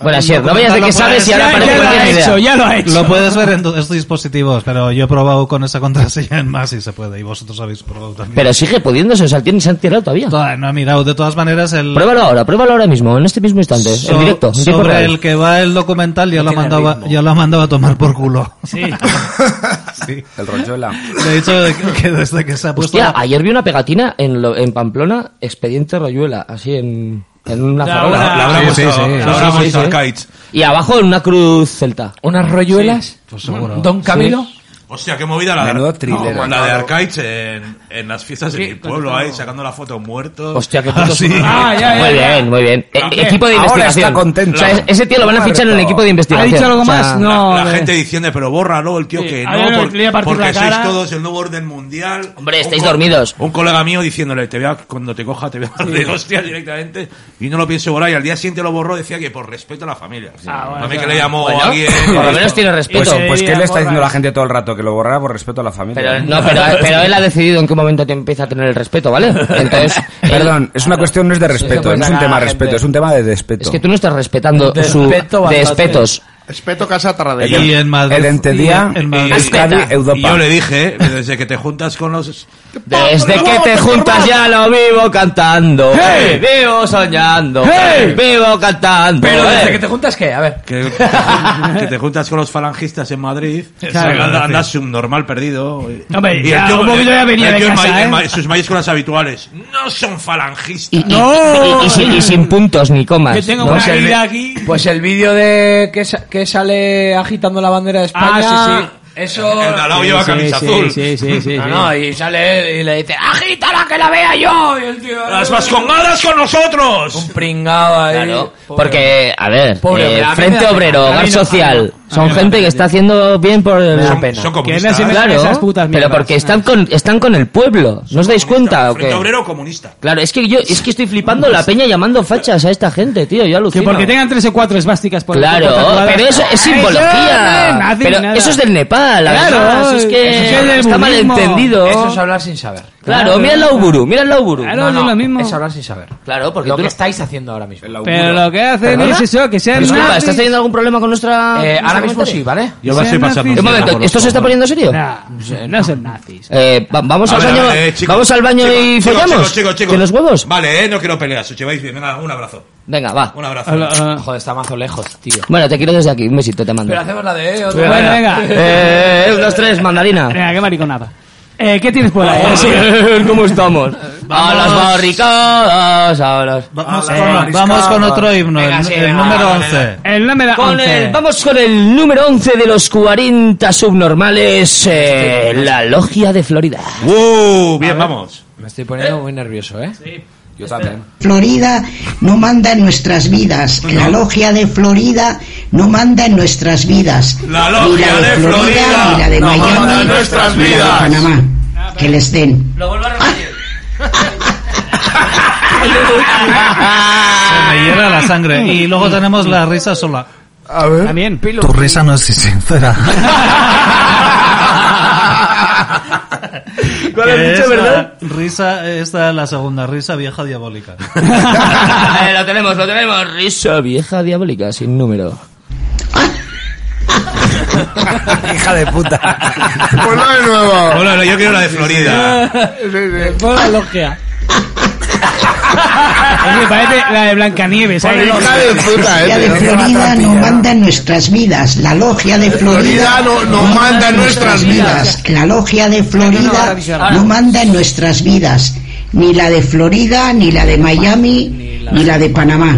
Speaker 9: Bueno, Asier, no vayas de que sabes y ahora
Speaker 7: Ya,
Speaker 9: parece
Speaker 7: ya
Speaker 9: que
Speaker 7: lo
Speaker 9: no
Speaker 7: ha
Speaker 9: tienes
Speaker 7: hecho,
Speaker 9: idea.
Speaker 7: ya lo ha hecho.
Speaker 11: lo puedes ver en do- estos dispositivos, pero yo he probado con esa contraseña en más y se puede, y vosotros habéis probado también.
Speaker 9: Pero sigue pudiéndose, o sea, tienes se han tirado todavía.
Speaker 11: Toda- no he mirado, de todas maneras, el,
Speaker 9: Pruébalo ahora, pruébalo ahora mismo, en este mismo instante,
Speaker 11: So-
Speaker 9: en directo, en tiempo
Speaker 11: sobre
Speaker 9: real.
Speaker 11: el que va el documental ya lo,
Speaker 5: tiene
Speaker 11: mandaba,
Speaker 5: ritmo.
Speaker 11: ya lo ha mandado a tomar por culo.
Speaker 1: El rolluela.
Speaker 11: De hecho, que- que desde que se ha puesto...
Speaker 9: Hostia,
Speaker 11: la-
Speaker 9: ayer vi una pegatina en, lo- en Pamplona, expediente Royuela, así en, en una
Speaker 7: La
Speaker 9: farola.
Speaker 7: hora.
Speaker 10: La habrá
Speaker 11: Sí,
Speaker 10: puesto-
Speaker 11: sí, sí.
Speaker 10: la habrá
Speaker 9: Sí, sí,
Speaker 10: puesto
Speaker 9: sí.
Speaker 10: Arcaids.
Speaker 9: Y abajo en una cruz celta.
Speaker 5: Unas rolluelas.
Speaker 11: Pues seguro.
Speaker 5: Don Camilo.
Speaker 10: Hostia, qué movida la,
Speaker 1: Menudo
Speaker 10: de-
Speaker 1: thriller.
Speaker 10: No, la de Arcaids en, en las fiestas de mi pueblo, ahí sacando la foto muertos.
Speaker 9: Hostia, qué puto
Speaker 11: sí.
Speaker 7: Ah, ya, ya,
Speaker 9: Muy
Speaker 7: ya.
Speaker 9: bien, muy bien. E-
Speaker 10: También.
Speaker 9: equipo de
Speaker 1: Ahora
Speaker 9: investigación.
Speaker 1: está contento.
Speaker 9: O sea, es- ese tío lo van a fichar en el equipo de
Speaker 7: ¿Ha
Speaker 9: investigación.
Speaker 7: dicho algo más?
Speaker 9: O sea,
Speaker 7: no.
Speaker 10: la, la
Speaker 7: eh.
Speaker 10: gente diciendo, pero bórralo el tío
Speaker 7: Sí,
Speaker 10: que
Speaker 7: a ver,
Speaker 10: no, por-
Speaker 7: le voy a partir la
Speaker 10: porque sois
Speaker 7: cara.
Speaker 10: todos el nuevo orden mundial.
Speaker 9: Hombre,
Speaker 10: Un
Speaker 9: estáis
Speaker 10: co-
Speaker 9: dormidos.
Speaker 10: Un colega mío diciéndole, te voy a- cuando te coja te voy a dar de hostia directamente y no lo pienso borrar y al día siguiente lo borró decía que por respeto a la familia.
Speaker 7: Ah, bueno,
Speaker 10: a mí que
Speaker 7: claro.
Speaker 10: le llamó
Speaker 9: Bueno,
Speaker 10: alguien.
Speaker 9: por lo menos tiene
Speaker 1: Pues,
Speaker 9: respeto.
Speaker 7: Ese
Speaker 1: pues
Speaker 7: día,
Speaker 1: ¿qué le está
Speaker 7: porra.
Speaker 1: diciendo la gente todo el rato? Que lo borrara por respeto a la familia.
Speaker 9: Pero, no, pero, pero él ha decidido en qué momento te empieza a tener el respeto, ¿vale? Entonces, él-
Speaker 1: Perdón, es una cuestión no es de
Speaker 9: Sí, se
Speaker 1: respeto,
Speaker 9: puede
Speaker 1: no es un
Speaker 9: sacar a
Speaker 1: tema
Speaker 9: la
Speaker 1: de
Speaker 9: gente.
Speaker 1: respeto, es un tema de despeto.
Speaker 9: Es que tú no estás respetando su
Speaker 5: Despeto bastante.
Speaker 9: despetos.
Speaker 6: Espeto casa Tarradella.
Speaker 11: Y en Madrid. y en Madrid.
Speaker 10: Y yo le dije, eh, desde que te juntas con los.
Speaker 5: Desde que te juntas ya lo vivo cantando. eh, Vivo soñando.
Speaker 10: Hey.
Speaker 5: eh, Vivo cantando. eh.
Speaker 10: Pero desde
Speaker 5: que te juntas qué, a ver.
Speaker 10: Que, que te juntas con los falangistas en Madrid,
Speaker 5: Claro.
Speaker 10: andas, andas subnormal perdido.
Speaker 7: Hombre,
Speaker 10: el
Speaker 7: ya,
Speaker 10: tío-
Speaker 7: un poquito ya venía
Speaker 10: el
Speaker 7: de
Speaker 10: tío en
Speaker 7: casa,
Speaker 10: ma- en
Speaker 7: ¿eh?
Speaker 10: ma- Sus mayúsculas habituales. No son falangistas.
Speaker 9: Y, y- y- y sin, y sin puntos ni comas. ¿no?
Speaker 5: pues el, aquí. Pues el vídeo de que, sa- que sale agitando la bandera de España.
Speaker 17: Ah,
Speaker 5: Eso.
Speaker 10: El de al lado lleva camisa azul.
Speaker 5: No, no, y sale él y le dice,
Speaker 17: ¡Agítala que la vea yo! Y el tío,
Speaker 10: ¡Las vascongadas con nosotros!
Speaker 5: Un pringado ahí.
Speaker 9: Claro, porque, a ver,
Speaker 5: Pobre
Speaker 9: eh,
Speaker 5: hombre, a mí me
Speaker 9: Frente
Speaker 5: da pena.
Speaker 9: Obrero,
Speaker 5: A mí
Speaker 9: Hogar
Speaker 5: no- a mí
Speaker 9: Social,
Speaker 5: no- a mí
Speaker 9: son
Speaker 5: me
Speaker 9: gente que está haciendo bien por... eh,
Speaker 5: da pena. son comunistas. ¿eh? Que nacen
Speaker 9: Claro,
Speaker 5: esas putas
Speaker 9: pero
Speaker 5: mierdas.
Speaker 9: porque están con, están con el pueblo, ¿no os dais cuenta o
Speaker 10: Frente
Speaker 9: qué?
Speaker 10: obrero comunista.
Speaker 9: Claro, es que yo es que estoy flipando la peña llamando fachas a esta gente, tío, yo
Speaker 7: Que
Speaker 9: alucino.
Speaker 7: porque tengan tres o cuatro esvásticas por el
Speaker 9: Claro,
Speaker 7: cuerpo tatuadas.
Speaker 9: pero eso es
Speaker 7: Ay,
Speaker 9: simbología.
Speaker 7: yo, no, nazi,
Speaker 9: pero
Speaker 7: nada.
Speaker 9: eso es del Nepal,
Speaker 7: Claro,
Speaker 9: además, es
Speaker 7: eso
Speaker 9: que
Speaker 7: es del
Speaker 9: está
Speaker 7: budismo.
Speaker 9: malentendido.
Speaker 5: Eso es hablar sin saber.
Speaker 9: Claro, mira el Lauburu, mira el Lauburu.
Speaker 5: Claro,
Speaker 9: No,
Speaker 5: es
Speaker 9: no,
Speaker 5: lo mismo.
Speaker 9: es
Speaker 5: hablar sin saber.
Speaker 9: Claro, porque
Speaker 5: lo
Speaker 9: tú
Speaker 5: que
Speaker 9: no-
Speaker 5: estáis haciendo ahora mismo.
Speaker 7: Pero lo que hacen
Speaker 9: ¿Perdona?
Speaker 7: es eso, que sean
Speaker 9: Disculpa,
Speaker 7: nazis.
Speaker 9: ¿estás teniendo algún problema con nuestra...?
Speaker 5: Eh,
Speaker 9: nuestro
Speaker 5: ahora mismo
Speaker 9: comentario?
Speaker 5: sí, ¿vale?
Speaker 9: Yo me estoy pasando un momento, ¿esto se está poniendo serio?
Speaker 7: no son nazis.
Speaker 9: Eh, va- vamos,
Speaker 10: A
Speaker 9: al
Speaker 10: ver,
Speaker 9: baño,
Speaker 10: a ver, eh, chicos,
Speaker 9: vamos al baño
Speaker 10: chicos,
Speaker 9: y
Speaker 10: chicos,
Speaker 9: follamos.
Speaker 10: chicos, chicos, chicos.
Speaker 9: ¿De los huevos?
Speaker 10: Vale, eh, no quiero peleas, os lleváis bien. Venga, un abrazo.
Speaker 9: Venga, va.
Speaker 10: Un abrazo.
Speaker 5: Joder, está mazo lejos, tío.
Speaker 9: Bueno, te quiero desde aquí. Un besito te mando.
Speaker 5: Pero hacemos la de...
Speaker 9: Bueno, venga. Eh, eh, un, dos, tres, mandarina.
Speaker 7: Venga, qué mariconada. Eh, ¿Qué tienes por ahí?
Speaker 9: ¿Cómo estamos? A las barricadas, a las...
Speaker 11: Vamos con- vamos con otro himno, el- el número 11.
Speaker 7: El número
Speaker 9: Con
Speaker 7: 11.
Speaker 9: el- vamos con el número 11 de los 40 subnormales, eh, la logia de Florida.
Speaker 10: ¡Uh!
Speaker 5: bien, vamos. Me estoy poniendo muy nervioso, ¿eh? Sí. Yo también.
Speaker 4: Florida no manda en nuestras vidas. La logia de Florida no manda en nuestras vidas.
Speaker 10: La
Speaker 4: ni
Speaker 10: logia
Speaker 4: la de
Speaker 10: de
Speaker 4: Florida,
Speaker 10: Florida
Speaker 4: ni la de
Speaker 10: no
Speaker 4: Miami,
Speaker 10: manda en nuestras
Speaker 4: ni la de
Speaker 10: vidas.
Speaker 4: Panamá. Que les den.
Speaker 11: Se me hiela la sangre. Y luego tenemos la risa sola.
Speaker 6: A ver.
Speaker 7: También.
Speaker 11: Tu risa no es sincera.
Speaker 5: ¿Cuál has
Speaker 11: Que
Speaker 5: dicho,
Speaker 11: es la
Speaker 5: verdad?
Speaker 11: Risa, esta es la segunda risa vieja diabólica.
Speaker 9: Eh, lo tenemos, lo tenemos. Risa vieja diabólica sin número.
Speaker 8: Hija de puta.
Speaker 6: Ponla de nuevo.
Speaker 10: Hola, hola, yo quiero la de Florida.
Speaker 9: Eh,
Speaker 7: Pon la logia. Es que parece la de Blancanieves. ¿eh? ¿sabes?
Speaker 4: La
Speaker 6: eh,
Speaker 4: logia de Florida no manda en nuestras vidas. La logia de Florida
Speaker 6: Florida no- no manda en nuestras vidas.
Speaker 4: La logia de Florida no manda en nuestras vidas. Ni la de Florida, ni la de Miami, ni la de Panamá.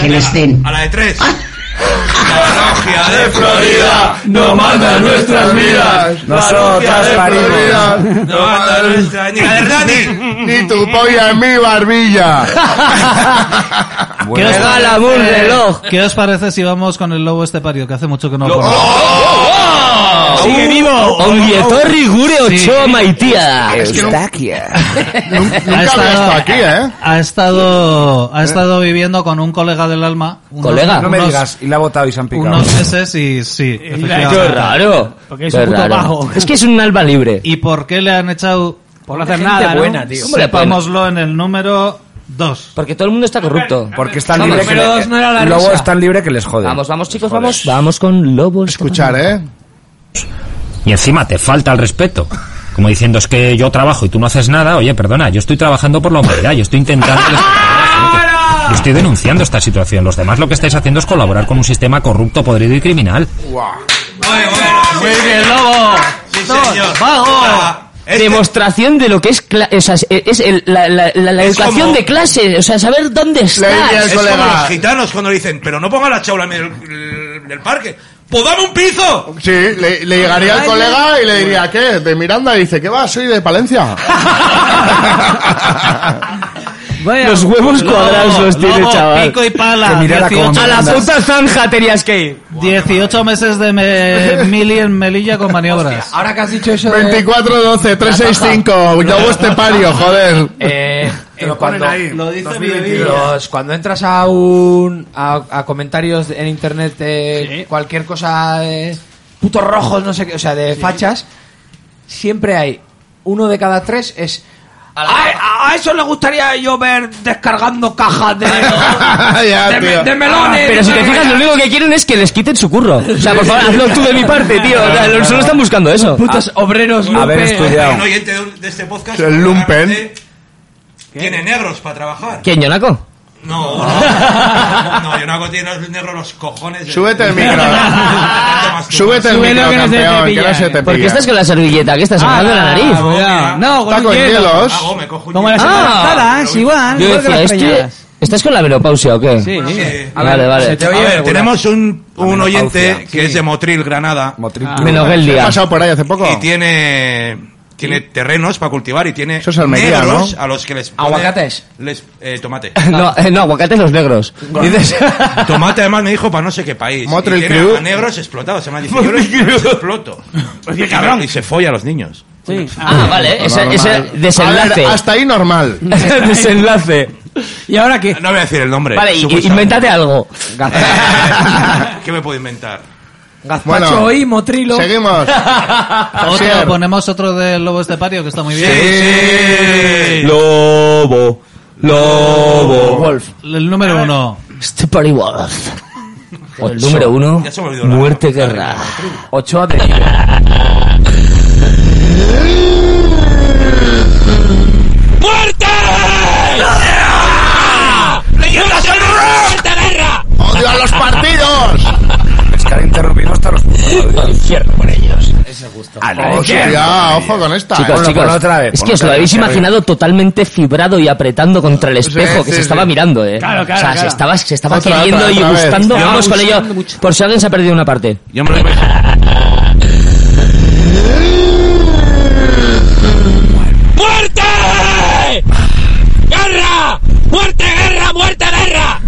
Speaker 4: Que les den.
Speaker 10: A la de tres.
Speaker 3: La logia de Florida no manda en nuestras vidas.
Speaker 6: Nosotras parimos.
Speaker 10: No manda en nuestras
Speaker 6: Ni, ni tu polla en mi barbilla.
Speaker 11: ¿Qué os-
Speaker 6: Regálame un reloj.
Speaker 11: Eh,
Speaker 6: ¡Oh,
Speaker 11: ¿Qué os parece si vamos con el lobo estepario? Que hace mucho que no lo
Speaker 3: Uh,
Speaker 9: ¡Sigue vivo! Onguietorri gure ochoa maitia.
Speaker 11: Es que no-
Speaker 9: Eustaquia.
Speaker 11: Ha
Speaker 6: Nunca había estado aquí, ¿eh?
Speaker 11: Ha estado, ha estado viviendo con un colega del alma. unos-
Speaker 8: No me
Speaker 11: unos-
Speaker 8: digas, y la ha votado y se han picado.
Speaker 11: Unos meses y sí. efectivamente.
Speaker 9: ¡Qué raro!
Speaker 11: Porque es
Speaker 9: Qué
Speaker 11: un puto
Speaker 9: raro.
Speaker 11: bajo.
Speaker 9: Es que es un alba libre.
Speaker 11: ¿Y por qué le han echado?
Speaker 7: Por no hacer Gente nada, ¿no? buena, tío. Hombre,
Speaker 11: Sepámoslo en el número 2.
Speaker 9: Porque todo el mundo está corrupto.
Speaker 8: Porque es tan
Speaker 9: Vamos,
Speaker 8: libre que
Speaker 9: pero
Speaker 8: le-
Speaker 9: no era la
Speaker 8: el lobo
Speaker 9: risa.
Speaker 8: es tan libre que les jode.
Speaker 9: Vamos, vamos, chicos, vamos. Vamos con lobos.
Speaker 6: Escuchar, ¿eh?
Speaker 18: Y encima te falta el respeto. Como diciendo, es que yo trabajo y tú no haces nada. Oye, perdona, yo estoy trabajando por la humanidad. Yo estoy intentando... Yo estoy denunciando esta situación. Los demás lo que estáis haciendo es colaborar con un sistema corrupto, podrido y criminal.
Speaker 11: ¡Sigue el lobo!
Speaker 10: señor.
Speaker 11: ¡Vago!
Speaker 9: este- Demostración de lo que es, cla- o sea, es- es el- la, la- la- la
Speaker 10: Es
Speaker 9: educación
Speaker 10: como-
Speaker 9: de clase, o sea, saber dónde estás.
Speaker 10: es como los gitanos cuando le dicen, pero no ponga la chaula en el, del parque. ¡Pues dame un pizo!
Speaker 6: Sí, le, le llegaría el colega y le diría, ¿qué? De Miranda, y dice, ¿qué va? Soy de Palencia.
Speaker 9: Los huevos
Speaker 11: Lobo,
Speaker 9: cuadrados los tiene,
Speaker 11: lobo,
Speaker 9: chaval.
Speaker 11: pico y pala.
Speaker 9: Que mirada como
Speaker 11: 18
Speaker 9: A la puta zanja tenías que ir.
Speaker 11: 18 meses de me- mili en Melilla con maniobras.
Speaker 5: Ahora que has dicho eso de...
Speaker 6: 24, 12, 365. Ya vos
Speaker 5: este
Speaker 6: te pario, joder.
Speaker 5: Eh, eh, cuando,
Speaker 11: Lo dice
Speaker 5: los- cuando entras a un a, a comentarios en internet eh, cualquier cosa de putos rojos no sé qué o sea de fachas siempre hay uno de cada tres es A, a eso le gustaría yo ver descargando cajas de, de me- de melones.
Speaker 9: Ah, Pero
Speaker 5: de
Speaker 9: si te fijas, lo único que quieren es que les quiten su curro. O sea, por favor, hazlo tú de mi parte, tío. O sea, lo- solo están buscando eso. Ah.
Speaker 5: Putos obreros,
Speaker 10: Haber
Speaker 9: Lupe.
Speaker 10: Un oyente de, un- de este podcast.
Speaker 9: El lumpen.
Speaker 10: claramente Tiene negros para trabajar.
Speaker 9: ¿Quién, Yonaco?
Speaker 10: No, no, no, yo no hago tiene negro los cojones. de-
Speaker 6: Súbete el micro. Súbete el
Speaker 9: Súbelo,
Speaker 6: micro,
Speaker 9: que no se te
Speaker 6: campeón, que
Speaker 9: pilla.
Speaker 6: no se te
Speaker 9: ¿Por qué
Speaker 6: pilla.
Speaker 9: estás con la servilleta? ¿Qué estás mojando la nariz? Ah.
Speaker 7: No,
Speaker 6: Está con
Speaker 10: Ah,
Speaker 6: hielos.
Speaker 7: Como la semana pasada, es igual.
Speaker 9: Yo
Speaker 7: igual que
Speaker 9: decía,
Speaker 7: las
Speaker 9: ¿este-
Speaker 7: preñadas.
Speaker 9: ¿estás con la menopausia o qué?
Speaker 7: Sí, sí.
Speaker 9: A ver, Vale, vale. se te oye
Speaker 10: A ver,
Speaker 9: regular.
Speaker 10: tenemos un, un
Speaker 9: Menopausia,
Speaker 10: oyente que es de Motril, Granada.
Speaker 9: Ah.
Speaker 6: Menogel Ha pasado por ahí hace poco.
Speaker 10: Ah. Y tiene, tiene terrenos para cultivar y tiene
Speaker 6: es Almería,
Speaker 10: negros a los que les pone-
Speaker 9: Aguacates.
Speaker 10: Les, eh, tomate.
Speaker 9: No, eh, no, aguacates los negros. Dices-
Speaker 10: Tomate además me dijo para no sé qué país.
Speaker 9: Motril
Speaker 10: y tiene
Speaker 9: Crew.
Speaker 10: a negros explotados. Se me dice, yo los los exploto. Y- Y se folla a los niños.
Speaker 9: Ah, vale, ese,
Speaker 10: Normal.
Speaker 9: ese
Speaker 10: A
Speaker 9: desenlace.
Speaker 10: ver, hasta
Speaker 6: ahí normal.
Speaker 9: desenlace.
Speaker 7: ¿Y ahora qué?
Speaker 10: No voy a decir el nombre.
Speaker 9: Vale, y-
Speaker 10: supuestamente.
Speaker 9: invéntate algo.
Speaker 10: ¿Qué me puedo inventar?
Speaker 11: Bueno,
Speaker 10: Pacho
Speaker 11: y
Speaker 5: Motrilo.
Speaker 6: Seguimos.
Speaker 11: Otro, ponemos otro de Lobo Estepario que está muy bien.
Speaker 1: Lobo. Lobo.
Speaker 11: Wolf. El número uno.
Speaker 9: Stephanie Wolf. El número uno, muerte guerra. Ochoa de
Speaker 19: ¡Leyendas del rock!
Speaker 6: ¡Odio a los partidos!
Speaker 1: Es que ahora interrumpimos hasta los
Speaker 9: Al infierno con ellos. Ah,
Speaker 6: Hostia, ojo con esta.
Speaker 9: Chicos,
Speaker 6: eh.
Speaker 9: chicos, es que os lo habéis imaginado totalmente fibrado y apretando contra el espejo
Speaker 6: Sí,
Speaker 9: que
Speaker 6: sí,
Speaker 9: se estaba
Speaker 6: sí.
Speaker 9: mirando, ¿eh?
Speaker 6: Claro, claro,
Speaker 9: o sea, se
Speaker 6: claro.
Speaker 9: estaba, se estaba
Speaker 6: Otra,
Speaker 9: queriendo
Speaker 6: otra,
Speaker 9: y
Speaker 6: otra vez.
Speaker 9: gustando.
Speaker 6: Yo
Speaker 9: Vamos con
Speaker 6: abusando
Speaker 9: ello, por si alguien se ha perdido una parte.
Speaker 10: Yo me lo
Speaker 19: ¡Muerte! ¡Guerra! ¡Muerte, guerra, muerte, guerra!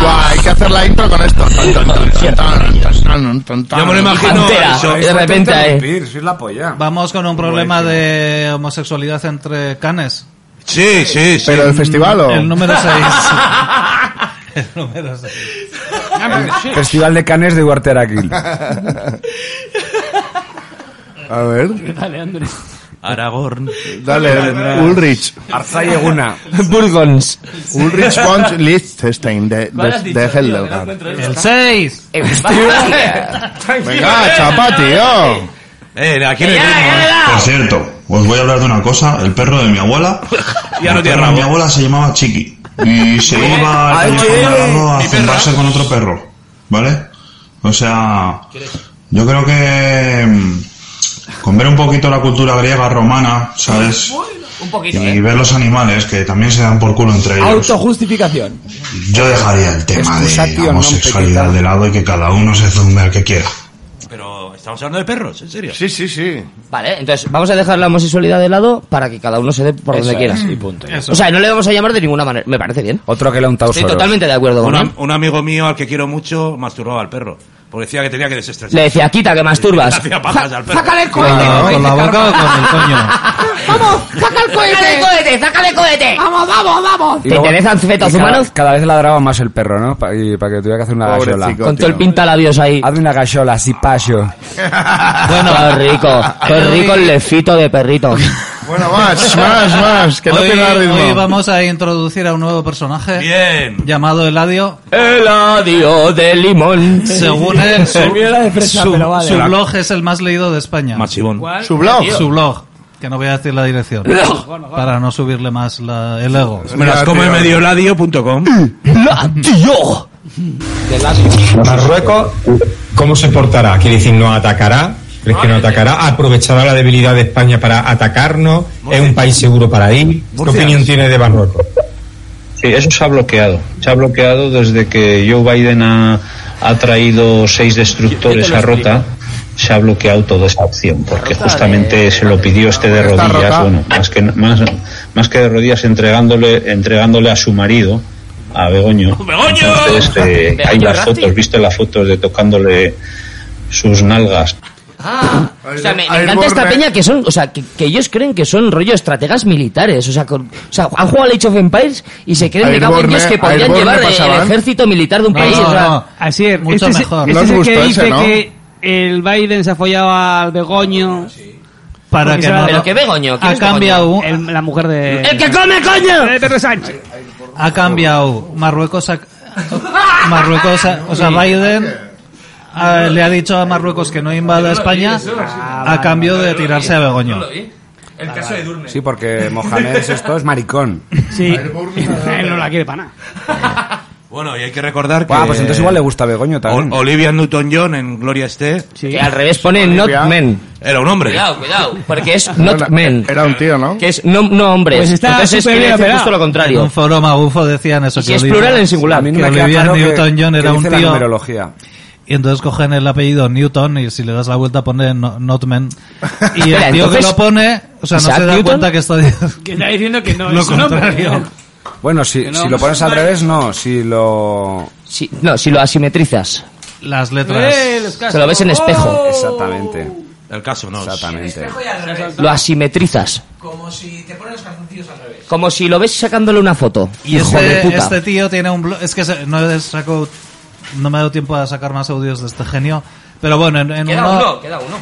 Speaker 6: Buah, hay que hacer la intro con esto. Tan, tan, tan, tan, tan, tan, tan, tan, tan.
Speaker 10: Yo me lo imagino eso.
Speaker 1: Sois la polla.
Speaker 11: Vamos con un problema de homosexualidad entre canes.
Speaker 10: Sí, sí, sí.
Speaker 6: ¿Pero el festival o...?
Speaker 11: El número 6. el número 6.
Speaker 1: Festival de Canes de Huarteraquil.
Speaker 6: A ver.
Speaker 7: Dale, Andrés.
Speaker 10: Aragorn.
Speaker 6: Dale, Ulrich.
Speaker 1: Arzayeguna.
Speaker 9: Burgons.
Speaker 6: Ulrich von Liechtenstein de, de, de Heidelberg.
Speaker 11: El 6.
Speaker 3: Eh,
Speaker 6: Venga, oh. chapa, tío.
Speaker 10: Eh, aquí no hay
Speaker 20: Por cierto, os voy a hablar de una cosa. El perro de mi abuela.
Speaker 10: Ya no
Speaker 20: el
Speaker 10: tiene
Speaker 20: perro de mi
Speaker 10: rabo.
Speaker 20: abuela se llamaba Chiqui. Y se iba al
Speaker 10: ay,
Speaker 20: callejón de al
Speaker 10: ay,
Speaker 20: lado a
Speaker 10: mi perra.
Speaker 20: zumbarse con otro perro. ¿Vale? O sea, yo creo que mm, con ver un poquito la cultura griega romana, ¿sabes?
Speaker 9: Un poquito,
Speaker 5: eh.
Speaker 10: ¿eh?
Speaker 20: Y ver los animales que también se dan por culo entre ellos.
Speaker 5: Autojustificación.
Speaker 20: Yo dejaría el tema de
Speaker 5: Excusatio non
Speaker 20: homosexualidad de lado y que cada uno se zumbe al que quiera.
Speaker 10: Pero estamos hablando de perros, ¿en serio?
Speaker 6: Sí, sí, sí.
Speaker 9: Vale, entonces vamos a dejar la homosexualidad de lado para que cada uno se dé por
Speaker 10: Eso
Speaker 9: donde
Speaker 10: es,
Speaker 9: quiera.
Speaker 10: y punto. Eso.
Speaker 9: O sea, no le vamos a llamar de ninguna manera. Me parece bien.
Speaker 1: Otro que le ha untado
Speaker 9: Estoy totalmente de acuerdo con
Speaker 10: Un,
Speaker 9: él.
Speaker 10: am- un amigo mío al que quiero mucho masturbaba al perro. Porque decía que tenía que desestresar.
Speaker 9: Le decía, quita que masturbas.
Speaker 10: Le hacía pajas al perro.
Speaker 9: sácale el cohete. Con- con la boca o con el coño.
Speaker 19: ¡Vamos! ¡Saca el cohete! ¡Sácale el cohete!
Speaker 9: ¡Sácale el cohete!
Speaker 19: ¡Vamos, vamos, vamos!
Speaker 9: ¿Te interesan fetos
Speaker 1: y cada-
Speaker 9: humanos?
Speaker 1: Cada vez ladraba más el perro, ¿no? Pa- y para que tuviera que hacer una
Speaker 9: Pobre
Speaker 1: gachola.
Speaker 9: chico, Con todo tío. el pintalabios ahí.
Speaker 1: Hazme una gachola, así payo.
Speaker 9: Bueno, qué rico. Qué rico el lefito de perrito.
Speaker 6: Bueno, más, más, más. Que no
Speaker 11: hoy,
Speaker 6: pierda el ritmo.
Speaker 11: hoy vamos a introducir a un nuevo personaje.
Speaker 10: Bien.
Speaker 11: Llamado Eladio.
Speaker 9: Eladio de limón.
Speaker 11: Según él, su,
Speaker 9: Me viene la de fresa,
Speaker 11: su-
Speaker 9: pero vale.
Speaker 11: su blog es el más leído de España.
Speaker 10: Machibón.
Speaker 7: ¿Cuál?
Speaker 6: Su blog.
Speaker 11: Su blog. Que no voy a decir la dirección. para no subirle más la- el ego.
Speaker 10: Me las como en medioladio.com.
Speaker 9: ¡Ladio!
Speaker 21: Marruecos, ¿cómo se portará? ¿Quiere decir no atacará? ¿Crees que no atacará? ¿Aprovechará la debilidad de España para atacarnos? ¿Es un país seguro para ir? ¿Qué
Speaker 22: Murcia.
Speaker 21: opinión tiene de Marruecos?
Speaker 22: Sí, eso se ha bloqueado. Se ha bloqueado desde que Joe Biden ha, ha traído seis destructores
Speaker 21: Yo- yo
Speaker 22: a
Speaker 21: te lo explico.
Speaker 22: Rota. Se ha bloqueado toda esa opción porque justamente se lo pidió este de
Speaker 21: está
Speaker 22: rodillas,
Speaker 21: Rota?
Speaker 22: bueno, más que más, más que de rodillas entregándole entregándole a su marido, a Begoño. Entonces, eh,
Speaker 19: Begoño
Speaker 22: hay las
Speaker 19: Ratti.
Speaker 22: fotos, viste las fotos de tocándole sus nalgas.
Speaker 9: Ah, o sea, me, me
Speaker 19: Airborne.
Speaker 9: encanta esta peña que son, o sea, que, que ellos creen que son rollo estrategas militares, o sea, con- o sea, han jugado al Age of Empires y se creen me cago en
Speaker 7: Airborne,
Speaker 9: Dios, que podrían
Speaker 7: Airborne
Speaker 9: llevar eh, el
Speaker 7: pasaban.
Speaker 9: ejército militar de un país, o sea,
Speaker 7: Así es.
Speaker 9: mucho
Speaker 7: este es-
Speaker 9: mejor.
Speaker 7: este
Speaker 9: No
Speaker 7: es
Speaker 9: os
Speaker 7: el que
Speaker 9: gustó
Speaker 7: dice
Speaker 9: ese, ¿no?
Speaker 7: que el Biden se ha follado al Begoño.
Speaker 11: para
Speaker 9: Porque
Speaker 11: que
Speaker 9: se va-
Speaker 11: no
Speaker 9: ¿Pero qué Begoño? ¿Quién
Speaker 11: ha
Speaker 9: es Begoño?
Speaker 11: cambiado un-
Speaker 7: El- la mujer de.
Speaker 9: Eh, ¡El que come, coño!
Speaker 7: De Eh, Pedro Sánchez.
Speaker 11: ha cambiado Marruecos ha- Marruecos ha- o sea Biden ah, le ha dicho a Marruecos que no invada España a cambio de tirarse a Begoño
Speaker 10: El caso de Durne.
Speaker 8: Sí, porque Mohamed es esto es maricón.
Speaker 7: Sí. Eh, Él no la quiere para nada.
Speaker 10: Bueno, y hay que recordar que.
Speaker 8: Ah, pues entonces igual le gusta Begoño también.
Speaker 10: Ol- Olivia Newton-John en Gloria esté.
Speaker 9: Que al revés pone not men.
Speaker 10: Era un hombre.
Speaker 9: Cuidado, cuidado. Porque es not men.
Speaker 6: Era un tío, ¿no?
Speaker 9: Que es no, no hombres.
Speaker 11: Pues
Speaker 9: Entonces quiere decir justo lo
Speaker 11: en
Speaker 9: contrario.
Speaker 11: un foro magufo decían eso
Speaker 9: Y si es plural en singular. A mí no
Speaker 11: que
Speaker 9: me queda
Speaker 11: Olivia
Speaker 9: claro que-
Speaker 11: Newton-John
Speaker 9: que
Speaker 11: era un
Speaker 9: dice la
Speaker 11: tío y entonces cogen el apellido Newton y si le das la vuelta pone no- Notman y el tío
Speaker 7: Espera,
Speaker 11: que
Speaker 7: entonces-
Speaker 11: lo pone o sea no
Speaker 7: ¿Isaac
Speaker 11: se da
Speaker 7: Newton?
Speaker 11: cuenta que está
Speaker 7: Que está diciendo que no
Speaker 11: Lo
Speaker 7: es su nombre.
Speaker 11: contrario.
Speaker 8: Bueno, si,
Speaker 7: no.
Speaker 8: si lo pones al revés, no. Si lo.
Speaker 9: no, si lo asimetrizas.
Speaker 11: las
Speaker 9: Eh, los cascos. Se lo ves en espejo. Oh.
Speaker 8: Exactamente.
Speaker 10: El caso no.
Speaker 8: Exactamente.
Speaker 9: Lo asimetrizas.
Speaker 5: Como si te ponen los calzoncillos al revés.
Speaker 9: Como si lo ves sacándole una foto.
Speaker 11: Y
Speaker 9: Hijo de
Speaker 11: este,
Speaker 9: puta.
Speaker 11: este tío tiene un blog. Es que se- no he saco- no me ha dado tiempo a sacar más audios de este genio. Pero bueno, en, en
Speaker 9: Queda
Speaker 11: uno.
Speaker 9: uno, queda uno.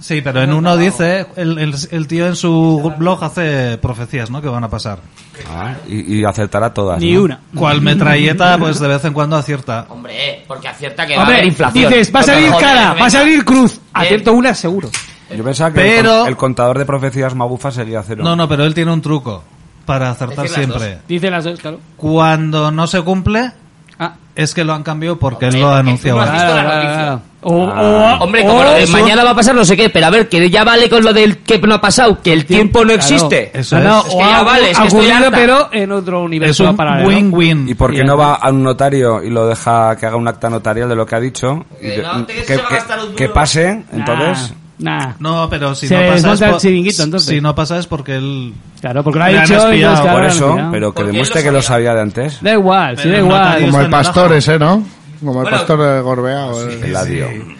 Speaker 11: Sí, pero en uno dice. El, el- el tío en su blog hace profecías, ¿no? Que van a pasar.
Speaker 8: Ah, y, y acertará todas.
Speaker 11: Ni
Speaker 8: ¿no?
Speaker 11: una. Cual metralleta, pues de vez en cuando acierta.
Speaker 9: Hombre, porque acierta que va a
Speaker 7: Hombre,
Speaker 9: haber inflación.
Speaker 7: dices, va a
Speaker 9: No te
Speaker 7: salir
Speaker 9: jodas,
Speaker 7: cara,
Speaker 9: venga.
Speaker 7: va a salir cruz.
Speaker 9: Acierto
Speaker 7: una seguro.
Speaker 8: Yo pensaba que
Speaker 11: Pero-
Speaker 8: el, con- el contador de profecías magufa sería cero.
Speaker 11: No, no, pero él tiene un truco para acertar siempre.
Speaker 7: Dice las dos, claro.
Speaker 11: Cuando no se cumple, es que lo han cambiado porque él lo ha anunciado.
Speaker 9: has visto la
Speaker 11: Ah,
Speaker 9: noticia.
Speaker 7: O-
Speaker 11: Ah.
Speaker 7: o-
Speaker 9: Hombre, como
Speaker 11: Oh,
Speaker 9: lo de
Speaker 11: eso-
Speaker 9: mañana va a pasar no sé qué, pero a ver, que ya vale con lo del que no ha pasado, que el tiempo no
Speaker 7: Claro,
Speaker 9: existe.
Speaker 7: No, no,
Speaker 9: es que
Speaker 7: o
Speaker 9: ya
Speaker 7: ha
Speaker 9: vale, es que estoy
Speaker 7: ocurrido,
Speaker 9: harta.
Speaker 7: pero en otro universo paralelo.
Speaker 8: ¿Y por qué no va a un notario y lo deja que haga un acta notarial de lo que ha dicho? Y de-
Speaker 7: no, te-
Speaker 8: que,
Speaker 7: se va a
Speaker 8: que-
Speaker 7: gastar un
Speaker 8: que
Speaker 7: duro.
Speaker 8: pase, entonces.
Speaker 7: Nah.
Speaker 11: No, pero si
Speaker 7: Se
Speaker 11: no pasa es
Speaker 7: desmonta el
Speaker 11: por-
Speaker 7: chiringuito, entonces.
Speaker 11: Si no pasa es porque él...
Speaker 7: Claro, porque lo ha
Speaker 11: Le han
Speaker 7: dicho y entonces,
Speaker 11: espiado.
Speaker 7: claro,
Speaker 8: Por
Speaker 7: lo han
Speaker 8: eso,
Speaker 7: espiado.
Speaker 8: pero que demuestre que lo sabía de antes.
Speaker 7: Da igual, sí,
Speaker 11: Pero
Speaker 7: da
Speaker 11: no
Speaker 7: igual.
Speaker 6: Como el pastor ese, ¿no? Como el pastor de Gorbea. o el-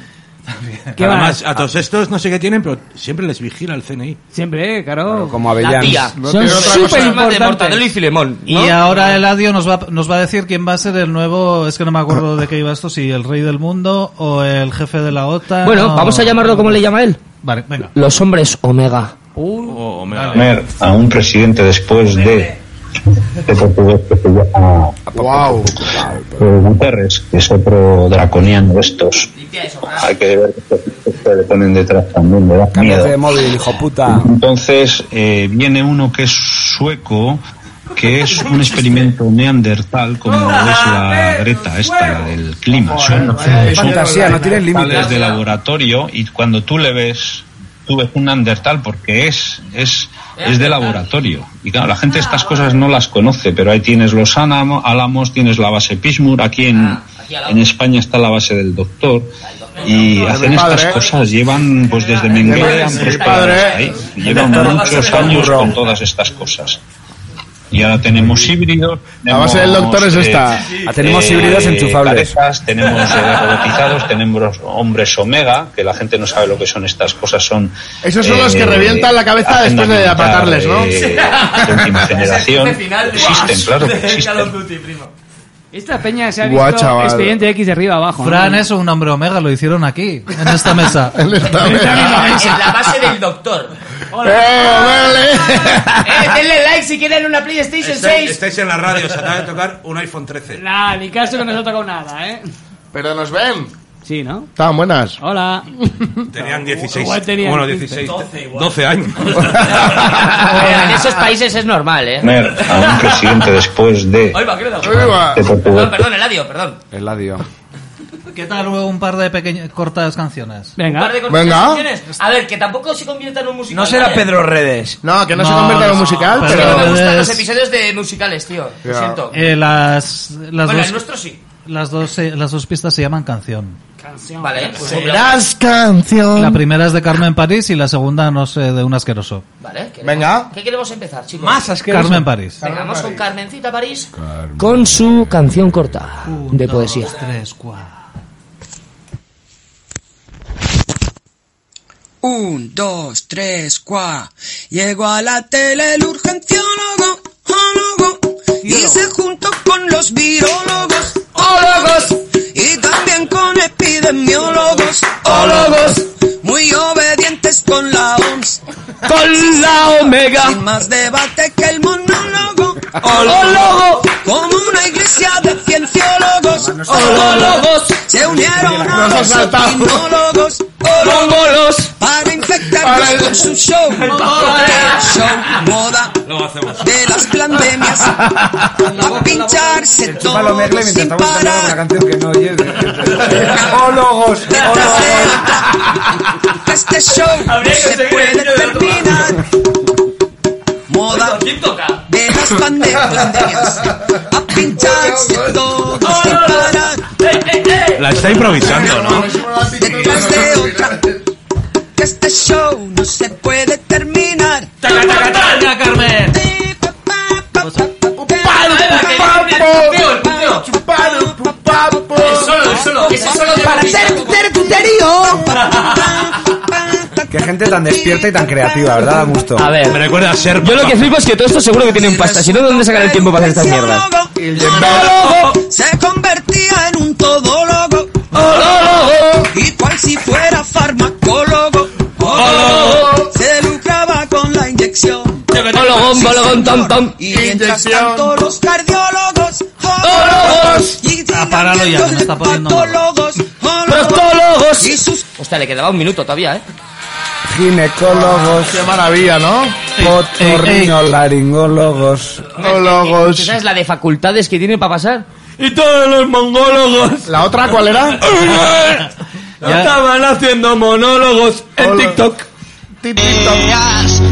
Speaker 7: ¿Qué
Speaker 10: Además, a todos estos no sé qué tienen, pero siempre les vigila el CNI.
Speaker 7: Siempre, claro.
Speaker 8: Como
Speaker 10: Avellanos.
Speaker 9: tía.
Speaker 10: No
Speaker 7: Son
Speaker 10: tiene otra cosa.
Speaker 7: súper
Speaker 9: de Mortadelo y
Speaker 7: importantes.
Speaker 9: Filemón. ¿no?
Speaker 11: Y ahora Eladio nos va, nos va a decir quién va a ser el nuevo... Es que no me acuerdo de qué iba esto, si el rey del mundo o el jefe de la OTAN.
Speaker 9: Bueno,
Speaker 11: o-
Speaker 9: vamos a llamarlo como le llama él.
Speaker 11: Vale, venga.
Speaker 9: Los hombres omega.
Speaker 22: Oh, Poner a un presidente después de, de portugués que se llama
Speaker 6: Wow.
Speaker 22: eh, Guterres, que es otro draconiano de estos. Hay que ver que se le ponen detrás también, le da miedo.
Speaker 8: Cámbiate de móvil, hijo puta.
Speaker 22: Entonces eh, viene uno que es sueco, que es un experimento neandertal, como es la Greta, esta, la del clima. Son,
Speaker 8: Joder,
Speaker 22: son
Speaker 8: fantasía, no tienes límites.
Speaker 22: neandertales de laboratorio y cuando tú le ves, tú ves un neandertal porque es, es, es de laboratorio. Y claro, la gente estas cosas no las conoce, pero ahí tienes los ánamo- álamos, tienes la base Pismur, Ah, aquí en, en España está la base del doctor. Y hacen estas
Speaker 8: ¿eh?
Speaker 6: padre.
Speaker 22: cosas, llevan pues desde
Speaker 6: padre,
Speaker 22: Mengele
Speaker 6: sí,
Speaker 22: han
Speaker 6: mi
Speaker 22: prosperado
Speaker 6: padre.
Speaker 22: hasta ahí. Llevan
Speaker 6: Doctor,
Speaker 22: muchos
Speaker 6: doctor
Speaker 22: años
Speaker 6: Burro.
Speaker 22: con todas estas cosas. Y ahora tenemos híbridos. eh,
Speaker 6: La base del doctor es esta. Ah, tenemos híbridos enchufables.
Speaker 22: cabezas, tenemos eh, robotizados, tenemos hombres omega, que la gente no sabe lo que son estas cosas. Son,
Speaker 6: Esos son los que revientan la cabeza
Speaker 22: agenda
Speaker 6: después de
Speaker 22: militar,
Speaker 6: apatarles, ¿no?
Speaker 22: eh, de última generación. Existen, claro que existen.
Speaker 7: Esta peña se ha
Speaker 11: Guau,
Speaker 7: visto
Speaker 11: chaval.
Speaker 7: expediente X de arriba abajo. ¿no?
Speaker 11: Fran es un hombre omega, lo hicieron aquí, en esta mesa.
Speaker 9: En la base del doctor.
Speaker 10: Oh,
Speaker 9: Eh, denle like si quieren una PlayStation
Speaker 10: Estáis,
Speaker 9: 6.
Speaker 10: estáis en la radio, se acaba de tocar un iPhone 13.
Speaker 7: Nah, ni caso que no se ha tocado nada, ¿eh?
Speaker 6: Pero nos ven.
Speaker 7: Sí, ¿no?
Speaker 6: Estaban buenas.
Speaker 7: Hola.
Speaker 10: Tenían 16.
Speaker 7: Igual tenían
Speaker 10: bueno,
Speaker 7: 15.
Speaker 10: 16. 12 años.
Speaker 9: Pero en esos países es normal, ¿eh?
Speaker 22: Poner a un presidente después de,
Speaker 9: Hoy va, creo.
Speaker 22: Ahí va.
Speaker 9: Perdón, perdón, Eladio, perdón.
Speaker 8: Eladio.
Speaker 11: ¿Qué tal un par de pequeñas cortas canciones?
Speaker 9: Un par de cortitas canciones. A ver, que tampoco se convierta en un musical. ¿vale?
Speaker 5: Redes.
Speaker 6: No, que no, se
Speaker 11: No,
Speaker 6: convierta en un
Speaker 11: no,
Speaker 6: musical,
Speaker 11: Pedro
Speaker 6: pero.
Speaker 9: No me gustan los
Speaker 11: Redes.
Speaker 9: episodios de musicales, tío. Lo
Speaker 6: Ya.
Speaker 9: siento.
Speaker 11: Eh, las, las
Speaker 9: Bueno,
Speaker 11: dos,
Speaker 9: el nuestro sí.
Speaker 11: las, dos, eh, las dos pistas se llaman canción.
Speaker 9: Vale, pues
Speaker 6: Serás canción.
Speaker 11: La primera es de Carmen París y la segunda, no sé, de un asqueroso.
Speaker 9: Vale, ¿qué-
Speaker 6: Venga.
Speaker 9: ¿Qué queremos empezar, chicos?
Speaker 11: Más asqueroso. Carmen París.
Speaker 9: Venga, vamos con Carmencita París.
Speaker 14: Con su canción corta de poesía.
Speaker 23: Un, dos, tres, cuá. Llegó a la tele el urgenciólogo, ólogo, y se juntó con los virólogos, ólogos, y también con epidemiólogos, ólogos, muy obedientes con la OMS,
Speaker 5: omega.
Speaker 23: Sin más debate que el monólogo.
Speaker 5: Olólogo.
Speaker 23: Como una iglesia de cienciólogos.
Speaker 5: Olólogos.
Speaker 23: Se unieron a
Speaker 5: Nos ha
Speaker 23: los
Speaker 5: saltado.
Speaker 23: opinólogos.
Speaker 5: Mongolos.
Speaker 23: Para infectarnos con su show. Show moda
Speaker 10: Luego hacemos.
Speaker 23: de las pandemias. A pincharse
Speaker 8: Chúpalo, Merle,
Speaker 23: todos
Speaker 8: mientras
Speaker 23: sin
Speaker 8: estamos cantando
Speaker 23: parar.
Speaker 8: una canción que no oye. ¡Ólogos!
Speaker 23: que este show
Speaker 5: Habría que
Speaker 23: no se
Speaker 5: seguir
Speaker 23: puede
Speaker 5: el niño de la
Speaker 23: terminar. Moda de las pande- pandemias a pincharse todos sin parar
Speaker 5: Eh,
Speaker 10: La está improvisando, ¿no?
Speaker 23: detrás de otra. Que este show no se puede terminar.
Speaker 5: ¡Taca, taca, taca, Carmen!
Speaker 23: Para hacer puter puterío.
Speaker 8: Qué gente tan despierta y tan creativa, ¿verdad? Da gusto.
Speaker 5: A ver.
Speaker 10: Me recuerda a ser.
Speaker 5: Yo lo que flipo es que todo esto seguro que tienen pasta. Si no, ¿dónde sacan el tiempo para hacer estas mierdas? Oh,
Speaker 23: Monólogo se convertía en un todólogo.
Speaker 5: oh,
Speaker 23: Y cual si fuera farmacólogo. oh,
Speaker 5: oh,
Speaker 23: Se lucraba con la inyección.
Speaker 5: Bologón, bologón, tom, tom. Oh,
Speaker 23: Y mientras tanto los cardiólogos. oh,
Speaker 5: Ólogos.
Speaker 23: Y
Speaker 5: Ah, páralo ya, que no está poniendo nada.
Speaker 23: patólogos.
Speaker 5: ¡Proctólogos! Hostia, le quedaba un minuto todavía, ¿eh?
Speaker 8: Ginecólogos.
Speaker 6: Qué maravilla, ¿no?
Speaker 8: Otorrinolaringólogos.
Speaker 5: ¿Tú sabes la de facultades que tiene para pasar? ¡Y todos los mongólogos!
Speaker 6: ¿La otra cuál era?
Speaker 5: Estaban haciendo monólogos en TikTok.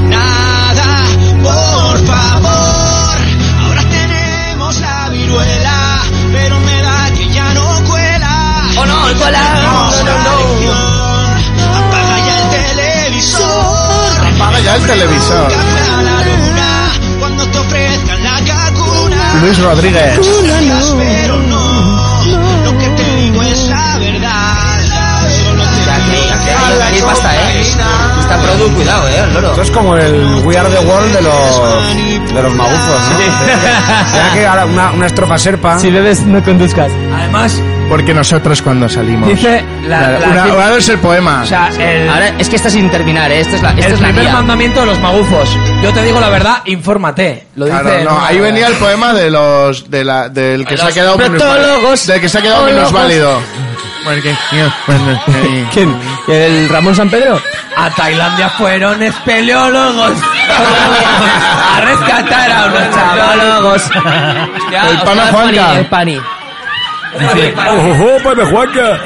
Speaker 3: nada, por favor. Ahora tenemos la viruela, pero me da que ya no cuela.
Speaker 5: Oh, no, cuela.
Speaker 3: No, no, no. Apaga ya el televisor.
Speaker 6: Apaga ya el
Speaker 3: A
Speaker 6: televisor.
Speaker 3: la luna, cuando te ofrezcan la vacuna.
Speaker 6: Luis Rodríguez.
Speaker 3: Pero no, lo que te digo es la verdad. Solo te
Speaker 5: Aquí pasta, ¿eh? Está produ, cuidado, ¿eh? El loro.
Speaker 8: Esto es como el We Are the World de los, de los magufos, ¿no? Será que ahora una, una estrofa serpa.
Speaker 5: Si bebes, no conduzcas.
Speaker 9: Además,
Speaker 6: Porque nosotros cuando salimos.
Speaker 5: Dice la- la-
Speaker 6: una- ahora es el poema.
Speaker 9: O sea, el-
Speaker 5: Ahora, es que está sin terminar, ¿eh? Esto es la, esto
Speaker 9: el
Speaker 5: es la
Speaker 9: primer
Speaker 5: guía.
Speaker 9: mandamiento de los magufos.
Speaker 7: Yo te digo la verdad, infórmate. Lo dice.
Speaker 6: Claro, no, ahí venía el poema de los de la, del que
Speaker 7: Los
Speaker 6: se ha quedado
Speaker 7: protólogos,
Speaker 6: del que se ha quedado menos
Speaker 7: ólogos.
Speaker 6: válido.
Speaker 5: ¿Quién? ¿El Ramón San Pedro?
Speaker 7: A Tailandia fueron espeleólogos a rescatar a unos chavalogos.
Speaker 5: El pana Juanca. El pani.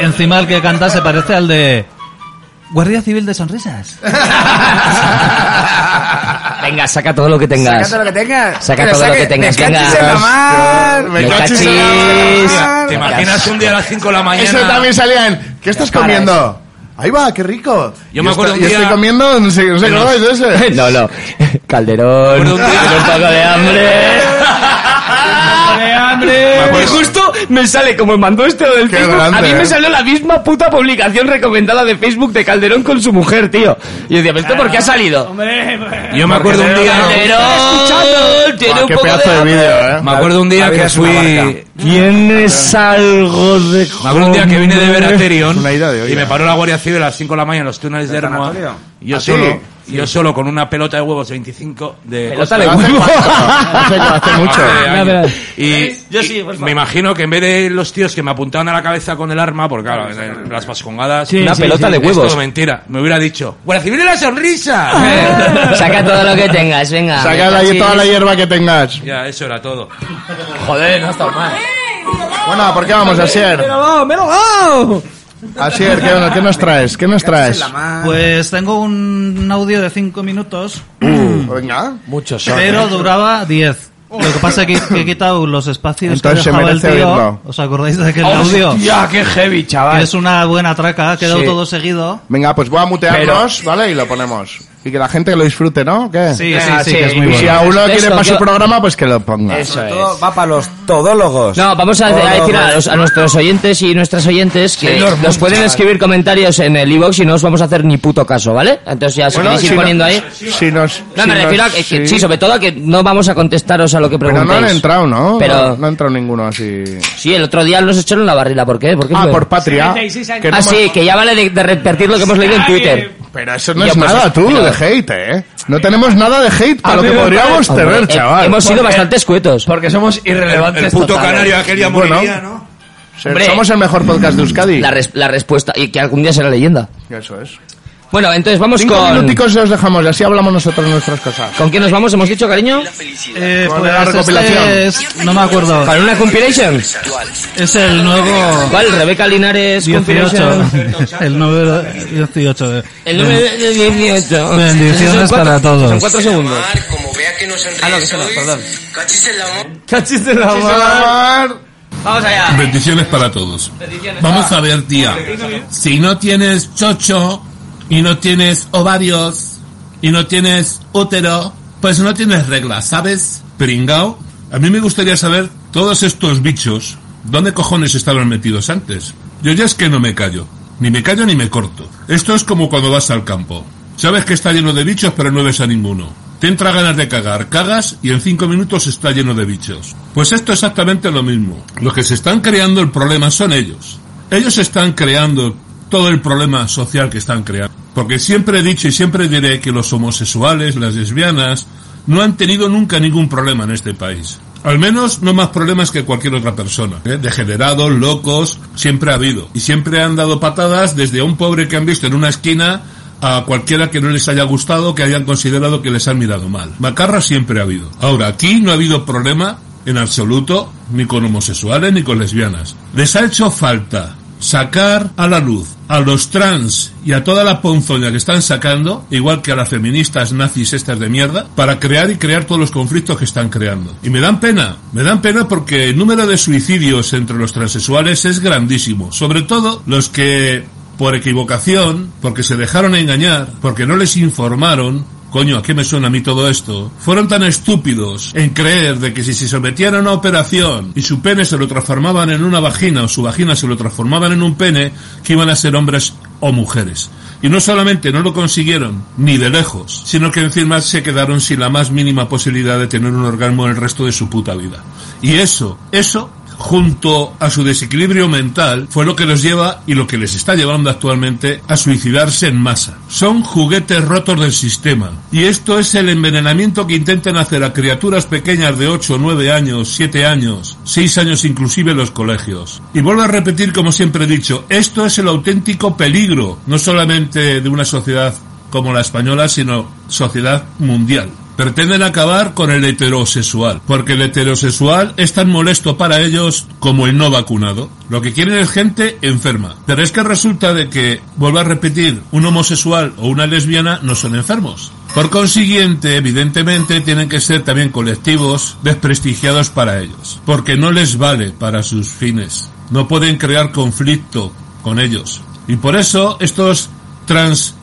Speaker 11: Encima el que canta se parece al de Guardia Civil de Sonrisas.
Speaker 5: Venga, saca todo lo que tengas.
Speaker 8: Saca todo lo que tengas.
Speaker 5: Ah, Saca
Speaker 8: Pero
Speaker 5: todo lo
Speaker 8: saque-
Speaker 5: que tengas,
Speaker 8: me cachis
Speaker 5: venga.
Speaker 8: en la mar.
Speaker 5: Me cachis.
Speaker 10: ¿Te imaginas un día a las 5 de la mañana?
Speaker 6: Eso también salía en ¿Qué estás
Speaker 10: Cara,
Speaker 6: comiendo? Ahí va, qué rico.
Speaker 10: Yo me acuerdo
Speaker 6: estoy,
Speaker 10: un
Speaker 6: yo
Speaker 10: día-
Speaker 6: estoy comiendo, no sé, no sé
Speaker 10: Pero-
Speaker 6: cómo es ese.
Speaker 5: No, no. Calderón. Tiene un poco de hambre. de hambre. Y justo me sale, como mandó este lo del
Speaker 6: Qué
Speaker 5: Facebook,
Speaker 6: grande,
Speaker 5: a mí me
Speaker 6: eh.
Speaker 5: salió la misma puta publicación recomendada de Facebook de Calderón con su mujer, tío. Y yo decía, ¿pero esto por qué ha salido?
Speaker 10: Yo me acuerdo un día.
Speaker 5: Calderón tiene
Speaker 6: Ah,
Speaker 5: un
Speaker 6: qué
Speaker 5: poco de
Speaker 6: pedazo de
Speaker 5: hambre.
Speaker 6: vídeo, eh.
Speaker 10: Me acuerdo un día que
Speaker 8: Había sido
Speaker 10: fui.
Speaker 8: una
Speaker 10: Me
Speaker 8: barca.
Speaker 5: Tienes algo de...
Speaker 10: acuerdo un día que vine de ver a Terion
Speaker 6: Una idea de olla.
Speaker 10: y me paró la Guardia Civil a las 5 de la mañana en los túneles de Hermoa.
Speaker 8: tanatorio?
Speaker 10: Yo
Speaker 6: ¿A
Speaker 10: solo,
Speaker 6: ti?
Speaker 10: yo solo con una pelota de huevos 25 de
Speaker 5: Pelota de
Speaker 10: Costa.
Speaker 5: huevos.
Speaker 6: Hace, hace mucho.
Speaker 10: Hace años.
Speaker 5: verdad.
Speaker 10: Y
Speaker 9: Yo sí, por favor.
Speaker 10: me imagino que en vez de los tíos que me apuntaban a la cabeza con el arma, porque claro, en- en las pascongadas.
Speaker 5: Sí, Una sí, pelota sí. de
Speaker 10: Es
Speaker 5: huevos.
Speaker 10: todo mentira. Me hubiera dicho, ¡Guardia Civil y la sonrisa!
Speaker 5: Saca todo lo que tengas, venga.
Speaker 6: Saca la- toda la hierba que tengas.
Speaker 10: ya, eso era todo.
Speaker 9: Joder, no ha estado mal.
Speaker 6: Bueno, ¿por qué vamos, Asier?
Speaker 5: ¡Me lo hago!
Speaker 6: Asier, ¿qué, qué nos traes? ¿Qué nos traes?
Speaker 11: Pues tengo un audio de 5 minutos,
Speaker 6: Uh, venga.
Speaker 7: Muchos son. ¿eh?
Speaker 11: pero duraba 10. Lo
Speaker 9: Oh.
Speaker 11: que pasa es que, que he quitado los espacios
Speaker 6: Entonces
Speaker 11: que
Speaker 6: se
Speaker 11: dejaba el
Speaker 6: merece
Speaker 11: tío.
Speaker 6: oírlo.
Speaker 11: ¿Os acordáis de aquel audio?
Speaker 9: Ya, qué heavy,
Speaker 11: Que
Speaker 9: chaval.
Speaker 11: es una buena traca, ha quedado
Speaker 9: Sí.
Speaker 11: todo seguido.
Speaker 6: Venga, pues voy a mutearnos, ¿vale? Y lo ponemos. Y que la gente lo disfrute, ¿no? ¿Qué?
Speaker 11: Sí, sí,
Speaker 9: Ah,
Speaker 11: sí,
Speaker 9: sí.
Speaker 11: que es muy
Speaker 6: Y si
Speaker 11: bueno.
Speaker 6: a uno
Speaker 9: Eso,
Speaker 6: quiere para su
Speaker 9: yo-
Speaker 6: programa, pues que lo ponga.
Speaker 9: Eso
Speaker 8: Todo
Speaker 9: es.
Speaker 8: va para los todólogos.
Speaker 5: No, vamos a, a decir a, los- a nuestros oyentes y nuestras oyentes que
Speaker 8: Sailor Moon,
Speaker 5: nos pueden
Speaker 8: chaval.
Speaker 5: escribir comentarios en el iBox y no os vamos a hacer ni puto caso, ¿vale? Entonces ya se
Speaker 6: Bueno,
Speaker 5: podéis ir
Speaker 6: si no-
Speaker 5: poniendo ahí.
Speaker 6: Si nos,
Speaker 5: No,
Speaker 6: si
Speaker 5: me
Speaker 6: nos-
Speaker 5: refiero a que, que-
Speaker 6: sí.
Speaker 5: sí, sobre todo a que no vamos a contestaros a lo que
Speaker 6: Pero
Speaker 5: preguntáis.
Speaker 6: no han entrado, ¿no?
Speaker 5: Pero-
Speaker 6: No, no ha entrado ninguno así.
Speaker 5: Sí, el otro día nos echaron la barrila, ¿por qué? ¿Por qué
Speaker 6: Ah,
Speaker 5: fue?
Speaker 6: por patria.
Speaker 24: 76 años.
Speaker 6: Que no
Speaker 5: Ah,
Speaker 6: hemos-
Speaker 5: sí, que ya vale de, de repetir lo que hemos leído en Twitter.
Speaker 6: Pero eso no
Speaker 5: Ya,
Speaker 6: es
Speaker 5: pues,
Speaker 6: nada, tú,
Speaker 5: pero-
Speaker 6: de hate, ¿eh? No tenemos nada de hate para lo que podríamos
Speaker 5: eh,
Speaker 6: tener, chaval.
Speaker 9: escuetos.
Speaker 5: Porque somos irrelevantes.
Speaker 6: El puto
Speaker 5: totales.
Speaker 6: canario aquel ya Bueno. moriría,
Speaker 5: ¿no?
Speaker 6: Somos el mejor podcast de Euskadi.
Speaker 9: La, res- la respuesta, y que algún día será leyenda.
Speaker 6: Eso es.
Speaker 9: Bueno, entonces vamos
Speaker 6: Cinco
Speaker 9: con...
Speaker 6: minuticos y os dejamos, y así hablamos nosotros nuestras cosas.
Speaker 9: ¿Con quién nos vamos? ¿Hemos dicho, cariño?
Speaker 11: Eh,
Speaker 6: Con
Speaker 11: pues
Speaker 6: la recopilación.
Speaker 11: este es- no me acuerdo.
Speaker 9: ¿Con una compilation?
Speaker 11: Es el nuevo...
Speaker 9: ¿Cuál? Rebeca Linares
Speaker 11: 18.
Speaker 9: compilation.
Speaker 11: El número 18. de-
Speaker 9: El número
Speaker 11: de-
Speaker 9: de 18.
Speaker 11: Bendiciones
Speaker 9: Son cuatro-
Speaker 11: para todos.
Speaker 9: Son cuatro segundos. Ah, no, que son dos, perdón. Cachis de la mar. Vamos allá.
Speaker 12: Bendiciones para todos. Vamos a ver, tía. Si no tienes chocho y no tienes ovarios y no tienes útero, pues no tienes reglas, ¿sabes? Pringao. A mí me gustaría saber todos estos bichos, ¿dónde cojones estaban metidos antes? Yo ya es que no me callo. Ni me callo ni me corto. Esto es como cuando vas al campo. Sabes que está lleno de bichos, pero no ves a ninguno. Te entra ganas de cagar, cagas y en cinco minutos está lleno de bichos. Pues esto es exactamente lo mismo. Los que se están creando el problema son ellos. Ellos están creando todo el problema social que están creando. Porque siempre he dicho y siempre diré que los homosexuales, las lesbianas, no han tenido nunca ningún problema en este país. Al menos no más problemas que cualquier otra persona. ¿eh? Degenerados, locos, siempre ha habido. Y siempre han dado patadas desde a un pobre que han visto en una esquina a cualquiera que no les haya gustado, que hayan considerado que les han mirado mal. Macarra siempre ha habido. Ahora, aquí no ha habido problema en absoluto, ni con homosexuales ni con lesbianas. Les ha hecho falta sacar a la luz a los trans y a toda la ponzoña que están sacando, igual que a las feministas nazis estas de mierda, para crear y crear todos los conflictos que están creando. Y me dan pena, me dan pena porque el número de suicidios entre los transexuales es grandísimo, sobre todo los que por equivocación, porque se dejaron engañar, porque no les informaron, coño, ¿a qué me suena a mí todo esto? Fueron tan estúpidos en creer de que si se sometían a una operación y su pene se lo transformaban en una vagina o su vagina se lo transformaban en un pene, que iban a ser hombres o mujeres. Y no solamente no lo consiguieron, ni de lejos, sino que encima se quedaron sin la más mínima posibilidad de tener un orgasmo el resto de su puta vida. Y eso, eso junto a su desequilibrio mental, fue lo que los lleva y lo que les está llevando actualmente a suicidarse en masa. Son juguetes rotos del sistema. Y esto es el envenenamiento que intentan hacer a criaturas pequeñas de 8, 9 años, 7 años, 6 años inclusive en los colegios. Y vuelvo a repetir como siempre he dicho, esto es el auténtico peligro, no solamente de una sociedad como la española, sino sociedad mundial. Pretenden acabar con el heterosexual, porque el heterosexual es tan molesto para ellos como el no vacunado. Lo que quieren es gente enferma. Pero es que resulta de que, vuelvo a repetir, un homosexual o una lesbiana no son enfermos. Por consiguiente, evidentemente, tienen que ser también colectivos desprestigiados para ellos, porque no les vale para sus fines. No pueden crear conflicto con ellos. Y por eso estos trans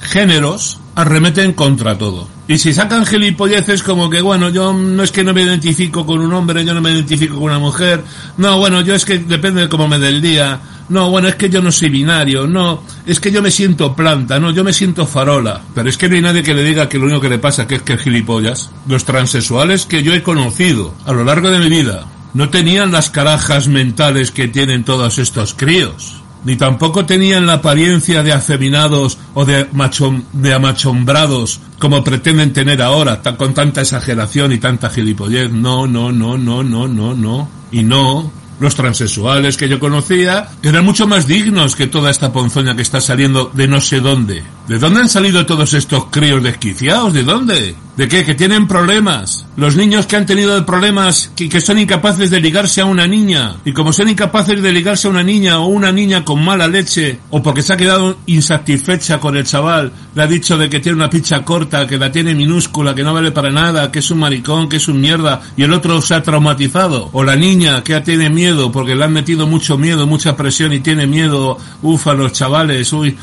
Speaker 12: géneros arremeten contra todo. Y si sacan gilipolleces como que, bueno, yo no es que no me identifico con un hombre, yo no me identifico con una mujer, no, bueno, yo es que depende de cómo me dé el día, no, bueno, es que yo no soy binario, no, es que yo me siento planta, no, yo me siento farola. Pero es que no hay nadie que le diga que lo único que le pasa que es que es gilipollas. Los transexuales que yo he conocido a lo largo de mi vida no tenían las carajas mentales que tienen todos estos críos ni tampoco tenían la apariencia de afeminados o de, machom- de amachombrados como pretenden tener ahora, ta- con tanta exageración y tanta gilipollez. No, no, no, no, no, no, no. Y no. Los transexuales que yo conocía eran mucho más dignos que toda esta ponzoña que está saliendo de no sé dónde. ¿De dónde han salido todos estos críos desquiciados? ¿De dónde? ¿De qué? ¿Que tienen problemas? Los niños que han tenido problemas, que, que son incapaces de ligarse a una niña. Y como son incapaces de ligarse a una niña o una niña con mala leche, o porque se ha quedado insatisfecha con el chaval, le ha dicho de que tiene una picha corta, que la tiene minúscula, que no vale para nada, que es un maricón, que es un mierda, y el otro se ha traumatizado. O la niña que ya tiene miedo porque le han metido mucho miedo, mucha presión y tiene miedo, ufa, los chavales, uy,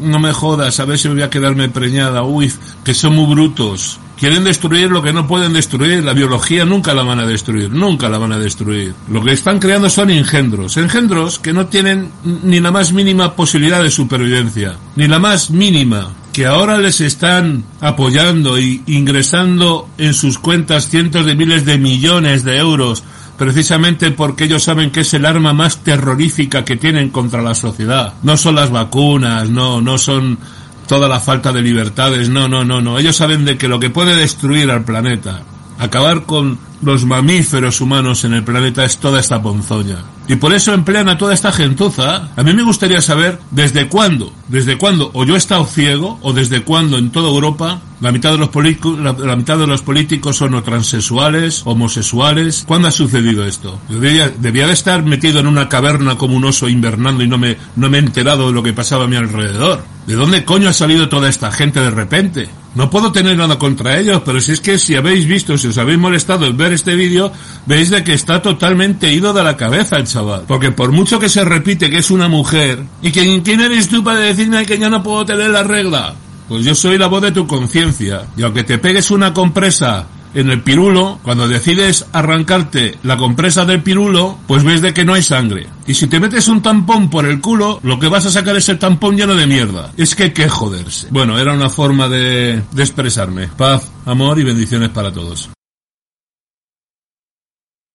Speaker 12: no me jodas, a ver si voy a quedarme preñada, uy, que son muy brutos. Quieren destruir lo que no pueden destruir. La biología nunca la van a destruir, nunca la van a destruir. Lo que están creando son engendros, engendros que no tienen ni la más mínima posibilidad de supervivencia, ni la más mínima que ahora les están apoyando y ingresando en sus cuentas cientos de miles de millones de euros precisamente porque ellos saben que es el arma más terrorífica que tienen contra la sociedad. No son las vacunas, no, no son toda la falta de libertades. No, no, no, no. Ellos saben de que lo que puede destruir al planeta, acabar con los mamíferos humanos en el planeta es toda esta ponzoña. Y por eso emplean a toda esta gentuza. A mí me gustaría saber desde cuándo, desde cuándo, o yo he estado ciego, o desde cuándo en toda Europa la mitad de los, policu- la, la mitad de los políticos son o transexuales, homosexuales. ¿Cuándo ha sucedido esto? Yo diría, debía de estar metido en una caverna como un oso invernando y no me, no me he enterado de lo que pasaba a mi alrededor. ¿De dónde coño ha salido toda esta gente de repente? No puedo tener nada contra ellos, pero si es que si habéis visto, si os habéis molestado en ver este vídeo, veis de que está totalmente ido de la cabeza el chaval. Porque por mucho que se repite que es una mujer, y que quién eres tú para decirme que yo no puedo tener la regla. Pues yo soy la voz de tu conciencia. Y aunque te pegues una compresa en el pirulo, cuando decides arrancarte la compresa del pirulo, pues ves de que no hay sangre. Y si te metes un tampón por el culo, lo que vas a sacar es el tampón lleno de mierda. Es que hay que joderse. Bueno, era una forma de, de expresarme. Paz, amor y bendiciones para todos.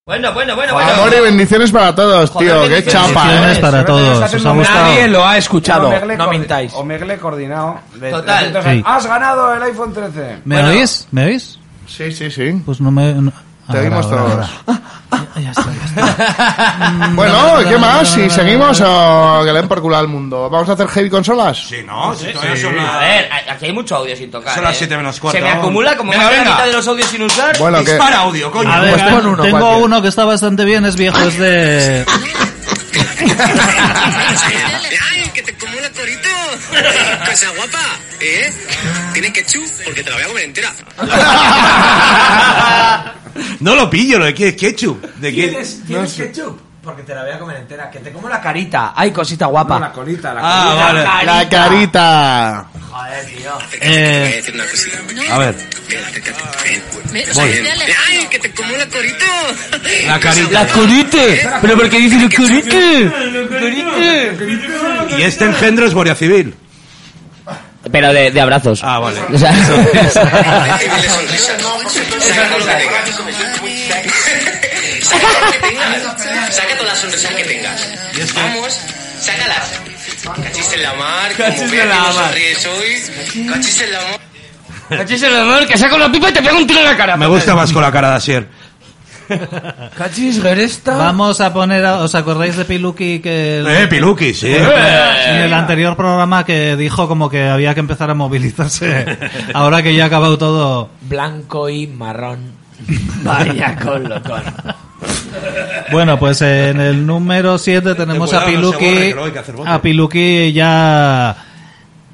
Speaker 9: Bueno, bueno, bueno, bueno.
Speaker 6: Amor y bendiciones para todos, tío. Qué chapa, ¿eh?
Speaker 11: Bendiciones para todos. ¿Os ha gustado?
Speaker 5: Nadie lo ha escuchado.
Speaker 8: Omegle
Speaker 5: No
Speaker 8: coordi-
Speaker 5: mintáis.
Speaker 8: Omegle coordinado. de-
Speaker 5: Total.
Speaker 8: de- entonces,
Speaker 11: Sí.
Speaker 8: Has ganado el iPhone 13.
Speaker 11: ¿Me oís? ¿Me oís?
Speaker 6: Sí, sí, sí.
Speaker 11: Pues no me... no-
Speaker 6: Te
Speaker 11: Ahora,
Speaker 6: oímos
Speaker 11: ahora,
Speaker 6: todos.
Speaker 11: ahora.
Speaker 6: Bueno, ¿y ¿qué más? ¿Si seguimos o que le den por culo al mundo? ¿Vamos a hacer heavy consolas?
Speaker 10: Sí, no, si todavía son las-
Speaker 9: A ver, a- aquí hay mucho audio sin tocar.
Speaker 10: Son las
Speaker 9: ¿eh?
Speaker 10: siete menos cuarto.
Speaker 9: Se me acumula como
Speaker 10: Venga,
Speaker 9: más de la
Speaker 10: venga.
Speaker 9: mitad de los audios sin usar.
Speaker 6: Bueno, que- Pues
Speaker 10: Dispara audio, coño.
Speaker 11: A ver, tengo uno que está bastante bien, es viejo, es de... ¿eh?
Speaker 15: ¡Ay, que te como una torito! Cosa guapa, ¿eh? Tienes que chu, porque te la voy a comer entera.
Speaker 10: No lo pillo, lo de que- ketchup. ¿De qué?
Speaker 5: ¿Tienes, tienes ketchup? Porque te la voy a comer entera. Que te como la carita. Ay, cosita guapa.
Speaker 8: la colita, la
Speaker 5: Ah,
Speaker 8: colita.
Speaker 5: vale.
Speaker 6: La carita.
Speaker 15: Joder, tío.
Speaker 11: Eh,
Speaker 15: A
Speaker 10: ver.
Speaker 15: Voy. ¡Ay, que te como una torito!
Speaker 5: La carita.
Speaker 15: La
Speaker 5: corite. Pero porque dice la corite.
Speaker 10: Y este engendro es Guardia Civil.
Speaker 9: Pero de, de abrazos.
Speaker 10: Ah, vale.
Speaker 9: O sea,
Speaker 15: Saca lo que tengas. Saca todas las sonrisas que tengas.
Speaker 10: este.
Speaker 15: Vamos, sácalas. Cachis en la mar, como
Speaker 9: Cachis
Speaker 15: vea que
Speaker 9: en la
Speaker 15: no
Speaker 9: mar.
Speaker 15: sonríes hoy. Cachis en la mar.
Speaker 9: Cachis el amor, que saco la pipa y te pego un tiro en la cara.
Speaker 10: Me gusta más con la cara de Asier.
Speaker 5: Cachis, Geresta.
Speaker 11: Vamos a poner, a- ¿os acordáis de Piluki que...
Speaker 10: Eh, Piluki, sí.
Speaker 11: En el anterior programa que dijo como que había que empezar a movilizarse. Ahora que ya ha acabado todo...
Speaker 5: Blanco y marrón.
Speaker 9: Vaya con loco.
Speaker 11: Bueno, pues eh, en el número 7 tenemos a
Speaker 5: cuidado, no se
Speaker 11: Piluki.
Speaker 5: borre, que luego hay que hacer bote.
Speaker 11: a Piluki ya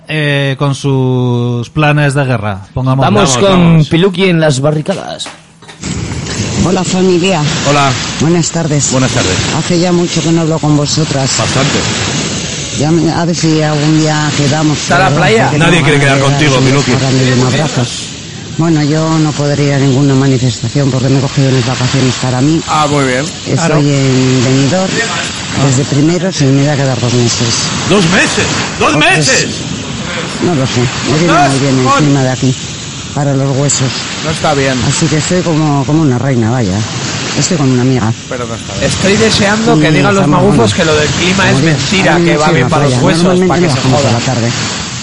Speaker 11: eh, con sus planes de guerra. Pongamos
Speaker 9: Vamos con Piluki en las barricadas.
Speaker 4: Hola familia.
Speaker 10: Hola.
Speaker 4: Buenas tardes.
Speaker 10: Buenas tardes.
Speaker 4: Hace ya mucho que no hablo con vosotras.
Speaker 10: Bastante.
Speaker 4: Ya me- a ver si algún día quedamos.
Speaker 10: ¿Está la
Speaker 4: pero
Speaker 10: playa?
Speaker 4: es que
Speaker 10: Nadie
Speaker 4: tengo
Speaker 10: quiere
Speaker 4: ganas
Speaker 10: quedar
Speaker 4: de
Speaker 10: contigo,
Speaker 4: daros
Speaker 10: Piluki.
Speaker 4: Un grande y un abrazo. Bueno, yo no podré ir a ninguna manifestación porque me he cogido unas vacaciones para mí.
Speaker 6: Ah, muy bien.
Speaker 4: Estoy en Benidorm. Desde primero se me va a quedar dos meses.
Speaker 10: ¡Dos meses! ¡Dos
Speaker 4: Otros-
Speaker 10: meses!
Speaker 4: No lo sé. Me viene muy bien el clima de aquí. Para los huesos.
Speaker 6: No está bien.
Speaker 4: Así que estoy como, como una reina, vaya. Estoy como una amiga.
Speaker 6: Pero no está bien.
Speaker 5: Estoy deseando que
Speaker 4: Sí,
Speaker 5: digan los
Speaker 4: estamos
Speaker 5: magufos
Speaker 4: buenos.
Speaker 5: que lo del clima es
Speaker 4: Como digo,
Speaker 5: mentira,
Speaker 4: ahora
Speaker 5: que
Speaker 4: mismo
Speaker 5: va
Speaker 4: estoy en
Speaker 5: bien
Speaker 4: la
Speaker 5: para los
Speaker 4: playa.
Speaker 5: huesos,
Speaker 4: Normalmente
Speaker 5: para que
Speaker 4: no
Speaker 5: se
Speaker 4: bajamos a
Speaker 5: joda.
Speaker 4: la tarde.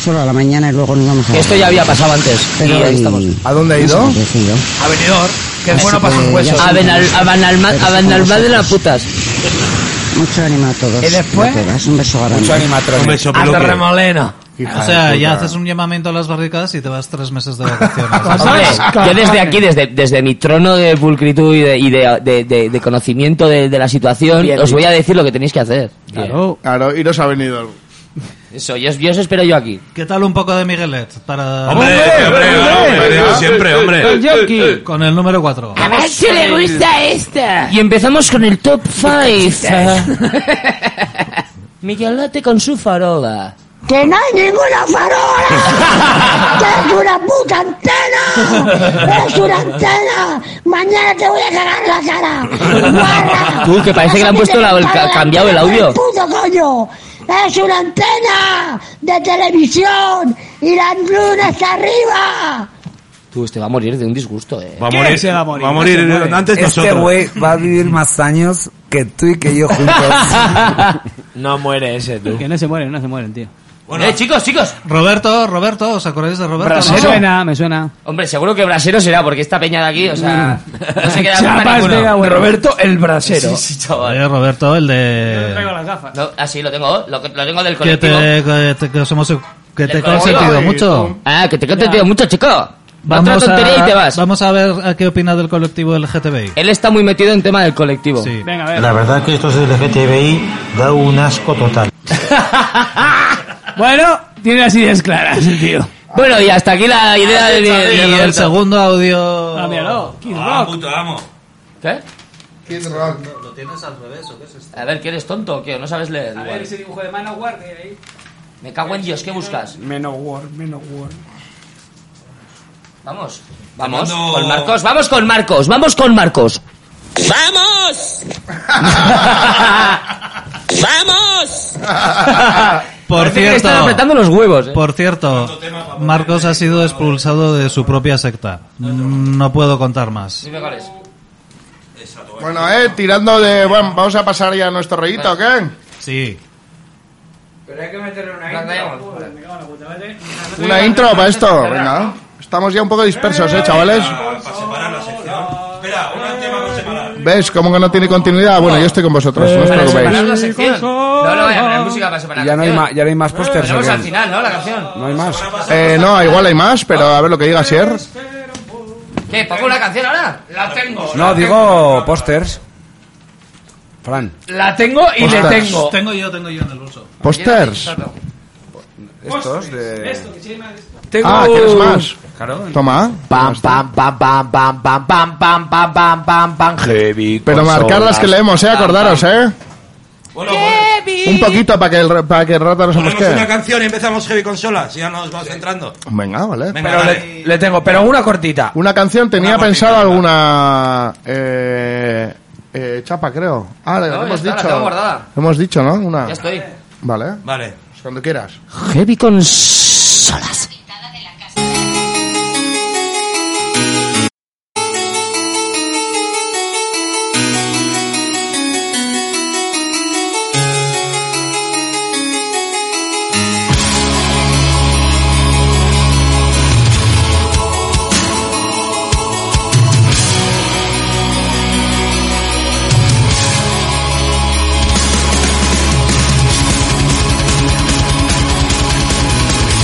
Speaker 4: Solo a la mañana y luego nos vamos a...
Speaker 9: Esto ya había pasado antes.
Speaker 4: Pero
Speaker 9: y ahí
Speaker 4: hoy-
Speaker 9: estamos.
Speaker 6: ¿A dónde ha ido?
Speaker 4: no sé qué he ido.
Speaker 5: Avenidor, que es
Speaker 4: Así
Speaker 5: bueno para
Speaker 4: que
Speaker 5: sus
Speaker 4: ya
Speaker 5: huesos.
Speaker 4: está.
Speaker 9: Avenal- Avanalma-
Speaker 4: Pero
Speaker 9: Avanalma de
Speaker 4: somos
Speaker 9: las putas.
Speaker 4: Mucho ánimo a todos.
Speaker 5: ¿Y después?
Speaker 4: y a todas. Un beso grande.
Speaker 10: Un beso,
Speaker 5: A
Speaker 10: Piluki.
Speaker 5: remolena.
Speaker 6: Hija
Speaker 11: O
Speaker 6: de
Speaker 11: sea, ya
Speaker 6: puta.
Speaker 11: haces un llamamiento a las barricadas y te vas tres meses de vacaciones.
Speaker 9: Hombre, yo desde aquí, desde, desde mi trono de pulcritud y de, y de, de- de- de conocimiento de, de la situación,
Speaker 4: Bien.
Speaker 9: os voy a decir lo que tenéis que hacer.
Speaker 6: Claro. Claro, iros a Benidorm.
Speaker 9: Eso, yo, os- yo os espero yo aquí.
Speaker 11: ¿Qué tal un poco de Miguelet? Para...
Speaker 10: ¡Hombre, hombre, Ah, hombre! hombre, Siempre, hombre.
Speaker 11: Con el número 4.
Speaker 9: A ver si le gusta esta. Y empezamos con el top 5. Miguelote con su farola.
Speaker 4: ¡Que no hay ninguna farola! ¡Que es una puta antena! ¡Es una antena! ¡Mañana te voy a cagar la cara! ¡Guarra!
Speaker 9: Tú, que parece que le han puesto la- el ca- cambiado el audio.
Speaker 4: ¡Puto coño! ¡Es una antena de televisión! ¡Y la luna está arriba!
Speaker 9: Tú, este va a morir de un disgusto, eh.
Speaker 10: Va a morir.
Speaker 9: Se va a morir.
Speaker 10: Va a morir
Speaker 9: Se muere.
Speaker 10: antes
Speaker 9: Este
Speaker 10: nosotros.
Speaker 8: güey va a vivir más años que tú y que yo juntos.
Speaker 5: No muere ese, tú.
Speaker 7: Que no se mueren, no se mueren, tío.
Speaker 9: eh, chicos, chicos.
Speaker 11: Roberto, Roberto, ¿os acordáis de Roberto?
Speaker 9: Brasero.
Speaker 11: no?
Speaker 9: Me
Speaker 7: suena, me suena.
Speaker 9: Hombre, seguro que brasero será, porque esta peña de aquí, o sea, no se queda
Speaker 11: Chapas
Speaker 9: nunca ninguno.
Speaker 11: de agua. Roberto
Speaker 9: el brasero.
Speaker 11: Eh, Roberto, el de...
Speaker 9: las gafas. No, ah, sí, lo tengo, lo, lo tengo del
Speaker 11: Eh. Que
Speaker 9: colectivo.
Speaker 11: te, que te- que os hemos- que te he
Speaker 9: Del colectivo.
Speaker 11: consentido mucho.
Speaker 9: Ah, que te he consentido mucho, chico. Otra
Speaker 11: Vamos
Speaker 9: tontería
Speaker 11: a,
Speaker 9: y te vas.
Speaker 11: vamos a ver a qué opina del colectivo LGTBI.
Speaker 9: Él está muy metido en tema del colectivo.
Speaker 11: Sí.
Speaker 9: Venga,
Speaker 2: La verdad que estos del LGTBI da un asco total.
Speaker 7: Bueno, tiene las ideas claras el tío.
Speaker 9: Bueno, y hasta aquí la idea de, de- de
Speaker 11: Y Ah, el
Speaker 9: Roberto.
Speaker 11: segundo audio...
Speaker 7: Ah, míralo. Kid
Speaker 10: Ah,
Speaker 7: Rock.
Speaker 10: puto amo.
Speaker 9: ¿Qué?
Speaker 6: Kid Rock.
Speaker 9: ¿Lo tienes al revés o qué es esto? A ver, que eres tonto o qué? ¿No sabes leer?
Speaker 7: A ver ese dibujo de Manowar que hay ahí.
Speaker 9: Me cago en Dios, ¿qué buscas?
Speaker 14: Menowar, Menowar.
Speaker 9: Vamos. Vamos con Marcos, vamos con Marcos, vamos con Marcos.
Speaker 3: ¡Vamos! ¡Vamos!
Speaker 11: Por
Speaker 9: Parece que le
Speaker 11: cierto,
Speaker 9: están apretando los huevos. ¿eh?
Speaker 11: por cierto, Marcos ha sido expulsado de su propia secta. No puedo contar más.
Speaker 9: Dime cuál es.
Speaker 6: Bueno, eh, tirando de. Bueno, vamos a pasar ya a nuestro rollito, ¿o ¿qué?
Speaker 11: Sí.
Speaker 5: Pero hay que meterle una
Speaker 6: Una intro para esto, venga. Estamos ya un poco dispersos, eh, chavales.
Speaker 10: Para separar la sección. Espera, un tema para separar.
Speaker 6: ¿Veis cómo que no tiene continuidad? Bueno, yo estoy con vosotros, no os
Speaker 9: Para separar la
Speaker 6: preocupéis.
Speaker 9: sección. No, no, voy a poner música para separar
Speaker 8: Eh, Ya no
Speaker 9: la
Speaker 8: hay
Speaker 9: sección.
Speaker 8: más, ya no hay más pósters.
Speaker 9: Ponemos
Speaker 8: ¿o
Speaker 9: al
Speaker 8: qué?
Speaker 9: final, ¿no? La canción.
Speaker 8: No hay más.
Speaker 6: Eh, no, igual hay más, pero a ver lo que diga Sier.
Speaker 9: ¿Qué? ¿Pongo la canción ahora? La tengo.
Speaker 8: No, digo pósters. Fran.
Speaker 9: La tengo y le
Speaker 8: Ostras.
Speaker 9: tengo.
Speaker 11: Tengo yo, tengo yo en el bolso.
Speaker 6: ¿Posters?
Speaker 8: Estos de...
Speaker 6: Tengo- Ah, ¿quieres más?
Speaker 8: Claro.
Speaker 6: Toma.
Speaker 14: Pam, pam, pam, pam, pam, pam, pam, pam, pam, pam, pam, pam, heavy.
Speaker 6: Pero
Speaker 14: consolas.
Speaker 6: marcar las que leemos, eh, acordaros, eh. Un poquito para que el, para que el rato no se
Speaker 10: Ponemos una
Speaker 6: mosquee.
Speaker 10: canción y empezamos Heavy Consolas. Ya nos vamos centrando.
Speaker 6: Venga, vale.
Speaker 10: Venga, Pero vale.
Speaker 6: le, tengo, pero una cortita. Una canción, tenía pensado alguna. Eh, eh, chapa, creo. Ah, la
Speaker 9: No, ya
Speaker 6: hemos
Speaker 9: está, la
Speaker 6: dicho.
Speaker 9: tengo guardada.
Speaker 6: Hemos dicho, ¿no? Una.
Speaker 9: Ya estoy.
Speaker 6: Vale.
Speaker 10: Vale.
Speaker 6: Cuando quieras.
Speaker 9: Heavy Consolas.
Speaker 3: Quiero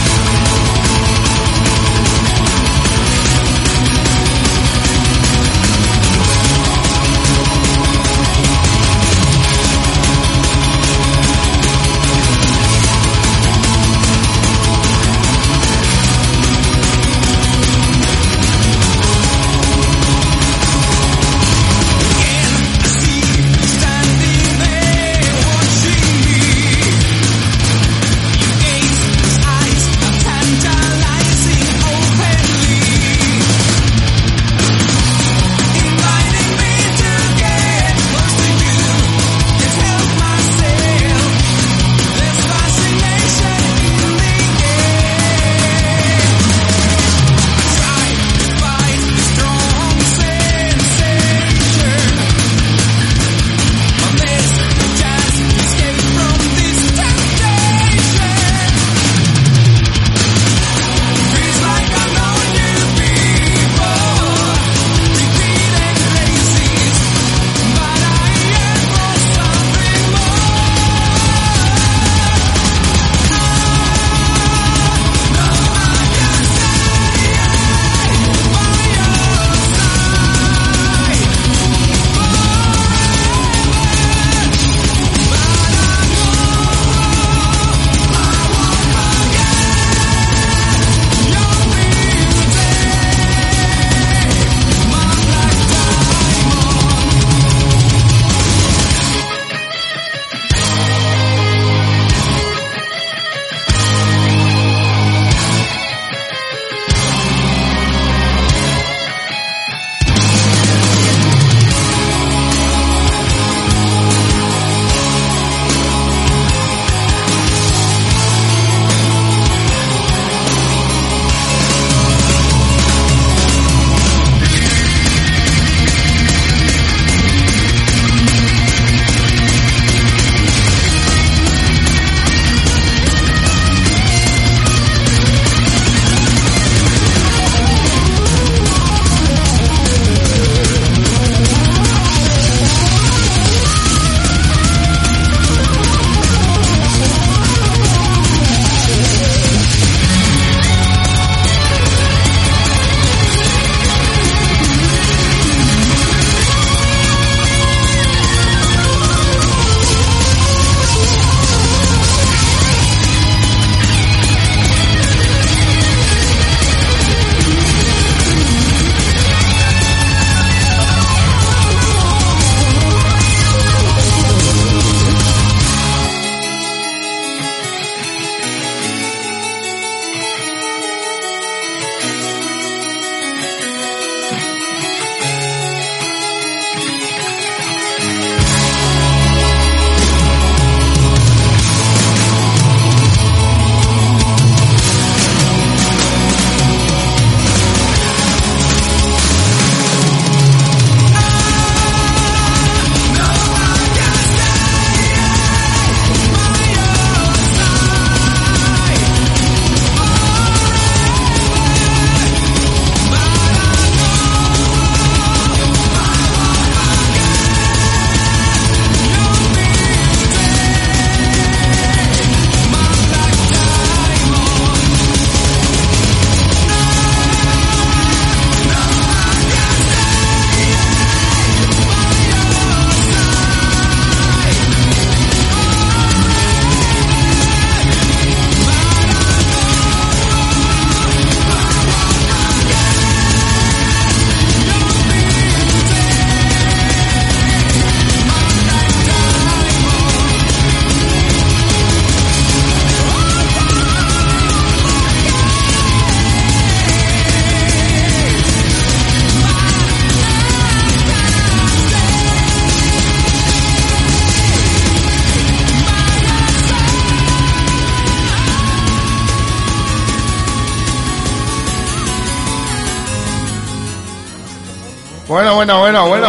Speaker 6: Bueno, bueno, bueno, bueno.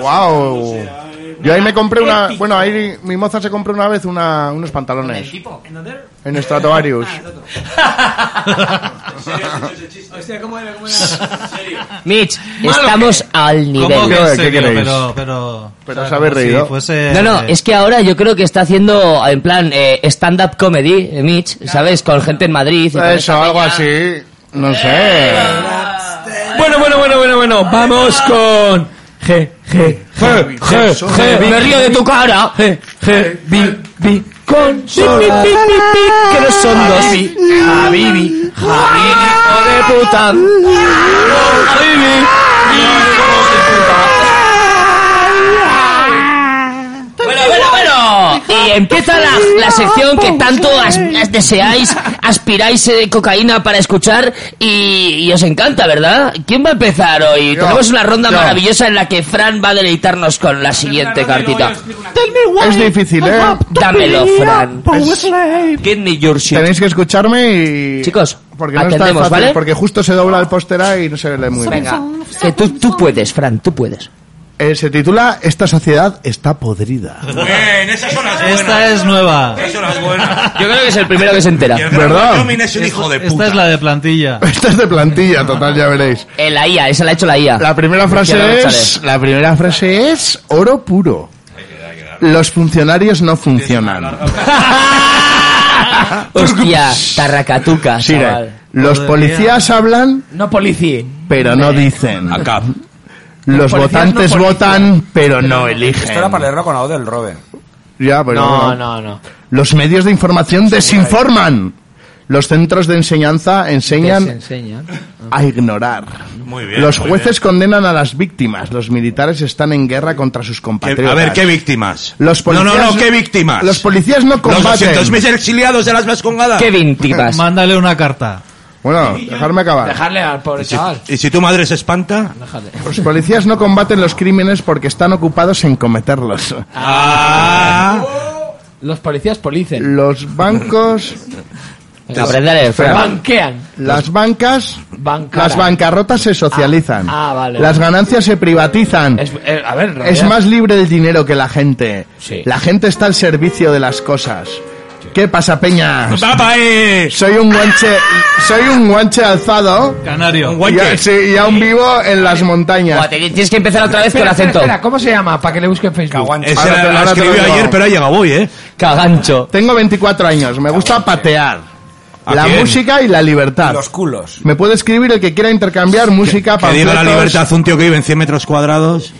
Speaker 6: Wow. Yo ahí me compré una. Bueno, ahí mi moza se compró una vez una- unos pantalones. En Stratovarius.
Speaker 7: pues-
Speaker 9: Ah,
Speaker 7: Hostia, ¿cómo era? ¿Cómo
Speaker 9: Mitch,
Speaker 7: Malo
Speaker 9: estamos al nivel.
Speaker 11: ¿Cómo que en serio? Pero, pero,
Speaker 6: pero
Speaker 11: o sea,
Speaker 6: os habéis
Speaker 11: como si
Speaker 6: reído.
Speaker 11: fuese-
Speaker 9: No, no, es que ahora yo creo que está haciendo en plan eh, stand-up comedy, eh, Mitch, ¿sabes? Con gente en Madrid. Y con
Speaker 6: Eso,
Speaker 9: esta
Speaker 6: algo
Speaker 9: peña. Eh,
Speaker 6: así. No sé.
Speaker 14: Bueno, bueno, bueno, bueno, bueno. Vamos con. G, G, G, G, G.
Speaker 9: Me río de tu cara.
Speaker 14: G, G, B, B. Con. Pi, pi, pi, pi, pi, Que no son dos. Pi, Habibi. Habibi, hijo de puta. Habibi.
Speaker 9: Bueno, bueno, bueno. Y empieza la, la sección que tanto as- as- deseáis, aspiráis eh, cocaína para escuchar y, y os encanta, ¿verdad? ¿Quién va a empezar hoy?
Speaker 14: Yo,
Speaker 9: Tenemos una ronda
Speaker 14: yo.
Speaker 9: maravillosa en la que Fran va a deleitarnos con la siguiente cartita.
Speaker 6: Es difícil, ¿eh?
Speaker 9: Dámelo, Fran. Give me your shit.
Speaker 6: Tenéis que escucharme y.
Speaker 9: Chicos,
Speaker 6: porque no está
Speaker 9: atendemos,
Speaker 6: fácil,
Speaker 9: ¿vale?
Speaker 6: Porque justo se dobla el póstera y no se lee muy
Speaker 9: Venga,
Speaker 6: bien.
Speaker 9: que tú, tú puedes, Fran, tú puedes.
Speaker 6: Eh, se titula Esta sociedad está podrida.
Speaker 10: Bien, esas son las buenas.
Speaker 11: Esta es nueva.
Speaker 10: Esas son las buenas.
Speaker 9: Yo creo que es el primero que se entera.
Speaker 6: ¿Verdad?
Speaker 10: Blooming es un hijo de puta.
Speaker 11: Esta es la de plantilla.
Speaker 6: Esta es de plantilla, total, ya veréis.
Speaker 9: Eh, la IA, esa la ha hecho la IA.
Speaker 6: La primera frase
Speaker 9: Quiero
Speaker 6: es. La primera frase es oro puro. Los funcionarios no funcionan.
Speaker 9: Hostia, tarracatuca.
Speaker 6: Sigue.
Speaker 9: chaval.
Speaker 6: Los policías hablan,
Speaker 9: No policía.
Speaker 6: pero no dicen. Los
Speaker 8: Los policías
Speaker 6: votantes
Speaker 8: no
Speaker 6: votan, pero no eligen.
Speaker 8: Esto era para leerlo con la voz del Robert.
Speaker 6: Ya, pero bueno.
Speaker 9: no.
Speaker 6: Los medios de información desinforman. Los centros de enseñanza enseñan a ignorar.
Speaker 10: Muy bien.
Speaker 6: los
Speaker 10: muy
Speaker 6: jueces condenan a las víctimas. Los militares están en guerra contra sus
Speaker 10: bien.
Speaker 6: compatriotas.
Speaker 10: A ver, ¿qué víctimas?
Speaker 6: Los
Speaker 10: no,
Speaker 6: policías
Speaker 10: no, no, ¿qué víctimas?
Speaker 6: Los policías no
Speaker 10: Los
Speaker 6: combaten.
Speaker 10: 200.000 exiliados de las Vascongadas.
Speaker 11: Mándale una carta.
Speaker 6: Bueno, dejarme acabar.
Speaker 11: Dejarle al pobre chaval.
Speaker 10: ¿Y si tu madre se espanta?
Speaker 6: Los policías no combaten los crímenes porque están ocupados en cometerlos.
Speaker 5: Ah. Los policías policen.
Speaker 6: Los bancos.
Speaker 5: Venga, aprende a leer, Fran.
Speaker 9: Banquean.
Speaker 6: Las bancas.
Speaker 5: Bancaran.
Speaker 6: Las bancarrotas se socializan.
Speaker 5: Ah, ah, vale.
Speaker 6: Las ganancias se privatizan. Es,
Speaker 5: Eh, a ver, en realidad-
Speaker 6: más libre el dinero que la gente.
Speaker 5: Sí.
Speaker 6: La gente está al servicio de las cosas. ¿Qué pasa, Peña?
Speaker 10: ¡Papá, eh!
Speaker 6: Soy un guanche, soy un guanche alzado.
Speaker 11: Canario.
Speaker 6: Y, a- sí, y aún vivo en las montañas.
Speaker 9: Tienes que empezar otra vez con
Speaker 6: Espera, espera,
Speaker 9: acento.
Speaker 6: espera,
Speaker 5: ¿Cómo se llama? Para que le busquen Facebook. Ah,
Speaker 10: Ese
Speaker 6: Ahora te-
Speaker 10: la
Speaker 6: ahora te lo
Speaker 10: escribió
Speaker 6: digo.
Speaker 10: ayer, pero ha llegado hoy, ¿eh?
Speaker 9: Cagancho.
Speaker 6: Tengo 24 años, me gusta patear.
Speaker 10: ¿A
Speaker 6: La
Speaker 10: quién?
Speaker 6: música y la libertad.
Speaker 8: Los culos.
Speaker 6: Me puede escribir el que quiera intercambiar música,
Speaker 10: Que diga la
Speaker 6: panfletos.
Speaker 10: libertad un tío que vive en 100 metros cuadrados.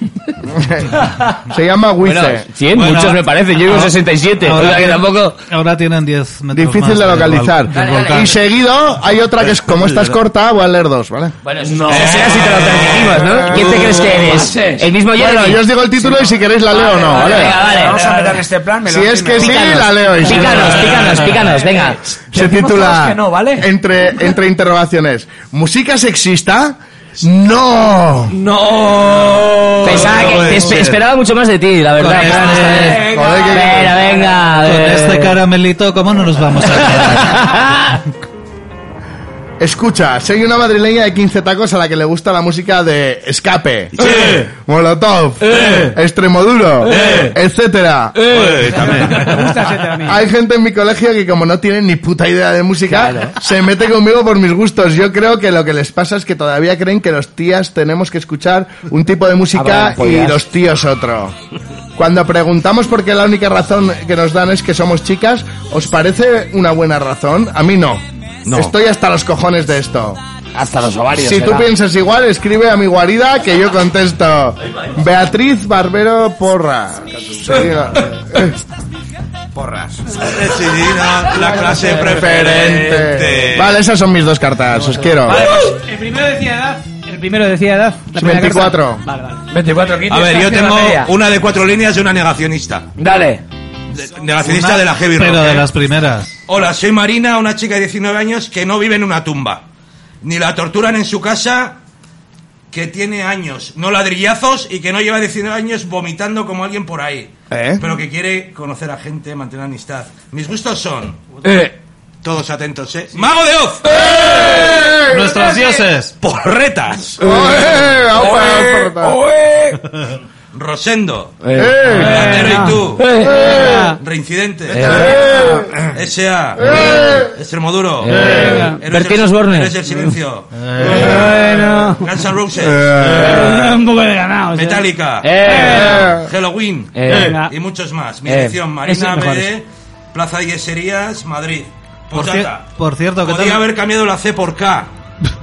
Speaker 6: Se llama Wice.
Speaker 11: Bueno,
Speaker 9: 100,
Speaker 11: Bueno,
Speaker 9: muchos me parecen. Yo digo 67. o sea que tampoco.
Speaker 11: Ahora tienen 10 metros más
Speaker 6: Difícil de
Speaker 8: eh,
Speaker 11: del vol-
Speaker 6: localizar.
Speaker 11: del volcán.
Speaker 6: Y seguido hay otra que es, como esta es corta, voy a leer dos, ¿vale?
Speaker 9: Bueno, no.
Speaker 5: Eh,
Speaker 9: será si te lo transmitimos,
Speaker 6: Eh,
Speaker 9: ¿no? ¿Quién te crees que eres? El mismo Jeremy.
Speaker 6: Pues, Bueno, yo os digo el título y si queréis la leo o no, ¿vale?
Speaker 9: Venga, vale.
Speaker 8: Vamos a meter este plan. me lo
Speaker 6: Si es que sí,
Speaker 9: Pícanos,
Speaker 6: la leo. y si no,
Speaker 9: Pícanos,
Speaker 6: no.
Speaker 9: pícanos, pícanos, venga.
Speaker 6: Se titula entre, entre interrogaciones. ¿Música sexista? ¡No!
Speaker 9: ¡No! Pensaba que te espe- esperaba mucho más de ti, la verdad.
Speaker 11: Con
Speaker 9: Fran, esta vez.
Speaker 11: este-
Speaker 9: Venga, venga.
Speaker 11: Con
Speaker 9: eh.
Speaker 11: este caramelito, ¿cómo no nos vamos a quedar?
Speaker 6: Escucha, soy una madrileña de 15 tacos a la que le gusta la música de Escape, Molotov,
Speaker 10: Eh.
Speaker 6: Eh. Extremoduro, etcétera. Hay gente en mi colegio que como no tienen ni puta idea de música, se mete conmigo por mis gustos. Yo creo que lo que les pasa es que todavía creen que los tías tenemos que escuchar un tipo de música
Speaker 8: Habrá pollas.
Speaker 6: y los tíos otro. Cuando preguntamos por qué la única razón que nos dan es que somos chicas, ¿os parece una buena razón? A mí no.
Speaker 8: No.
Speaker 6: Estoy hasta los cojones de esto.
Speaker 8: Hasta los ovarios.
Speaker 6: Si tú
Speaker 8: será.
Speaker 6: piensas igual, escribe a mi guarida que yo contesto. Beatriz Barbero Porra.
Speaker 8: Porras.
Speaker 10: Decidida la clase preferente.
Speaker 6: Vale, esas son mis dos cartas, os quiero.
Speaker 7: El primero decía edad. El primero decía edad. La primera
Speaker 6: 24.
Speaker 7: carta. Vale, vale.
Speaker 5: 24
Speaker 10: A ver, yo tengo una de cuatro líneas y una negacionista.
Speaker 5: Dale.
Speaker 10: De- Negacionista de la heavy rock.
Speaker 11: Pero de
Speaker 10: ¿eh?
Speaker 11: las primeras.
Speaker 10: Hola, soy Marina, una chica de 19 años que no vive en una tumba. Ni la torturan en su casa, que tiene años, no ladrillazos y que no lleva 19 años vomitando como alguien por ahí.
Speaker 6: ¿Eh?
Speaker 5: Eh,
Speaker 10: Pero que quiere conocer a gente, mantener amistad. Mis gustos son Todos atentos, ¿eh? ¡Mago de Oz!
Speaker 11: Nuestros dioses.
Speaker 10: ¡Porretas! Eh,
Speaker 11: ¡Oe! ¡Aupa,
Speaker 10: ¡Oe!
Speaker 11: porretas!
Speaker 10: ¡Oe! Rosendo.
Speaker 3: ¡Eh!
Speaker 10: Platero
Speaker 3: ¡Eh!
Speaker 10: y tú.
Speaker 3: ¡Eh!
Speaker 10: Reincidente.
Speaker 3: ¡Eh!
Speaker 10: S.A. Extremoduro.
Speaker 7: ¡Eh!
Speaker 10: Eres
Speaker 7: Bertín
Speaker 10: el-
Speaker 7: Osborne.
Speaker 10: Eres el silencio.
Speaker 7: Bueno.
Speaker 10: Guns N' Roses.
Speaker 7: Eh. Un poco de ganados, eh.
Speaker 10: Metallica.
Speaker 7: Eh.
Speaker 10: Halloween.
Speaker 7: Eh.
Speaker 10: Y muchos más. Mi
Speaker 11: Eh.
Speaker 10: dirección, Marina
Speaker 11: Esos mejores.
Speaker 10: BD, Plaza de Yeserías, Madrid.
Speaker 11: Por, cier-
Speaker 10: Postdata.
Speaker 11: por cierto, que
Speaker 10: Podía haber cambiado la C por K.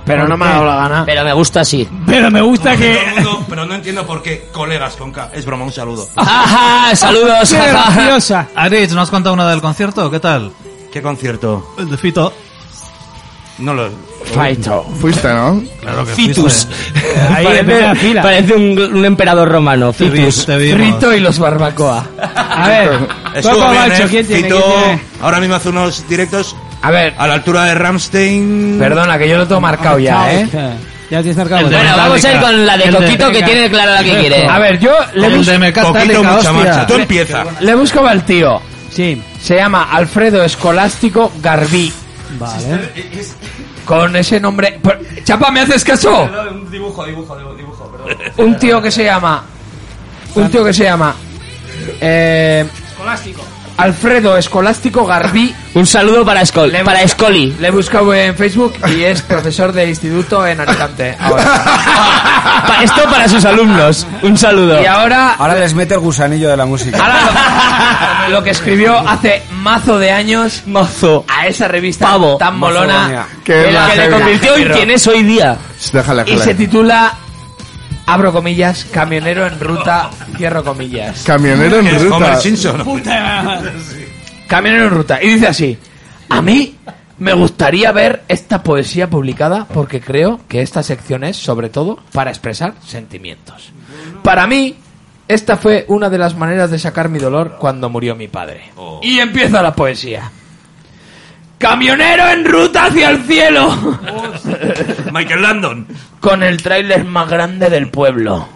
Speaker 9: Pero
Speaker 11: no me ha dado la gana.
Speaker 9: Pero me gusta así.
Speaker 7: Pero me gusta
Speaker 10: Todo el mundo, pero no entiendo por qué colegas con K. Es broma, un saludo.
Speaker 11: Qué graciosa. Aritz, ¿nos has contado una del concierto? ¿Qué tal?
Speaker 10: ¿Qué concierto?
Speaker 11: El de Fito.
Speaker 10: No lo...
Speaker 9: Fito.
Speaker 6: Fuiste, ¿no?
Speaker 10: Claro que
Speaker 9: Fitus. Ahí
Speaker 6: Parece una
Speaker 9: parece
Speaker 6: fila.
Speaker 9: parece un, un emperador romano.
Speaker 6: Te vi-
Speaker 9: Fitus.
Speaker 6: te vimos.
Speaker 9: Rito y los barbacoa.
Speaker 7: A ver,
Speaker 10: Estuvo
Speaker 7: Coco
Speaker 10: bien,
Speaker 7: Bacho,
Speaker 10: ¿eh?
Speaker 7: ¿quién tiene?
Speaker 10: Fito,
Speaker 7: ¿Quién tiene?
Speaker 10: ahora mismo hace unos directos
Speaker 5: a ver
Speaker 10: a la altura de Ramstein.
Speaker 5: Perdona, que yo lo tengo marcado ya, ¿eh?
Speaker 7: Ya tienes marcado.
Speaker 5: Bueno, vamos a ir con la de El de- Coquito, que tiene clara la que quiere. A ver, yo le El busco- de Meca está Coquito, leca, mucha hostia. marcha. Tú
Speaker 10: empieza.
Speaker 5: Le busco al tío.
Speaker 7: Sí.
Speaker 5: Se llama Alfredo Escolástico Garbí.
Speaker 7: Vale.
Speaker 5: Con ese nombre. Por- Chapa, ¿me haces caso?
Speaker 10: Dibujo, dibujo, dibujo,
Speaker 5: Un tío que se llama. Un tío que se llama. eh,
Speaker 7: Escolástico.
Speaker 5: Alfredo Escolástico Garbí.
Speaker 9: Un saludo para Escol,
Speaker 5: Le
Speaker 9: para
Speaker 5: busca-
Speaker 9: Escoli.
Speaker 5: Le he buscado en Facebook y es profesor de instituto en Alicante.
Speaker 9: Pa- esto para sus alumnos. Un saludo.
Speaker 5: Y ahora-
Speaker 8: Ahora les mete el gusanillo de la música.
Speaker 5: Lo que escribió hace mazo de años
Speaker 9: mazo
Speaker 5: a esa revista
Speaker 9: Pavo.
Speaker 5: tan
Speaker 9: Mazo
Speaker 5: molona
Speaker 9: Bonia.
Speaker 5: que,
Speaker 9: Que la- que le convirtió en quien es hoy día.
Speaker 6: Déjale,
Speaker 5: y se titula abro comillas camionero en ruta cierro comillas
Speaker 6: Camionero en ruta.
Speaker 5: camionero en ruta y dice así a mí me gustaría ver esta poesía publicada porque creo que esta sección es sobre todo para expresar sentimientos para mí esta fue una de las maneras de sacar mi dolor cuando murió mi padre
Speaker 3: Oh.
Speaker 5: y empieza la poesía camionero en ruta hacia el cielo
Speaker 10: Michael Landon.
Speaker 5: con el tráiler más grande del pueblo.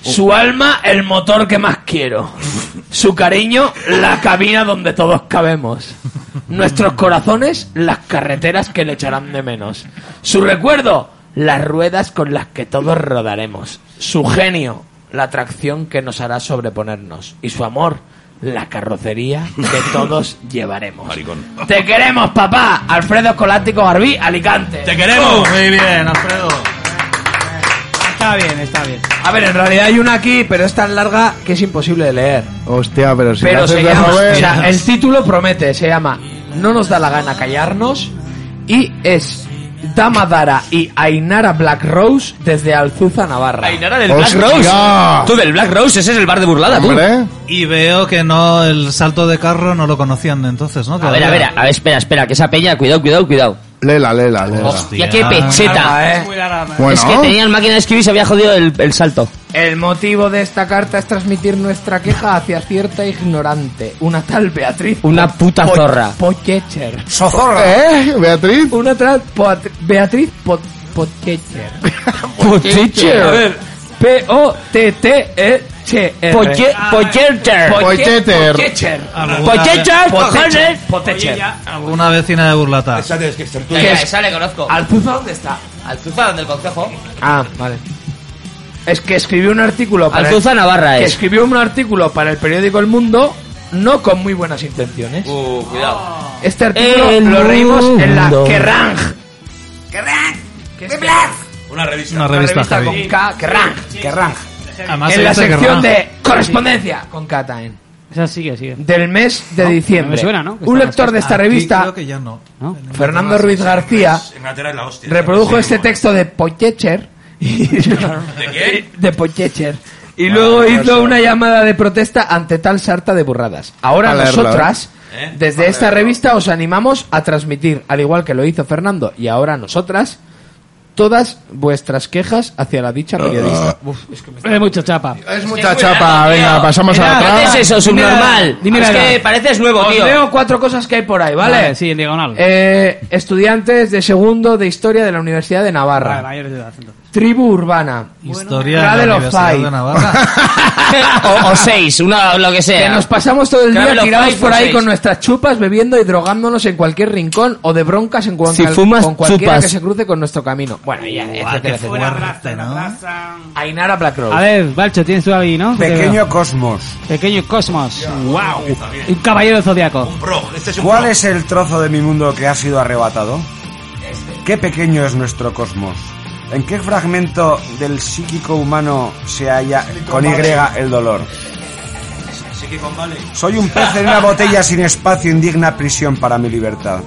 Speaker 5: Su alma, el motor que más quiero. Su cariño, la cabina donde todos cabemos. Nuestros corazones, las carreteras que le echarán de menos. Su recuerdo, las ruedas con las que todos rodaremos. Su genio, la atracción que nos hará sobreponernos. Y su amor, la carrocería que todos llevaremos. Te queremos, papá. Alfredo Escolástico Garbí, Alicante.
Speaker 10: Te
Speaker 7: Oh,
Speaker 10: queremos.
Speaker 11: Muy bien, Alfredo.
Speaker 7: Está bien, está bien.
Speaker 5: A ver, en realidad hay una aquí, pero es tan larga que es imposible de leer.
Speaker 6: Hostia, pero si
Speaker 5: pero
Speaker 6: la haces
Speaker 5: se
Speaker 6: de eh.
Speaker 5: llama,
Speaker 6: joven-
Speaker 5: o
Speaker 9: eh.
Speaker 5: sea, el título promete, se llama No nos da la gana callarnos y es Dama Dara y Ainara Black Rose desde Alzuza, Navarra.
Speaker 9: Ainara del
Speaker 6: Pues
Speaker 9: Black Rose. Tú del Black Rose, ese es el bar de burlada, tú.
Speaker 11: Y veo que no, el salto de carro no lo conocían entonces, ¿no?
Speaker 9: A ver, a ver, a ver, espera, espera, que esa peña, cuidado, cuidado, cuidado.
Speaker 6: Lela, lela, lela.
Speaker 9: Ya qué
Speaker 5: Ah,
Speaker 9: pecheta.
Speaker 5: ¿eh?
Speaker 6: Bueno.
Speaker 9: Es que tenían máquina de escribir y se había jodido el, el salto.
Speaker 5: El motivo de esta carta es transmitir nuestra queja hacia cierta ignorante, una tal Beatriz.
Speaker 9: Una puta
Speaker 5: Po-
Speaker 9: zorra.
Speaker 5: Potkecher.
Speaker 9: Sozorra.
Speaker 6: ¿Eh? ¿Beatriz?
Speaker 5: Una tal Poat- Beatriz Pot Potkecher.
Speaker 9: Potkecher.
Speaker 5: A ver. E P-O-T-T-E-C-R.
Speaker 9: Potke- Potkecher.
Speaker 5: Potkecher.
Speaker 11: Potkecher.
Speaker 9: Ah,
Speaker 5: Potkecher, cojones. Potkecher.
Speaker 11: Alguna vecina de burlata.
Speaker 10: Esa tienes que ser
Speaker 11: tú.
Speaker 5: Que es-
Speaker 9: le conozco.
Speaker 5: ¿Alzuza dónde está?
Speaker 9: Alzuza, donde el concejo.
Speaker 5: Ah, vale. Es que escribió un artículo para
Speaker 9: Alzuza Navarra
Speaker 5: que
Speaker 9: es.
Speaker 5: escribió un artículo para el periódico El Mundo, no con muy buenas intenciones.
Speaker 9: Uh, cuidado.
Speaker 5: Este artículo
Speaker 9: El
Speaker 5: lo reímos en la
Speaker 9: Mundo.
Speaker 5: Kerrang. ¿Qué es
Speaker 10: Una revista.
Speaker 11: Una revista, Javi.
Speaker 5: con K, Kerrang, Kerrang.
Speaker 11: Además, se
Speaker 5: en la
Speaker 11: dice
Speaker 5: sección
Speaker 11: Kerrang.
Speaker 5: de correspondencia con K también.
Speaker 7: Esa sigue, sigue.
Speaker 5: Del mes de
Speaker 7: No,
Speaker 5: diciembre.
Speaker 7: me suena, ¿no? Que
Speaker 5: Un
Speaker 7: está
Speaker 5: lector de esta
Speaker 7: aquí
Speaker 5: revista,
Speaker 7: creo
Speaker 11: que ya no.
Speaker 5: Fernando Ruiz García,
Speaker 10: Inglaterra es la hostia.
Speaker 5: reprodujo
Speaker 10: Sí,
Speaker 5: este texto de Pochecher.
Speaker 10: ¿De qué?
Speaker 5: de Pochecher. Y luego hizo una llamada de protesta ante tal sarta de burradas. Ahora
Speaker 6: A leerlo,
Speaker 5: nosotras,
Speaker 6: ¿eh? ¿Eh?
Speaker 5: desde
Speaker 6: A
Speaker 5: esta
Speaker 6: leerlo.
Speaker 5: revista, os animamos a transmitir, al igual que lo hizo Fernando, y ahora nosotras, todas vuestras quejas hacia la dicha periodista.
Speaker 7: Es mucha chapa.
Speaker 6: Es mucha chapa, venga, pasamos a otra.
Speaker 5: ¿qué es eso, subnormal?
Speaker 7: Dime la
Speaker 5: Es
Speaker 7: edad.
Speaker 5: que pareces nuevo, Os tío. leo cuatro cosas que hay por ahí, ¿vale?
Speaker 7: Sí, en diagonal.
Speaker 5: Eh, estudiantes de segundo de historia de la Universidad de Navarra.
Speaker 7: Vale, mayores de edad, entonces.
Speaker 5: Tribu urbana.
Speaker 11: Historia
Speaker 5: la
Speaker 11: de
Speaker 5: de
Speaker 11: la
Speaker 5: los
Speaker 11: Universidad
Speaker 5: Five.
Speaker 11: de Navarra.
Speaker 9: o, o seis, una, lo que
Speaker 5: Que
Speaker 9: sea.
Speaker 5: nos pasamos todo el
Speaker 9: Claro,
Speaker 5: día
Speaker 9: los
Speaker 5: tirados
Speaker 9: five
Speaker 5: por
Speaker 9: o
Speaker 5: ahí
Speaker 9: seis.
Speaker 5: con nuestras chupas, bebiendo y drogándonos en cualquier rincón o de broncas en cuanto
Speaker 9: Si fumas
Speaker 5: con cualquiera
Speaker 9: chupas.
Speaker 5: que se cruce con nuestro camino. Bueno, ya, etcétera, etcétera. Ainara Blackrow.
Speaker 7: A ver, Balcho, tienes tú ahí, ¿no?
Speaker 1: Pequeño Cosmos.
Speaker 7: Pequeño Cosmos. ¡Wow! Un caballero zodiaco.
Speaker 10: Este
Speaker 1: ¿Cuál es el trozo de mi mundo que ha sido arrebatado? ¿Qué pequeño es nuestro cosmos? ¿En qué fragmento del psíquico humano se halla con Y el dolor? Soy un pez en una botella sin espacio, indigna prisión para mi libertad.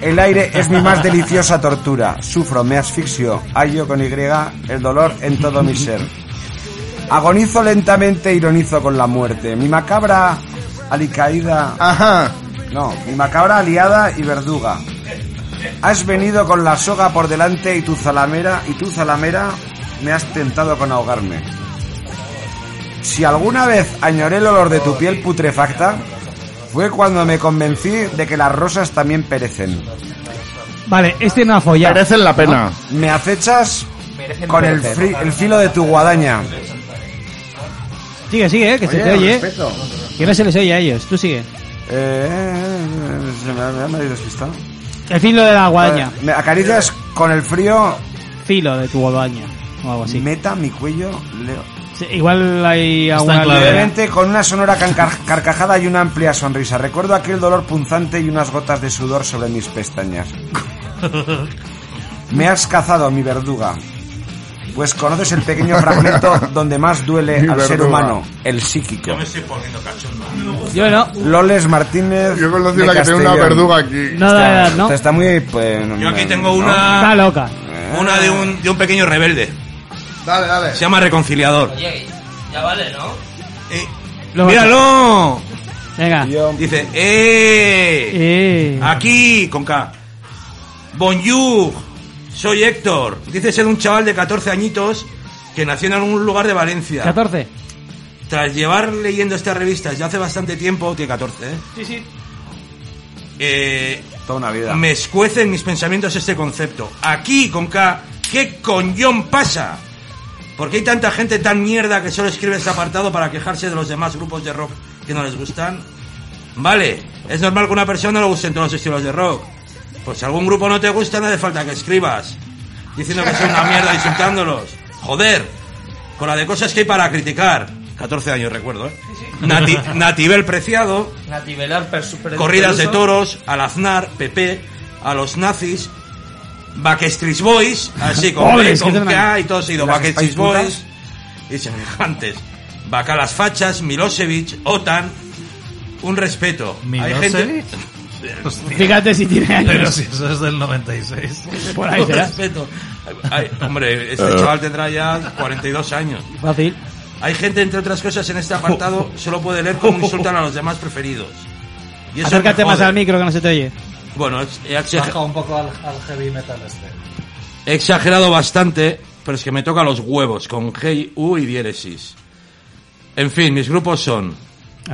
Speaker 1: El aire es mi más deliciosa tortura. Sufro, me asfixio, hallo con Y el dolor en todo mi ser. Agonizo lentamente, ironizo con la muerte. Mi macabra alicaída. Ajá. No, mi macabra aliada y verduga. Has venido con la soga por delante y tu zalamera y tu zalamera me has tentado con ahogarme. Si alguna vez añoré el olor de tu piel putrefacta, fue cuando me convencí de que las rosas también perecen.
Speaker 7: Vale, este no ha follado.
Speaker 1: Merecen la pena. Me acechas con el, fri- el filo de tu guadaña.
Speaker 7: Sigue, sigue, eh, que se
Speaker 1: Oye,
Speaker 7: te oye.
Speaker 1: respeto.
Speaker 7: Que no se les oye a ellos. Tú sigue.
Speaker 1: Eh, se me, me, me he despistado.
Speaker 7: El filo de la guadaña.
Speaker 1: Eh, Me acaricias con el frío.
Speaker 7: Filo de tu guadaña. O algo así.
Speaker 1: Meta mi cuello, Leo.
Speaker 7: Sí, igual hay alguna...
Speaker 10: ¿eh?
Speaker 1: Levemente, con una sonora cancar- carcajada y una amplia sonrisa. Recuerdo aquel dolor punzante y unas gotas de sudor sobre mis pestañas. Me has cazado, mi verduga. Pues conoces el pequeño fragmento donde más duele
Speaker 10: Mi
Speaker 1: al ser
Speaker 10: verduga.
Speaker 1: humano, el psíquico.
Speaker 10: Yo me estoy poniendo cachondo.
Speaker 7: Yo no.
Speaker 1: Loles Martínez. Yo conocí
Speaker 10: una que tenía una verduga
Speaker 1: aquí.
Speaker 10: No,
Speaker 1: está,
Speaker 10: no, no.
Speaker 1: está- está muy. pues,
Speaker 10: Yo aquí
Speaker 1: no,
Speaker 10: tengo
Speaker 1: no.
Speaker 10: una.
Speaker 7: Está loca.
Speaker 10: Una de un, de un pequeño rebelde. Dale, dale. Se llama Reconciliador.
Speaker 9: Ya vale, ¿no?
Speaker 10: ¡Míralo!
Speaker 7: Venga.
Speaker 10: Dice, ¡eh! Aquí, con K. Bonjour, soy Héctor. Dice ser un chaval de 14 añitos que nació en algún lugar de Valencia.
Speaker 7: 14.
Speaker 10: Tras llevar leyendo esta revista ya hace bastante tiempo, tiene 14, ¿eh?
Speaker 7: Sí, sí.
Speaker 10: Eh,
Speaker 1: Toda una vida.
Speaker 10: Me escuece en mis pensamientos este concepto. Aquí, con K, ¿qué coñón pasa? ¿Por qué hay tanta gente tan mierda que solo escribe este apartado para quejarse de los demás grupos de rock que no les gustan? Vale, es normal que una persona no le gusten todos los estilos de rock. Pues si algún grupo no te gusta, no hace falta que escribas. Diciendo que son una mierda, insultándolos. Joder, con la de cosas que hay para criticar. 14 años, recuerdo, ¿eh? Nati- Nativel Preciado,
Speaker 8: Nativelar per super-
Speaker 10: Corridas de
Speaker 8: peluso.
Speaker 10: toros, al Aznar, PP, a los nazis, Backstreet Boys, así con,
Speaker 7: Hombre,
Speaker 10: B,
Speaker 7: es que
Speaker 10: con
Speaker 7: te
Speaker 10: K
Speaker 7: man-
Speaker 10: y todo ha sido
Speaker 7: Las
Speaker 10: Backstreet
Speaker 7: Spice Putas.
Speaker 10: Boys y semejantes. Bacalas fachas, Milosevic, OTAN, un respeto.
Speaker 11: ¿Milosevic?
Speaker 10: Hostia.
Speaker 7: Fíjate si tiene años.
Speaker 11: Pero si eso es del 96.
Speaker 7: Por ahí
Speaker 10: Un
Speaker 7: será.
Speaker 10: respeto. Ay, hombre, este chaval tendrá ya 42 años.
Speaker 7: Fácil.
Speaker 10: Hay gente, entre otras cosas, en este apartado solo puede leer cómo insultan a los demás preferidos. Y eso ¿eh?
Speaker 7: Acércate
Speaker 10: me
Speaker 7: más
Speaker 10: jode.
Speaker 7: al micro que no se te oye.
Speaker 10: Bueno, es- he exager-
Speaker 11: Baja un poco al, al heavy metal este.
Speaker 10: He exagerado bastante, pero es que me toca los huevos con G, U y diéresis. En fin, mis grupos son.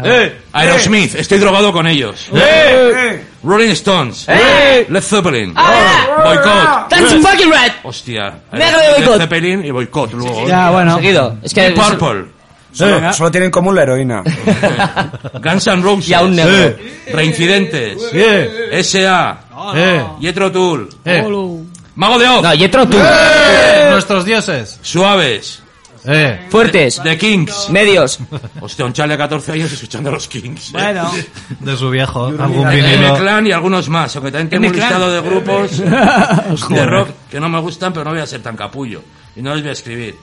Speaker 10: ¡Eh! Aerosmith, estoy drogado con ellos. Eh. Rolling Stones. Led Zeppelin. Boycott.
Speaker 9: That's fucking right.
Speaker 10: Hostia.
Speaker 9: Negro de
Speaker 10: Led
Speaker 9: boicot.
Speaker 10: Zeppelin y boicot luego. ¿eh?
Speaker 9: Ya, bueno. Seguido. Es que-
Speaker 10: Y Purple.
Speaker 1: Solo,
Speaker 10: Eh.
Speaker 1: solo tienen en común la heroína.
Speaker 10: Guns N' Roses. Eh. Reincidentes. S.A. Eh. Yetro Tool.
Speaker 11: Eh.
Speaker 10: Mago de Oz.
Speaker 11: No, Jethro Tull.
Speaker 10: Eh.
Speaker 11: Nuestros dioses.
Speaker 10: Suaves.
Speaker 9: Fuertes.
Speaker 10: The Kings.
Speaker 9: Medios.
Speaker 10: Hostia, un chale de 14 años escuchando a los Kings.
Speaker 11: Bueno. De su viejo. Algún vinilo.
Speaker 10: El clan y algunos más, aunque también tengo un
Speaker 11: M-Clan.
Speaker 10: listado de grupos de
Speaker 11: Joder.
Speaker 10: rock que no me gustan, pero no voy a ser tan capullo y no les voy a escribir.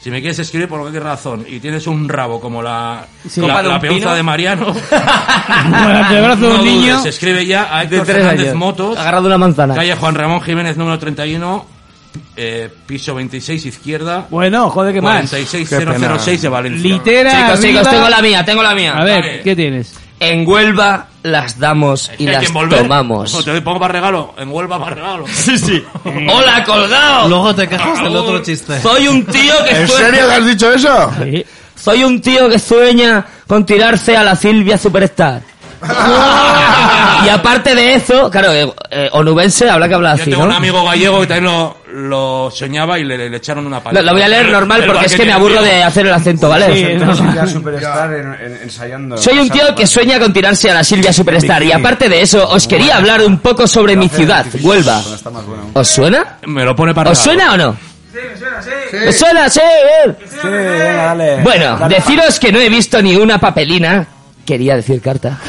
Speaker 10: Si me quieres escribir por cualquier razón y tienes un rabo como la,
Speaker 7: Sí.
Speaker 10: la,
Speaker 7: Copa de
Speaker 10: la
Speaker 7: un
Speaker 10: peonza
Speaker 7: pino.
Speaker 10: de Mariano,
Speaker 7: Con el antebrazo de
Speaker 10: no
Speaker 7: un
Speaker 10: dudes,
Speaker 7: niño.
Speaker 10: escribe ya a
Speaker 9: De
Speaker 10: Héctor
Speaker 9: tres
Speaker 10: Fernández
Speaker 9: años.
Speaker 10: Motos,
Speaker 9: Agarrado una manzana.
Speaker 10: calle Juan Ramón Jiménez número 31, eh, piso 26 izquierda,
Speaker 7: Bueno, joder, ¿qué más?
Speaker 10: 46006 de Valencia.
Speaker 7: Litera
Speaker 9: Chicos, chicos,
Speaker 7: arriba.
Speaker 9: tengo la mía, tengo la mía.
Speaker 7: A ver, ¿qué tienes?
Speaker 9: En Huelva las damos y
Speaker 10: ¿Hay
Speaker 9: las
Speaker 10: que envolver? No,
Speaker 9: tomamos.
Speaker 10: te pongo para regalo, en Huelva para regalo.
Speaker 9: Sí, sí.
Speaker 7: Eh.
Speaker 9: ¡Hola,
Speaker 10: Oh,
Speaker 9: colgado!
Speaker 11: Luego te quejas del otro chiste.
Speaker 9: Soy un tío que
Speaker 11: ¿En
Speaker 9: sueña...
Speaker 11: serio que has
Speaker 9: dicho eso? Soy un tío que sueña con tirarse a la Silvia Superstar. y aparte de eso, claro, eh, eh, onubense habla que habla
Speaker 10: Yo
Speaker 9: así,
Speaker 10: tengo
Speaker 9: ¿no?
Speaker 10: un amigo gallego que también lo, lo soñaba y le, le echaron una
Speaker 9: Lo,
Speaker 10: paliza.
Speaker 9: lo voy a leer normal
Speaker 10: El
Speaker 9: porque es que me
Speaker 10: vaquero
Speaker 9: aburro
Speaker 10: tiene
Speaker 9: de
Speaker 10: miedo.
Speaker 9: hacer el acento, ¿vale?
Speaker 10: Sí,
Speaker 9: O sea,
Speaker 10: no,
Speaker 9: no-
Speaker 10: sí,
Speaker 1: Ya superstar en- en- ensayando.
Speaker 9: Soy un tío que sueña con tirarse a la Silvia Superstar y aparte de eso, os quería hablar un poco sobre mi ciudad, Huelva. ¿Os suena?
Speaker 10: Me lo pone para
Speaker 9: ¿Os suena o no? ¿Os suena? Sí, eh. Bueno, deciros que no he visto ni una papelina, quería decir carta,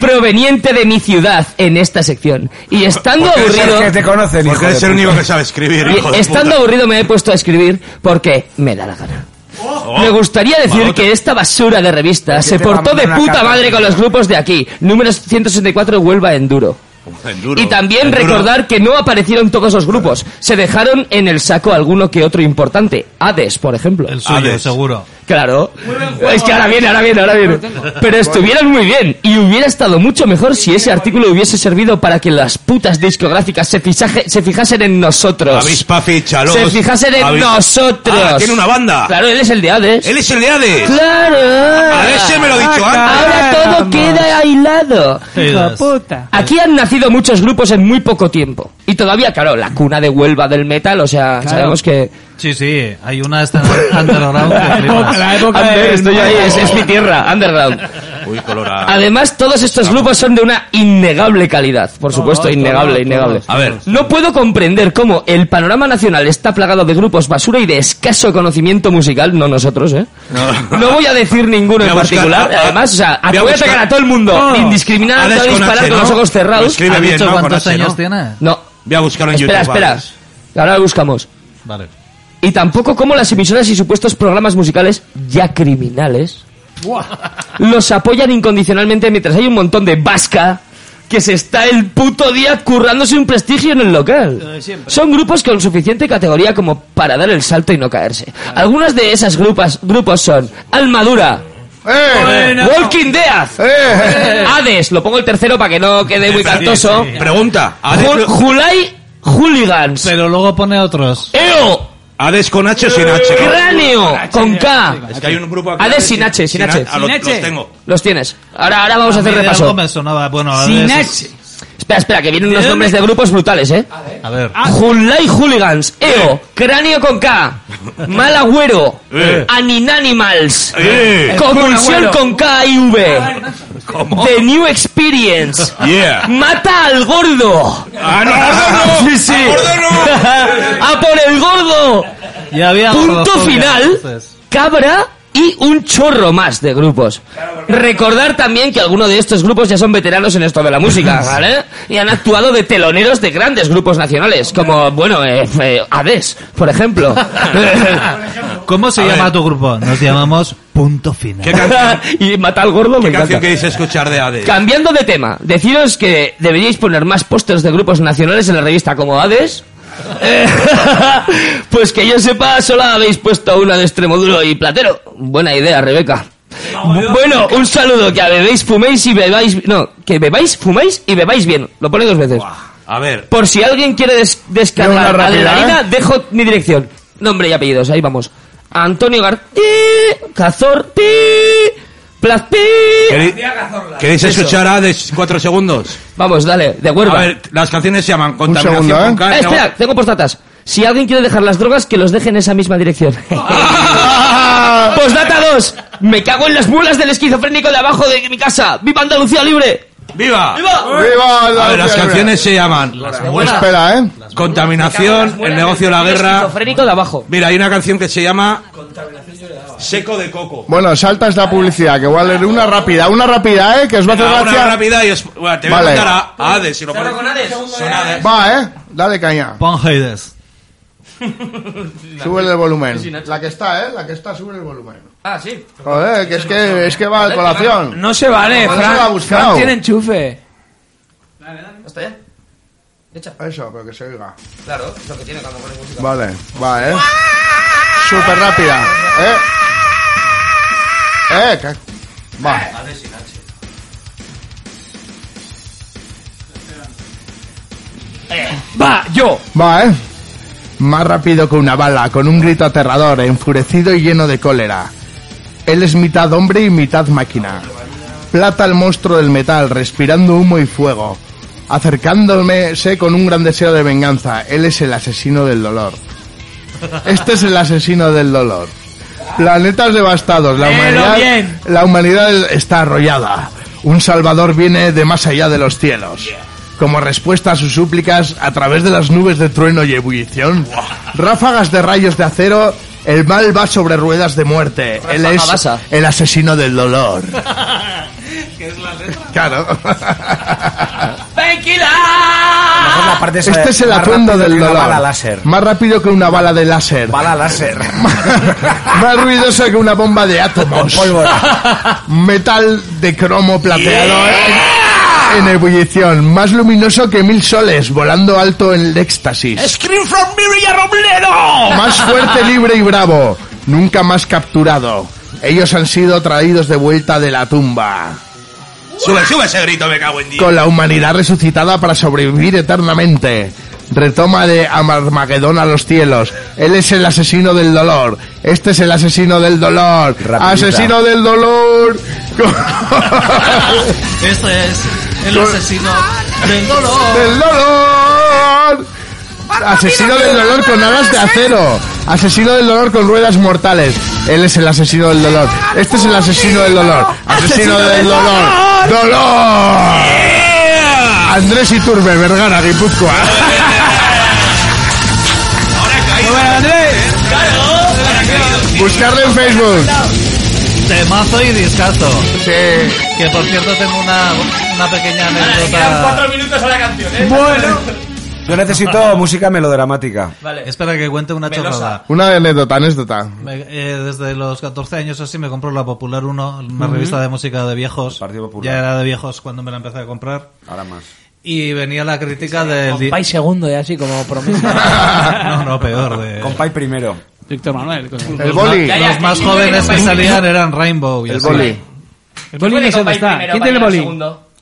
Speaker 9: proveniente de mi ciudad en esta sección. Y estando
Speaker 1: Porque es el
Speaker 9: aburrido...
Speaker 1: que te conoce, hijo
Speaker 10: Porque
Speaker 1: de
Speaker 10: eres el
Speaker 1: puta.
Speaker 10: único que sabe escribir.
Speaker 9: Y
Speaker 10: hijo de
Speaker 9: estando
Speaker 10: puta.
Speaker 9: aburrido me he puesto a escribir porque me da la gana. Me gustaría decir que esta basura de revista se
Speaker 14: te va a
Speaker 9: portó
Speaker 14: mandar
Speaker 9: de
Speaker 14: una
Speaker 9: puta
Speaker 14: carta?
Speaker 9: madre con los grupos de aquí. Número 164 Huelva Enduro.
Speaker 14: Enduro.
Speaker 9: Y también
Speaker 14: Enduro.
Speaker 9: recordar que no aparecieron todos los grupos. Se dejaron en el saco alguno que otro importante. Hades, por ejemplo. El
Speaker 10: Ah,
Speaker 11: suyo, Hades. seguro.
Speaker 9: Claro.
Speaker 11: juego,
Speaker 9: Es que ahora
Speaker 11: Hades.
Speaker 9: viene, ahora viene, ahora viene. Pero estuvieron muy bien y hubiera estado mucho mejor si ese artículo hubiese servido para que las putas discográficas se, fisaje- se fijasen en nosotros.
Speaker 10: Avispafi, chalos.
Speaker 9: Se fijasen en
Speaker 10: Avis-
Speaker 9: nosotros.
Speaker 10: Ah, tiene una banda.
Speaker 9: Claro, él es el de Hades.
Speaker 10: Él es el de Hades.
Speaker 9: Claro. Ah,
Speaker 10: A ese me lo he dicho antes.
Speaker 9: Ahora todo queda aislado.
Speaker 7: Hijo de puta.
Speaker 9: Aquí han nacido muchos grupos en muy poco tiempo. Y todavía, claro, la cuna de Huelva del metal, o sea,
Speaker 11: Claro.
Speaker 9: sabemos que...
Speaker 11: Sí, sí, hay una escena underground que flipas.
Speaker 9: Ander, estoy ahí, es, es mi tierra, underground.
Speaker 10: Uy, colorado.
Speaker 9: Además, todos estos grupos son de una innegable calidad. Por supuesto, innegable, innegable.
Speaker 10: A ver.
Speaker 9: No puedo comprender cómo el panorama nacional está plagado de grupos basura y de escaso conocimiento musical, no nosotros, ¿eh? No voy a decir ninguno
Speaker 10: Voy a
Speaker 9: en
Speaker 10: buscar-
Speaker 9: particular.
Speaker 10: a- a-
Speaker 9: Además, o sea,
Speaker 10: voy a
Speaker 9: voy a
Speaker 10: buscar-
Speaker 9: atacar a todo el mundo.
Speaker 10: No.
Speaker 9: Indiscriminadamente,
Speaker 10: Hades
Speaker 9: voy a
Speaker 10: con
Speaker 9: disparar
Speaker 10: H,
Speaker 9: con los
Speaker 10: ¿no?
Speaker 9: ojos cerrados.
Speaker 10: Lo escribe
Speaker 9: ¿Has
Speaker 10: bien,
Speaker 9: dicho
Speaker 10: ¿no? Con
Speaker 9: cuántos
Speaker 10: H,
Speaker 9: años
Speaker 10: ¿no?
Speaker 9: tiene? No.
Speaker 10: Voy a buscarlo en
Speaker 9: Espera,
Speaker 10: YouTube.
Speaker 9: espera.
Speaker 10: vale.
Speaker 9: Ahora lo buscamos.
Speaker 11: Vale.
Speaker 9: Y tampoco como las emisoras y supuestos programas musicales ya criminales los apoyan incondicionalmente mientras hay un montón de vasca que se está el puto día currándose un prestigio en el
Speaker 7: Lo
Speaker 9: local.
Speaker 7: de siempre.
Speaker 9: Son grupos con suficiente categoría como para dar el salto y no caerse. Algunas de esas grupas, grupos son Almadura, Walking Dead, Hades, lo pongo el tercero para que no quede muy cantoso,
Speaker 10: Pregunta.
Speaker 9: Jul- Julai Hooligans.
Speaker 11: Pero luego pone otros.
Speaker 9: EO,
Speaker 10: Hades con H o sin H. ¿no?
Speaker 9: Cráneo, con K.
Speaker 10: Es que hay un grupo aquí.
Speaker 9: Hades sin H, sin H.
Speaker 10: A los, los Ah, tengo.
Speaker 9: Los tienes. Ahora, ahora vamos a hacer
Speaker 11: mí de
Speaker 9: repaso.
Speaker 11: algo me sonaba, bueno, a
Speaker 9: Sin
Speaker 11: ver,
Speaker 9: H. Espera, espera, que vienen
Speaker 11: ¿De
Speaker 9: unos
Speaker 11: dónde?
Speaker 9: nombres de grupos brutales, ¿eh?
Speaker 11: A ver. Ah. Eh.
Speaker 9: Junlai Hooligans, EO, Cráneo con K, Mal Agüero,
Speaker 14: Eh.
Speaker 9: Aninanimals,
Speaker 14: Eh. Con
Speaker 9: Convulsión
Speaker 14: Agüero.
Speaker 9: con K y V, The New Experience,
Speaker 14: Yeah.
Speaker 9: Mata al Gordo,
Speaker 14: ¡Ah, no, gordo no!
Speaker 9: Sí, sí.
Speaker 14: ¡Ah, gordo
Speaker 9: ¡A por el Gordo!
Speaker 11: Ya había
Speaker 9: Punto
Speaker 11: gordofobia,
Speaker 9: final,
Speaker 11: entonces.
Speaker 9: Cabra y un chorro más de grupos. Recordar también que algunos de estos grupos ya son veteranos en esto de la música, ¿vale? Y han actuado de teloneros de grandes grupos nacionales, como, bueno, eh, eh, Hades, por ejemplo.
Speaker 11: ¿Cómo se
Speaker 9: A
Speaker 11: llama
Speaker 9: ver.
Speaker 11: tu grupo? Nos llamamos Punto Final.
Speaker 9: y mata al gordo, me
Speaker 10: ¿Qué canción
Speaker 9: encanta.
Speaker 10: queréis escuchar de Hades?
Speaker 9: Cambiando de tema, deciros que deberíais poner más pósters de grupos nacionales en la revista como Hades. Eh, pues que yo sepa, solo habéis puesto una de Extremoduro y Platero. Buena idea, Rebeca. Bu- Bueno, un saludo, que bebéis, fuméis y bebáis... No, que bebáis, fuméis y bebáis bien. Lo pone dos veces.
Speaker 10: A ver.
Speaker 9: Por si alguien quiere des-
Speaker 10: Yo
Speaker 9: descargar
Speaker 10: una rápida,
Speaker 9: adrenalina,
Speaker 10: ¿eh?
Speaker 9: dejo mi dirección. Nombre y apellidos, ahí vamos. Antonio Gartí, Cazor, pi, Plaz, pi.
Speaker 10: ¿Queréis, queréis
Speaker 9: Eso.
Speaker 10: escuchar Hades cuatro segundos?
Speaker 9: Vamos, dale, de Huerva.
Speaker 10: A ver, las canciones se llaman
Speaker 9: Un
Speaker 10: Contaminación
Speaker 9: segundo, ¿eh?
Speaker 10: con K,
Speaker 9: Eh,
Speaker 10: ¿no?
Speaker 9: espera, tengo postatas. Si alguien quiere dejar las drogas, que los deje en esa misma dirección. Postdata 2. Me cago en las mulas del esquizofrénico de abajo de mi casa. ¡Viva Andalucía libre!
Speaker 10: ¡Viva!
Speaker 9: ¡Viva!
Speaker 10: A ver, las canciones se llaman
Speaker 6: Espera, ¿eh?
Speaker 10: Contaminación, El negocio de la guerra.
Speaker 9: Esquizofrénico de abajo.
Speaker 10: Mira, hay una canción que se llama Seco de coco.
Speaker 6: Bueno, saltas la publicidad, que voy a leer una rápida, una rápida, ¿eh? Que os va a hacer
Speaker 10: Venga, una
Speaker 6: gracia.
Speaker 10: rápida y os... Bueno, te voy
Speaker 6: Vale.
Speaker 10: a contar a Hades si lo pones.
Speaker 6: Va, ¿eh? Dale caña.
Speaker 11: Pon Hades.
Speaker 6: Sube el volumen. La que está, ¿eh? La que está, sube el volumen.
Speaker 9: Ah, sí.
Speaker 6: Joder, que es que, es que va a colación.
Speaker 8: No se vale,
Speaker 6: Por eso la ha
Speaker 8: Fran.
Speaker 6: buscado.
Speaker 8: Fran tiene enchufe.
Speaker 9: ¿Está ya? Echa.
Speaker 6: Eso, pero que se oiga.
Speaker 9: Claro, es lo que tiene cuando pones música.
Speaker 6: Vale, va, ¿eh? Súper rápida, ¿eh? Eh, que- va.
Speaker 9: Va, yo.
Speaker 6: Va, ¿eh? Más rápido que una bala, con un grito aterrador, enfurecido y lleno de cólera. Él es mitad hombre y mitad máquina. plata el monstruo del metal, respirando humo y fuego. Acercándome sé con un gran deseo de venganza. Él es el asesino del dolor. Este es el asesino del dolor. Planetas devastados, la humanidad,
Speaker 19: bien.
Speaker 6: la humanidad está arrollada. Un salvador viene de más allá de los cielos. Como respuesta a sus súplicas, a través de las nubes de trueno y ebullición, ráfagas de rayos de acero, el mal va sobre ruedas de muerte. Él
Speaker 19: Ráfaga
Speaker 6: es
Speaker 19: basa.
Speaker 6: el asesino del dolor. Claro.
Speaker 10: Ah,
Speaker 19: ¡Tranquila!
Speaker 1: La parte esa
Speaker 6: Este
Speaker 1: de-
Speaker 6: es el
Speaker 1: más
Speaker 6: atuendo
Speaker 1: rápido
Speaker 6: del
Speaker 1: que una
Speaker 6: dolor.
Speaker 1: bala láser.
Speaker 6: Más rápido que una bala de láser.
Speaker 1: Bala láser.
Speaker 6: Más ruidoso que una bomba de átomos. Metal de cromo plateado en, en ebullición. Más luminoso que mil soles, volando alto en el éxtasis.
Speaker 19: ¡Scream from Mirilla Robledo!
Speaker 6: Más fuerte, libre y bravo. Nunca más capturado. Ellos han sido traídos de vuelta de la tumba.
Speaker 10: Sube, sube ese grito, me cago en Dios.
Speaker 6: Con la humanidad resucitada para sobrevivir eternamente. Retoma de Amarmagedón a los cielos. Él es el asesino del dolor. Este es el asesino del dolor. Asesino del dolor.
Speaker 19: Este es el asesino del dolor.
Speaker 6: ¡Del dolor! Asesino del dolor con alas de acero. Asesino del dolor con ruedas mortales. Él es el asesino del dolor. Este es el asesino del dolor. Asesino del dolor. ¡Dolor! Andrés Iturbe, Vergara, Guipúzcoa. Buscarle en Facebook.
Speaker 11: Temazo y discazo.
Speaker 6: Sí.
Speaker 11: Que por cierto tengo una, una pequeña
Speaker 19: Quedan
Speaker 11: anécdota.
Speaker 19: cuatro minutos a la canción, ¿eh?
Speaker 1: Yo necesito música melodramática.
Speaker 11: Espera que cuente una
Speaker 6: Melosa.
Speaker 11: chorrada.
Speaker 6: Una anécdota, anécdota.
Speaker 11: Me- eh, desde los 14 años o así me compró la Popular 1, una
Speaker 1: Ujú.
Speaker 11: revista de música de viejos. Ya era de viejos cuando me la empecé a comprar.
Speaker 1: Ahora más.
Speaker 11: Y venía la crítica del... di-
Speaker 5: Compay segundo, ya así como promesa.
Speaker 11: No, no, peor. De...
Speaker 1: Compay primero.
Speaker 7: Víctor Manuel. con-
Speaker 11: Los ma- Los más jóvenes que salían eran Rainbow. y
Speaker 7: El
Speaker 11: así.
Speaker 7: boli. El boli no sé dónde está. ¿Quién tiene el boli?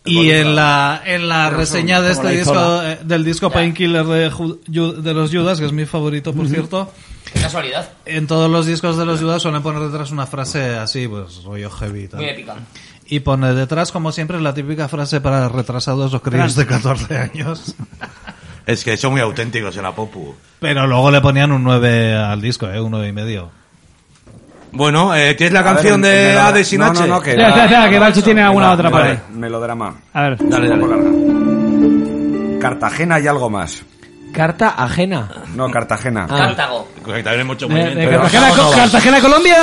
Speaker 11: Y en la, en la
Speaker 7: Pero
Speaker 11: reseña
Speaker 7: como-
Speaker 11: de
Speaker 7: como
Speaker 11: este
Speaker 7: la
Speaker 11: disco,
Speaker 7: Izola.
Speaker 11: eh, del disco Painkiller de, Ju- Yu- de los Judas, que es mi favorito, por
Speaker 7: Ujú.
Speaker 11: cierto,
Speaker 8: Qué casualidad.
Speaker 11: en todos los discos de los Judas suelen poner detrás una frase así, pues rollo heavy. y tal.
Speaker 8: Muy épica.
Speaker 11: Y pone detrás, como siempre, la típica frase para retrasados o críos de 14 años.
Speaker 10: Es que son muy auténticos en la popu.
Speaker 11: Pero luego le ponían un 9 al disco, ¿eh? un 9 y medio.
Speaker 10: Bueno, eh, ¿tienes la
Speaker 11: A ver,
Speaker 10: canción
Speaker 11: en- en
Speaker 10: de
Speaker 11: la-
Speaker 10: Hades y
Speaker 11: no,
Speaker 10: Nache?
Speaker 11: no, no, que-
Speaker 7: Espera, espera, espera, que Balcho tiene alguna otra
Speaker 1: Vale,
Speaker 7: parte.
Speaker 1: Ah, Melodrama.
Speaker 7: A ver.
Speaker 1: Dale, dale. Cartagena y algo más.
Speaker 5: Carta ajena.
Speaker 1: No, Cartagena.
Speaker 5: Cartago.
Speaker 10: Cartagena Pues hay mucho
Speaker 1: De- de
Speaker 10: movimiento.
Speaker 1: Cartagena,
Speaker 10: Pero-
Speaker 1: Co- Cartagena,
Speaker 7: Colombia.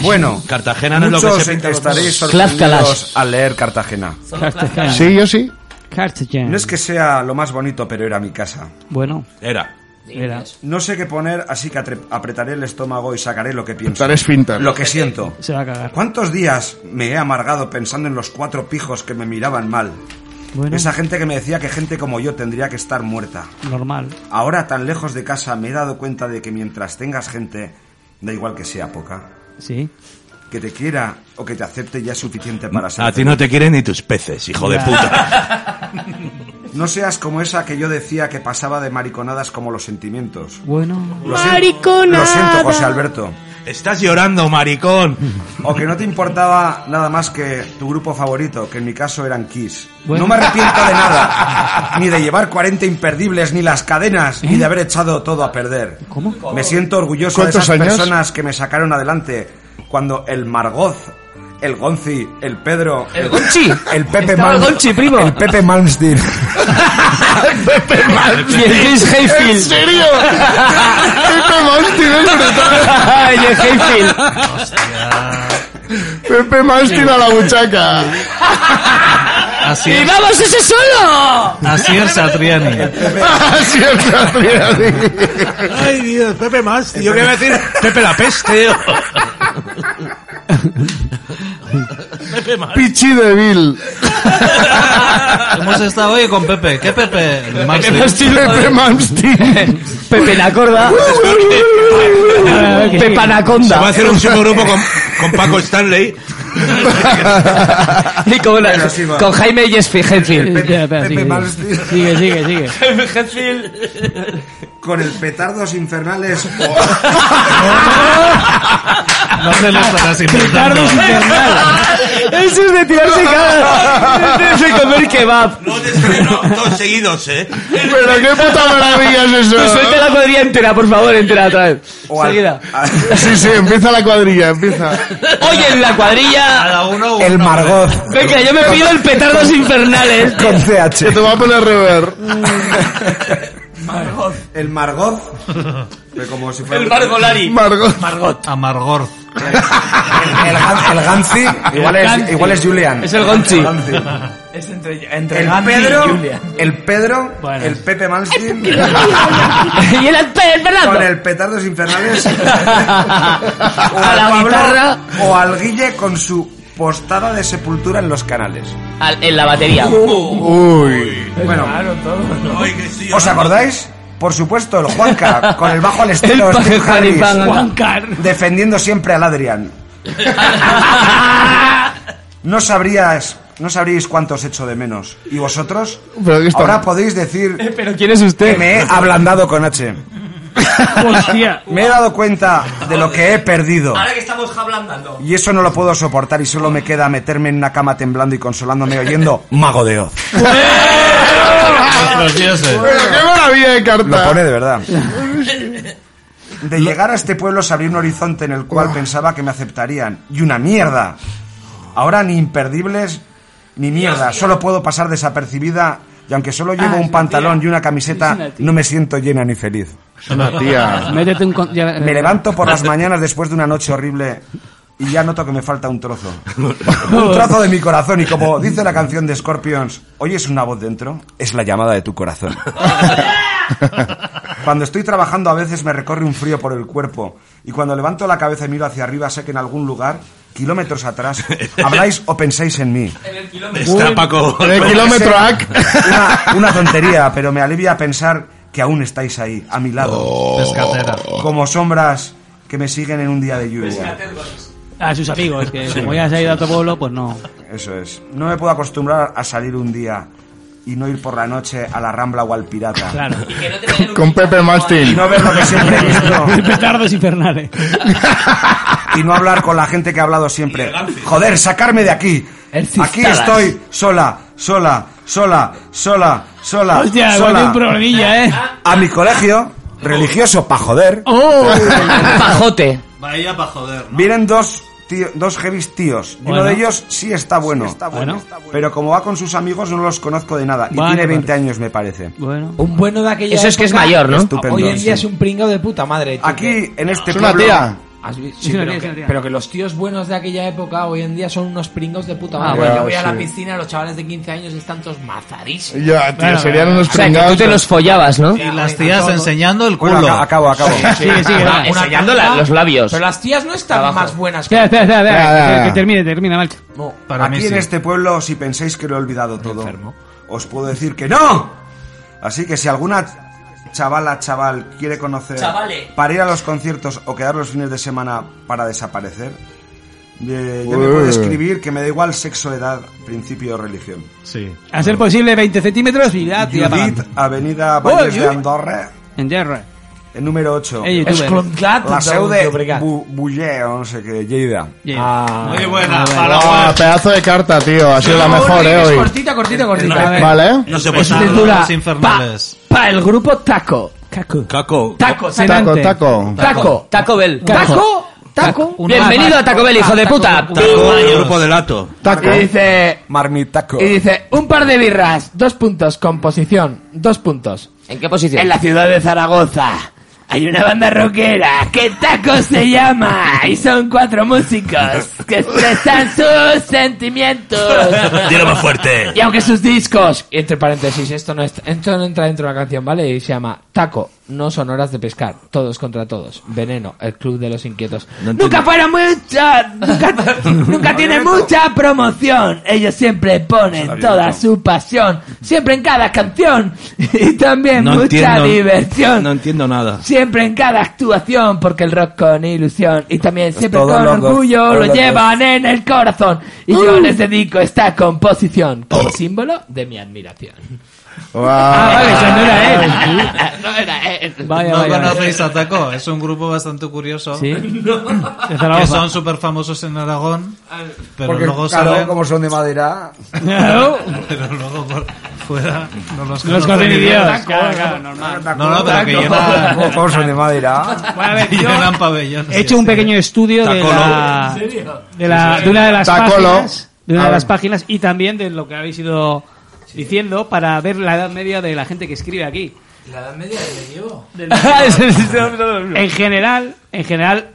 Speaker 1: Bueno,
Speaker 10: Cartagena no es lo que
Speaker 1: muchos
Speaker 10: se pinta.
Speaker 1: estaréis
Speaker 10: los-
Speaker 1: sorprendidos al leer Cartagena.
Speaker 7: Cartagena.
Speaker 6: Sí, yo sí.
Speaker 7: Cartagena.
Speaker 1: No es que sea lo más bonito, pero era mi casa.
Speaker 7: Bueno.
Speaker 10: Era.
Speaker 7: Era.
Speaker 1: No sé qué poner, así que atre- apretaré el estómago y sacaré lo que pienso.
Speaker 6: Apretar esfínter.
Speaker 1: Lo que siento.
Speaker 7: Se va a cagar.
Speaker 1: ¿Cuántos días me he amargado pensando en los cuatro pijos que me miraban mal?
Speaker 7: Bueno.
Speaker 1: Esa gente que me decía que gente como yo tendría que estar muerta.
Speaker 7: Normal.
Speaker 1: Ahora, tan lejos de casa, me he dado cuenta de que mientras tengas gente, da igual que sea poca,
Speaker 7: Sí.
Speaker 1: que te quiera o que te acepte ya es suficiente para ser.
Speaker 10: Mm, A ti no te quieren ni tus peces, hijo de
Speaker 1: Ya.
Speaker 10: puta.
Speaker 1: No seas como esa que yo decía que pasaba de mariconadas como los sentimientos.
Speaker 7: Bueno.
Speaker 1: Lo siento- Lo siento, José Alberto.
Speaker 10: Estás llorando, maricón.
Speaker 1: O que no te importaba nada más que tu grupo favorito, que en mi caso eran Kiss.
Speaker 10: Bueno.
Speaker 1: No me arrepiento de nada, ni de llevar 40 imperdibles, ni las cadenas, ni de haber echado todo a perder.
Speaker 7: ¿Cómo?
Speaker 1: Me siento orgulloso de
Speaker 6: ¿Cuántos
Speaker 1: esas
Speaker 6: años?
Speaker 1: personas que me sacaron adelante cuando el Margoz, el Gonzi, el Pedro, el
Speaker 5: Gonchi,
Speaker 1: el Pepe
Speaker 5: Estaba el
Speaker 1: Malm-
Speaker 5: Gonchi, primo.
Speaker 1: el Pepe Malmsteen,
Speaker 5: Y el Chris Hayfield.
Speaker 19: ¿En serio? Pepe Mástil es brutal.
Speaker 5: Ay, el Hayfield.
Speaker 6: Pepe Mástil a la buchaca.
Speaker 11: Así
Speaker 7: eh,
Speaker 19: ¡Y
Speaker 11: es,
Speaker 19: vamos ese solo!
Speaker 11: así es Satriani.
Speaker 19: Así es,
Speaker 10: Ay, Dios, Pepe más. Yo quería decir Pepe la peste. Pepe más.
Speaker 6: Pichi de Bill.
Speaker 11: Hemos estado hoy con Pepe. ¿Qué Pepe? El Marcy.
Speaker 6: Pepe Malmsteen.
Speaker 5: Pepe Nacorda.
Speaker 7: Pepanaconda.
Speaker 10: Se va a hacer un subgrupo con con Paco Stanley.
Speaker 14: Ni con,
Speaker 10: Bueno, sí, va.
Speaker 14: con Jaime Jesfield.
Speaker 7: Espera, espera, sigue, sigue, sigue, sigue.
Speaker 1: Con el petardos infernales. o-
Speaker 11: No se lo estarás inventando.
Speaker 14: Eso es de tirarse cada. Es de comer kebab.
Speaker 10: Todos seguidos, ¿eh?
Speaker 14: Pero qué puta maravilla es eso. Pues suelta la cuadrilla entera, por favor, entera otra vez. Seguida.
Speaker 6: Sí, sí, empieza la cuadrilla, empieza.
Speaker 14: Oye, en la cuadrilla.
Speaker 1: El Margot.
Speaker 14: Venga, yo me pido el petardos infernales.
Speaker 1: Con CH.
Speaker 6: Que te va a poner rever.
Speaker 1: El Margot. que como si fuera-
Speaker 6: Margot.
Speaker 11: A Margot.
Speaker 1: El, Gan- el Ganzi. Igual
Speaker 11: El
Speaker 1: es,
Speaker 11: Ganzi.
Speaker 1: igual es Julian.
Speaker 11: Es el Gonchi.
Speaker 1: Ganzi.
Speaker 5: Es entre, entre
Speaker 1: El
Speaker 5: Gandhi
Speaker 1: Pedro.
Speaker 5: y Julian.
Speaker 1: El Pedro. El Pepe Malstin.
Speaker 14: y el, Fernando.
Speaker 1: Con el petardos infernales. o
Speaker 14: A la guitarra.
Speaker 1: O al Guille con su postada de sepultura en los canales.
Speaker 9: Al- en la batería.
Speaker 1: Uy. Bueno, ¿os acordáis? Por supuesto, el Juanca, con el bajo al estilo
Speaker 14: El bajo
Speaker 1: Steve Harris,
Speaker 14: Harris, Juanca.
Speaker 1: defendiendo siempre al Adrian. No sabrías, no sabríais cuántos echo de menos. ¿Y vosotros?
Speaker 6: Pero que está-
Speaker 1: Ahora podéis decir
Speaker 14: Eh, ¿Pero quién es usted?
Speaker 1: que me he ablandado con H.
Speaker 7: Hostia.
Speaker 1: Me he dado cuenta de lo que he perdido.
Speaker 5: que estamos hablandando.
Speaker 1: Y eso no lo puedo soportar y solo me queda meterme en una cama temblando y consolándome oyendo Mago de Oz.
Speaker 11: Los dioses.
Speaker 6: Pero qué maravilla de carta.
Speaker 1: Lo pone de verdad. De llegar a este pueblo se abrió un horizonte en el cual pensaba que me aceptarían. Y una mierda. Ahora ni imperdibles ni mierda. Solo puedo pasar desapercibida y aunque solo
Speaker 6: Ah,
Speaker 1: llevo un pantalón y una camiseta, no me siento llena ni feliz.
Speaker 6: Una tía.
Speaker 7: Métete un. con- ya- eh.
Speaker 1: Me levanto por las mañanas después de una noche horrible y ya noto que me falta un trozo. Un trozo de mi corazón y como dice la canción de Scorpions, ¿oyes una voz dentro? Es la llamada de tu corazón. Cuando estoy trabajando a veces me recorre un frío por el cuerpo y cuando levanto la cabeza y miro hacia arriba sé que en algún lugar, kilómetros atrás, habláis o pensáis en mí.
Speaker 10: Está Paco.
Speaker 1: Una, una tontería, pero me alivia pensar que aún estáis ahí, a mi lado.
Speaker 10: Oh.
Speaker 11: Pescatera.
Speaker 1: Como sombras que me siguen en un día de lluvia.
Speaker 7: A sus amigos, que como ya se ha ido a otro pueblo, pues no.
Speaker 1: Eso es. No me puedo acostumbrar a salir un día y no ir por la noche a la Rambla o al Pirata.
Speaker 7: Claro.
Speaker 6: Con Pepe
Speaker 1: Y
Speaker 6: Mastin.
Speaker 1: no ver lo que siempre he visto.
Speaker 7: Petardos infernales.
Speaker 1: Y no hablar con la gente que he hablado siempre. Joder, sacarme de aquí. Aquí
Speaker 7: Cistalas.
Speaker 1: estoy sola, sola, sola, sola, sola,
Speaker 7: Hostia, igual
Speaker 1: sola.
Speaker 7: hay un problemilla, eh.
Speaker 10: Ah,
Speaker 1: A mi colegio, religioso pa' joder,
Speaker 7: Oh.
Speaker 9: Pajote.
Speaker 11: Vaya para joder.
Speaker 1: vienen dos tío- dos heavies tíos. Y
Speaker 11: Bueno.
Speaker 1: uno de ellos sí está bueno.
Speaker 11: Bueno.
Speaker 1: Pero como va con sus amigos no los conozco de nada. Y
Speaker 7: Vale,
Speaker 1: tiene
Speaker 7: vale.
Speaker 1: 20 años, me parece.
Speaker 7: Bueno.
Speaker 5: Un bueno de aquella
Speaker 1: Eso es que es
Speaker 5: época,
Speaker 1: mayor, ¿no?
Speaker 5: Hoy en
Speaker 1: Estupendo,
Speaker 5: día
Speaker 1: sí.
Speaker 5: es un pringado de puta madre. tío,
Speaker 1: Aquí,
Speaker 5: que-
Speaker 1: en este
Speaker 5: Es
Speaker 1: pueblo...
Speaker 5: una Has vi-
Speaker 1: Sí,
Speaker 5: sí,
Speaker 1: una
Speaker 5: pero,
Speaker 1: tía,
Speaker 5: que,
Speaker 1: es una tía.
Speaker 5: pero que los tíos buenos de aquella época hoy en día son unos pringos de puta madre.
Speaker 6: Ah, bueno,
Speaker 5: Yo voy a la
Speaker 6: sí.
Speaker 5: piscina, los chavales de 15 años están todos mazadísimos.
Speaker 6: Ya, tío,
Speaker 5: Bueno,
Speaker 6: serían unos
Speaker 5: o sea, que tú
Speaker 6: pringados.
Speaker 5: te los
Speaker 9: follabas, ¿no?
Speaker 11: Y las tías enseñando el culo.
Speaker 1: Bueno, aca- acabo, acabo.
Speaker 9: Ah, enseñando la- los labios.
Speaker 5: Pero las tías no están más buenas que
Speaker 7: Espera, espera, espera, espera,
Speaker 1: Ya, ya,
Speaker 7: que-
Speaker 1: ya.
Speaker 7: que termine, termina, Marco.
Speaker 1: Aquí en este pueblo, si pensáis que lo he olvidado todo, os puedo decir que no. Así que si alguna chavala, chaval, quiere conocer
Speaker 9: Chavale.
Speaker 1: para ir a los conciertos o quedar los fines de semana para desaparecer, eh, ya me
Speaker 6: Uy.
Speaker 1: puede escribir que me da igual sexo, edad, principio o religión.
Speaker 11: Sí.
Speaker 7: A ser posible 20 centímetros y ya tira para
Speaker 1: Judith,
Speaker 7: adelante.
Speaker 1: Avenida Valles
Speaker 7: Oh,
Speaker 1: de
Speaker 7: Judith.
Speaker 1: Andorra,
Speaker 7: En Gerra.
Speaker 1: el número 8.
Speaker 7: Ey, youtuber. Esclondat,
Speaker 1: la seu
Speaker 7: don,
Speaker 1: de
Speaker 7: obrigat.
Speaker 1: Bu- Bulle, o no sé qué, Lleida.
Speaker 11: Muy buena.
Speaker 6: Ah, pedazo de carta, tío. Ha sido la mejor, eh, hoy.
Speaker 5: Cortita, cortita, cortita. A ver.
Speaker 6: Vale.
Speaker 10: No se
Speaker 11: Pues
Speaker 10: puede.
Speaker 11: titula-
Speaker 5: Los
Speaker 11: infernales.
Speaker 9: Para el grupo Taco.
Speaker 10: Caco.
Speaker 9: Taco,
Speaker 6: Taco, taco.
Speaker 9: Taco, Taco Bell.
Speaker 5: Taco, taco.
Speaker 9: Bienvenido a Taco Bell, hijo de puta.
Speaker 10: el grupo de lato.
Speaker 6: Taco.
Speaker 9: Y dice,
Speaker 1: Marmitaco.
Speaker 9: y dice,
Speaker 5: Un par de birras, dos puntos, composición, dos puntos.
Speaker 9: ¿en qué posición?
Speaker 5: En la ciudad de Zaragoza hay una banda rockera que Tacos se llama y son cuatro músicos que expresan sus sentimientos.
Speaker 10: Dilo más fuerte.
Speaker 5: Y aunque sus discos, entre paréntesis, esto no, es- esto no entra dentro de la canción, ¿vale? Y se llama Taco,
Speaker 25: no son horas de pescar. Todos contra todos. Veneno, el club de los inquietos.
Speaker 5: Nunca fuera mucha, nunca, nunca tiene mucha promoción. Ellos siempre ponen toda su pasión, siempre en cada canción y también mucha diversión.
Speaker 10: No entiendo nada.
Speaker 5: Siempre en cada actuación, porque el rock con ilusión y también siempre
Speaker 10: todos
Speaker 5: con
Speaker 10: locos,
Speaker 5: orgullo
Speaker 10: todos
Speaker 5: lo
Speaker 10: locos.
Speaker 5: llevan en el corazón. Y yo
Speaker 10: Uh.
Speaker 5: les dedico esta composición como símbolo de mi admiración.
Speaker 11: Ah, vale, eso no era él.
Speaker 5: no era él.
Speaker 11: no conocéis a Taco, es un grupo bastante curioso.
Speaker 5: Sí.
Speaker 11: Que
Speaker 5: Zaragoza.
Speaker 11: son súper famosos en Aragón, pero
Speaker 1: Porque,
Speaker 11: luego
Speaker 1: claro,
Speaker 11: salen-
Speaker 1: como son de madera.
Speaker 11: Claro. Pero luego por fuera no los
Speaker 1: No los
Speaker 11: conoce
Speaker 1: conoce ni Dios,
Speaker 7: claro, claro, normal.
Speaker 11: No, no, pero que
Speaker 7: Taco.
Speaker 11: llevan...
Speaker 1: Como son de madera.
Speaker 11: Llevan pabellones.
Speaker 7: He hecho un pequeño
Speaker 25: ¿eh?
Speaker 7: estudio de
Speaker 11: Tacolo.
Speaker 7: la,
Speaker 11: ¿En serio?
Speaker 7: de, la- de una de las
Speaker 11: Tacolo.
Speaker 7: páginas, de una
Speaker 11: A
Speaker 7: de
Speaker 11: ver.
Speaker 7: las páginas y también de lo que habéis ido diciendo para ver la edad media de la gente que escribe aquí.
Speaker 25: ¿La edad media del medievo?
Speaker 7: en general, en general,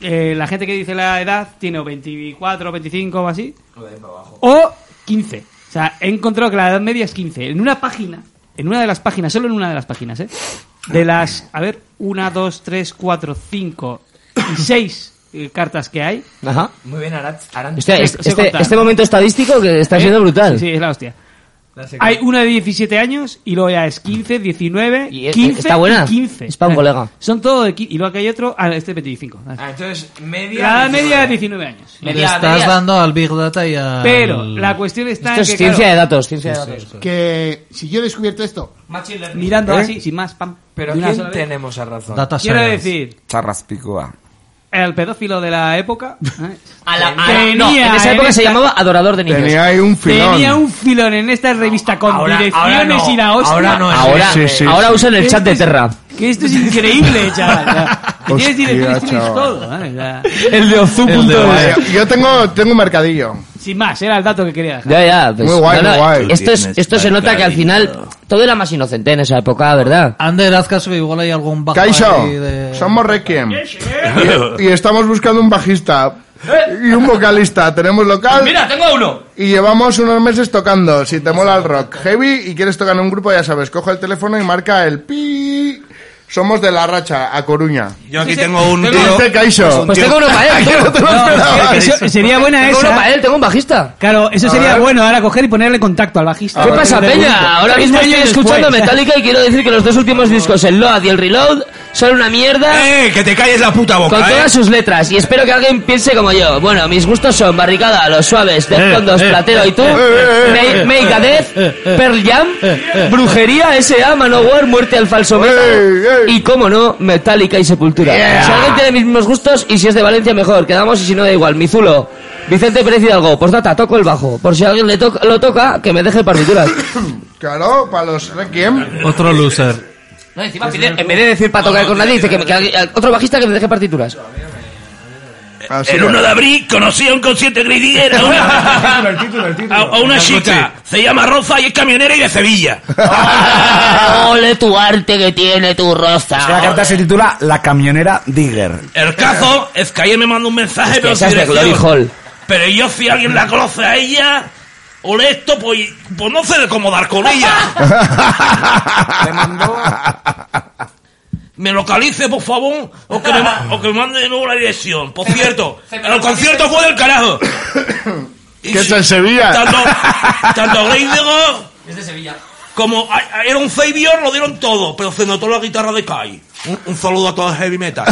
Speaker 7: eh, la gente que dice la edad tiene o 24, 25 o así, o 15. O sea, he encontrado que la edad media es 15. En una página, en una de las páginas, solo en una de las páginas, ¿eh? De las, a ver, 1, 2, 3, 4, 5 y 6 cartas que hay.
Speaker 9: Ajá.
Speaker 25: Muy bien, Aranz.
Speaker 9: Hostia,
Speaker 7: Sé-
Speaker 9: es-
Speaker 7: sé
Speaker 9: este,
Speaker 7: contar.
Speaker 9: este momento estadístico que está
Speaker 7: ¿Eh?
Speaker 9: siendo brutal.
Speaker 7: Sí, sí, es la hostia. Hay una de 17 años y luego ya es 15, 19,
Speaker 9: es-
Speaker 7: 15
Speaker 9: eh, está buena.
Speaker 7: y Eh. 15.
Speaker 9: Es pa' un colega.
Speaker 7: Son todo de 15. Y luego que hay otro, ah, este 25.
Speaker 25: Ah, entonces,
Speaker 7: media La edad media de 19 años.
Speaker 11: Le estás dando al Big Data y al...
Speaker 7: Pero la cuestión está en que, claro,
Speaker 11: Sí, sí, sí.
Speaker 26: Que si yo he descubierto esto,
Speaker 7: mirando
Speaker 26: ¿Eh?
Speaker 7: así, sin más, pam.
Speaker 25: Pero
Speaker 7: de una
Speaker 25: ¿quién
Speaker 7: sola vez.
Speaker 25: tenemos a razón?
Speaker 7: Data Quiero science. decir-
Speaker 1: Charraspicua.
Speaker 7: El pedófilo de la época. ¿eh?
Speaker 9: A la- a la- no, en esa
Speaker 7: en
Speaker 9: época se
Speaker 7: esta-
Speaker 9: llamaba adorador de niños.
Speaker 6: Tenía ahí un filón.
Speaker 7: Tenía un filón en esta revista con
Speaker 9: Ahora-
Speaker 7: direcciones
Speaker 9: ahora no,
Speaker 7: y la hostia.
Speaker 9: ahora no es. Ahora- Sí, sí, ahora sí. usan el chat de
Speaker 5: Este
Speaker 7: Esto es-
Speaker 9: Terra.
Speaker 7: Que esto es increíble, chaval. Que Tienes
Speaker 6: Hostia,
Speaker 7: direcciones, tienes
Speaker 6: chaval.
Speaker 7: todo. ¿eh? ¿vale? O sea,
Speaker 6: El de
Speaker 7: El de Ozu.
Speaker 6: Yo tengo, tengo un mercadillo.
Speaker 7: Sin más, era el dato que quería dejar.
Speaker 9: Ya, ya. pues,
Speaker 6: Muy guay, muy guay.
Speaker 9: Esto, es,
Speaker 6: Tienes
Speaker 9: esto se nota que al final todo era más inocente en esa época, ¿verdad?
Speaker 11: Ander, haz caso, igual hay algún bajo
Speaker 6: Kaixo,
Speaker 11: ahí de...
Speaker 6: somos Requiem. Y, y estamos buscando un bajista y un vocalista. Tenemos local.
Speaker 3: Mira, tengo uno.
Speaker 6: Y llevamos unos meses tocando. Si te mola el rock heavy y quieres tocar en un grupo, ya sabes, coge el teléfono y marca el pi. Somos de La Racha, a Coruña.
Speaker 27: Yo aquí tengo un
Speaker 6: Tengo-
Speaker 27: tío.
Speaker 6: Este Kaixo.
Speaker 27: es un
Speaker 6: Pues
Speaker 27: tío-
Speaker 6: tengo uno para él, tú.
Speaker 27: Yo no te lo
Speaker 6: No,
Speaker 27: esperaba.
Speaker 7: Eso- sería buena
Speaker 9: Tengo
Speaker 7: esa.
Speaker 9: uno para él, tengo un bajista.
Speaker 7: Claro, eso
Speaker 9: A
Speaker 7: sería
Speaker 9: ver.
Speaker 7: bueno ahora coger y ponerle contacto al bajista.
Speaker 9: ¿Qué pasa,
Speaker 7: Del grupo.
Speaker 9: Peña? Ahora mismo
Speaker 7: Veinte
Speaker 9: estoy
Speaker 7: años
Speaker 9: escuchando
Speaker 7: después.
Speaker 9: Metallica y quiero decir que los dos últimos discos, el Load y el Reload, son una mierda.
Speaker 27: ¡Eh! ¡Que te calles la puta boca!
Speaker 9: Con
Speaker 27: eh.
Speaker 9: todas sus letras, y espero que alguien piense como yo. Bueno, mis gustos son Barricada, Los Suaves, Deftondos,
Speaker 3: eh,
Speaker 9: Platero y tú,
Speaker 3: eh, eh, eh,
Speaker 9: Me- Megadeth,
Speaker 3: eh, eh,
Speaker 9: Pearl Jam,
Speaker 3: eh.
Speaker 9: Brujería, S.A., Manowar, Muerte al Falso Metal, y como no, Metallica y Sepultura.
Speaker 3: Yeah.
Speaker 9: Si alguien tiene mis mismos gustos, y si es de Valencia, mejor. Quedamos y si no, da igual. Mizulo, Vicente Pérez Hidalgo, postdata, toco el bajo. Por si alguien le toca- lo toca, que me deje partituras.
Speaker 6: Claro, para los Requiem.
Speaker 11: Otro loser.
Speaker 9: No, encima pide- en vez de decir para tocar con nadie, dice que, me- que alguien- otro bajista que me deje partituras.
Speaker 10: El 1 de abril conocí a un consciente gridillero. A, a una chica. Se llama Rosa y es camionera y de Sevilla.
Speaker 9: Ole tu arte que tiene tu rosa.
Speaker 1: La carta se titula La camionera Digger.
Speaker 10: El caso es que ayer me mandó un mensaje, pero
Speaker 1: Esa
Speaker 10: sin
Speaker 1: es de
Speaker 10: dirección.
Speaker 1: Glory Hall.
Speaker 10: Pero yo, si alguien la conoce a ella, o le esto, pues, pues no sé de cómo dar con ella. Me localice, por favor, o que me, ma- o que me mande de nuevo la dirección. Por cierto, el concierto fue del carajo.
Speaker 6: Que es en Sevilla.
Speaker 10: Tanto, tanto Grindelwald como a- a- era un Fabian, lo dieron todo, pero se notó la guitarra de Kai. Un, un saludo a todo el heavy metal.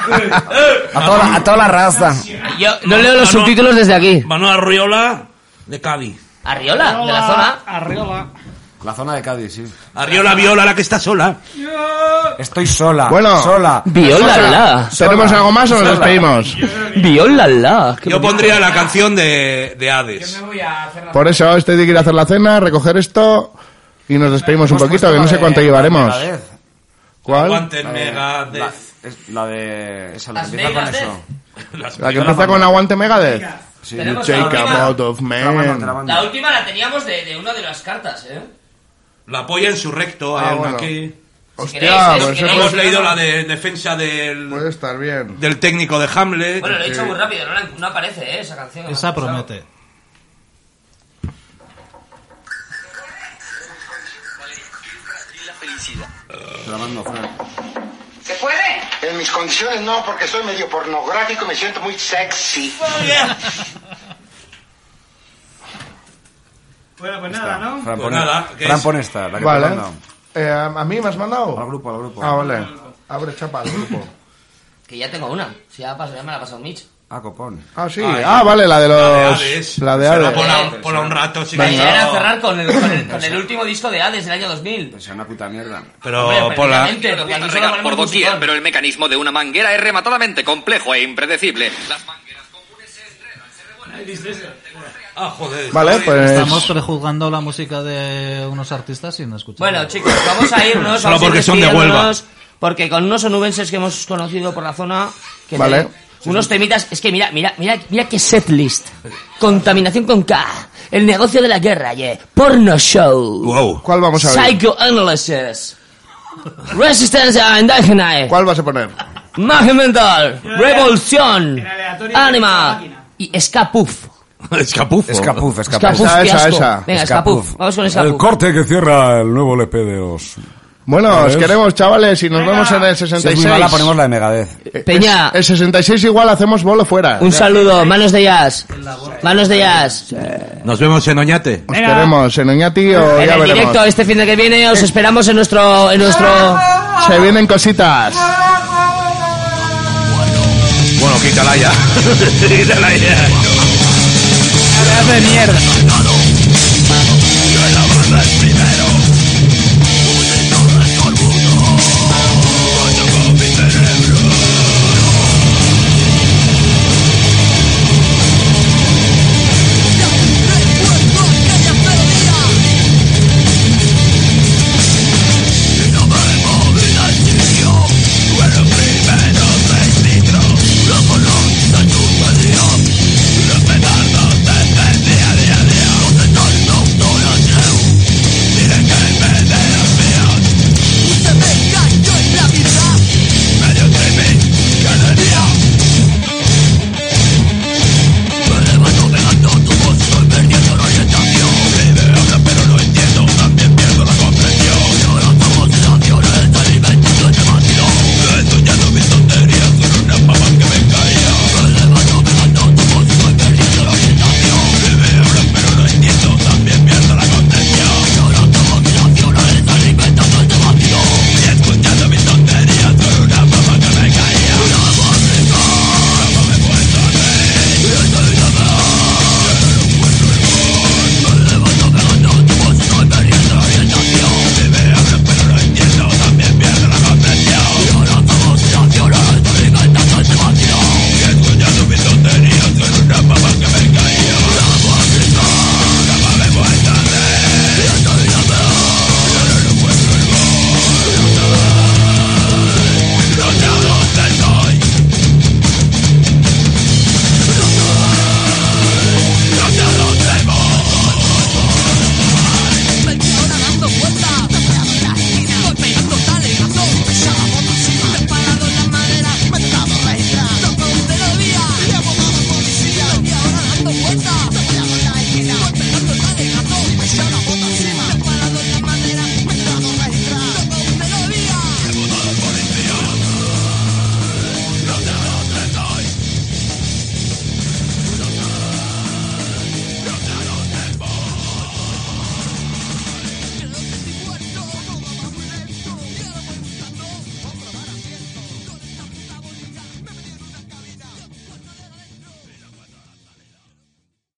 Speaker 1: A toda la, a toda la raza.
Speaker 9: No leo los subtítulos desde aquí.
Speaker 10: Manuel Arriola de Cádiz.
Speaker 9: Arriola, de la zona.
Speaker 7: Arriola.
Speaker 1: La zona de Cádiz, sí.
Speaker 10: Arriola Viola, la que está sola.
Speaker 1: Estoy sola.
Speaker 10: Bueno.
Speaker 1: sola.
Speaker 10: Viola,
Speaker 1: Sola.
Speaker 10: la.
Speaker 6: ¿Tenemos algo más o nos
Speaker 10: Sola.
Speaker 6: despedimos?
Speaker 9: Viola,
Speaker 10: Yo pondría la canción de, de Hades.
Speaker 6: Por eso, este tiene que ir a hacer la cena, recoger esto y nos despedimos un poquito, que no sé cuánto llevaremos. ¿Cuál?
Speaker 10: Aguante Megadeth.
Speaker 1: Eh, La de. Esa,
Speaker 10: la
Speaker 1: que empieza con eso.
Speaker 6: La que empieza con Aguante Megadeth.
Speaker 1: Sí.
Speaker 6: You take a lot of men.
Speaker 9: La última la teníamos de, de una de las cartas, ¿eh?
Speaker 10: La apoya en su recto,
Speaker 6: Ah,
Speaker 10: hay
Speaker 6: bueno.
Speaker 10: una aquí.
Speaker 6: Hostia, queréis, pues si eso
Speaker 10: no
Speaker 6: queréis.
Speaker 10: hemos leído la de defensa del... Puede
Speaker 6: estar bien.
Speaker 10: Del técnico de Hamlet.
Speaker 9: Bueno, lo he dicho muy rápido, no, la- no aparece, ¿eh? Esa canción.
Speaker 11: Esa promete.
Speaker 15: y la felicidad.
Speaker 1: Grabando, Fran.
Speaker 15: ¿Se puede?
Speaker 2: En mis condiciones no, porque soy medio pornográfico y me siento muy sexy.
Speaker 7: Bueno, pues nada, ¿no?
Speaker 1: Fran,
Speaker 10: Pues
Speaker 1: pon-
Speaker 10: nada, ¿qué
Speaker 1: Fran,
Speaker 10: es?
Speaker 1: pon esta, la que
Speaker 6: Vale.
Speaker 1: te he mandado.
Speaker 6: Eh, ¿A mí me has mandado?
Speaker 1: Al grupo, al grupo.
Speaker 6: Ah, vale. Abre chapa al grupo.
Speaker 9: Que ya tengo una. Si ya, pas- ya me la ha pasado Mitch.
Speaker 1: Ah, copón.
Speaker 6: Ah, sí. Ah, vale, la de los. La de Hades.
Speaker 9: Me
Speaker 6: Venga.
Speaker 9: llegan a cerrar con el, con el, con el último disco de Hades del año 2000.
Speaker 1: Es una puta mierda.
Speaker 15: Hombre,
Speaker 9: perfectamente,
Speaker 15: perfectamente,
Speaker 9: porque aquí
Speaker 15: lo
Speaker 9: solo
Speaker 15: rega por
Speaker 9: ponemos
Speaker 15: doquier, pero el mecanismo de una manguera es rematadamente complejo e impredecible. Las
Speaker 10: Ah, joder.
Speaker 6: Vale, pues-
Speaker 11: Estamos prejuzgando la música de unos artistas sin escuchar.
Speaker 9: Bueno, chicos, vamos a irnos.
Speaker 11: Solo
Speaker 9: vamos a ir
Speaker 11: porque son de
Speaker 9: despidiéndonos, Porque con unos onubenses que hemos conocido por la zona. Que
Speaker 6: Vale.
Speaker 9: tienen Unos temitas. Es que mira, mira, mira, mira qué setlist. Contaminación con K. El negocio de la guerra, ye. Porno show.
Speaker 6: Wow. ¿Cuál vamos a ver?
Speaker 9: Psychoanalysis. Resistencia indígena.
Speaker 6: ¿Cuál vas a poner?
Speaker 9: Magia mental. Revolución. Ánima. Y escapuf.
Speaker 28: Escapufo.
Speaker 1: Escapufo,
Speaker 9: escapufo. Escapuf, qué asco. Venga, escapuf. Vamos con escapuf.
Speaker 28: El corte que cierra el nuevo LP de Os.
Speaker 6: Bueno, os
Speaker 28: ¿Sabes?
Speaker 6: queremos, chavales, y Eh, nos vemos en el
Speaker 1: Pues- Si
Speaker 6: 66.
Speaker 1: es muy mala, ponemos la de Megadez.
Speaker 9: Peña.
Speaker 6: El 66 igual hacemos bolo fuera.
Speaker 9: Un saludo. Manos de jazz. Manos de jazz.
Speaker 10: Nos vemos en Oñate.
Speaker 6: Os queremos, en Oñati o
Speaker 9: En
Speaker 6: ya
Speaker 9: el directo
Speaker 6: veremos.
Speaker 9: este fin de que viene os esperamos en nuestro en nuestro
Speaker 6: Se vienen cositas.
Speaker 10: Bueno, quítala ya. quítala ya.
Speaker 19: de mierda. Yo era el primero.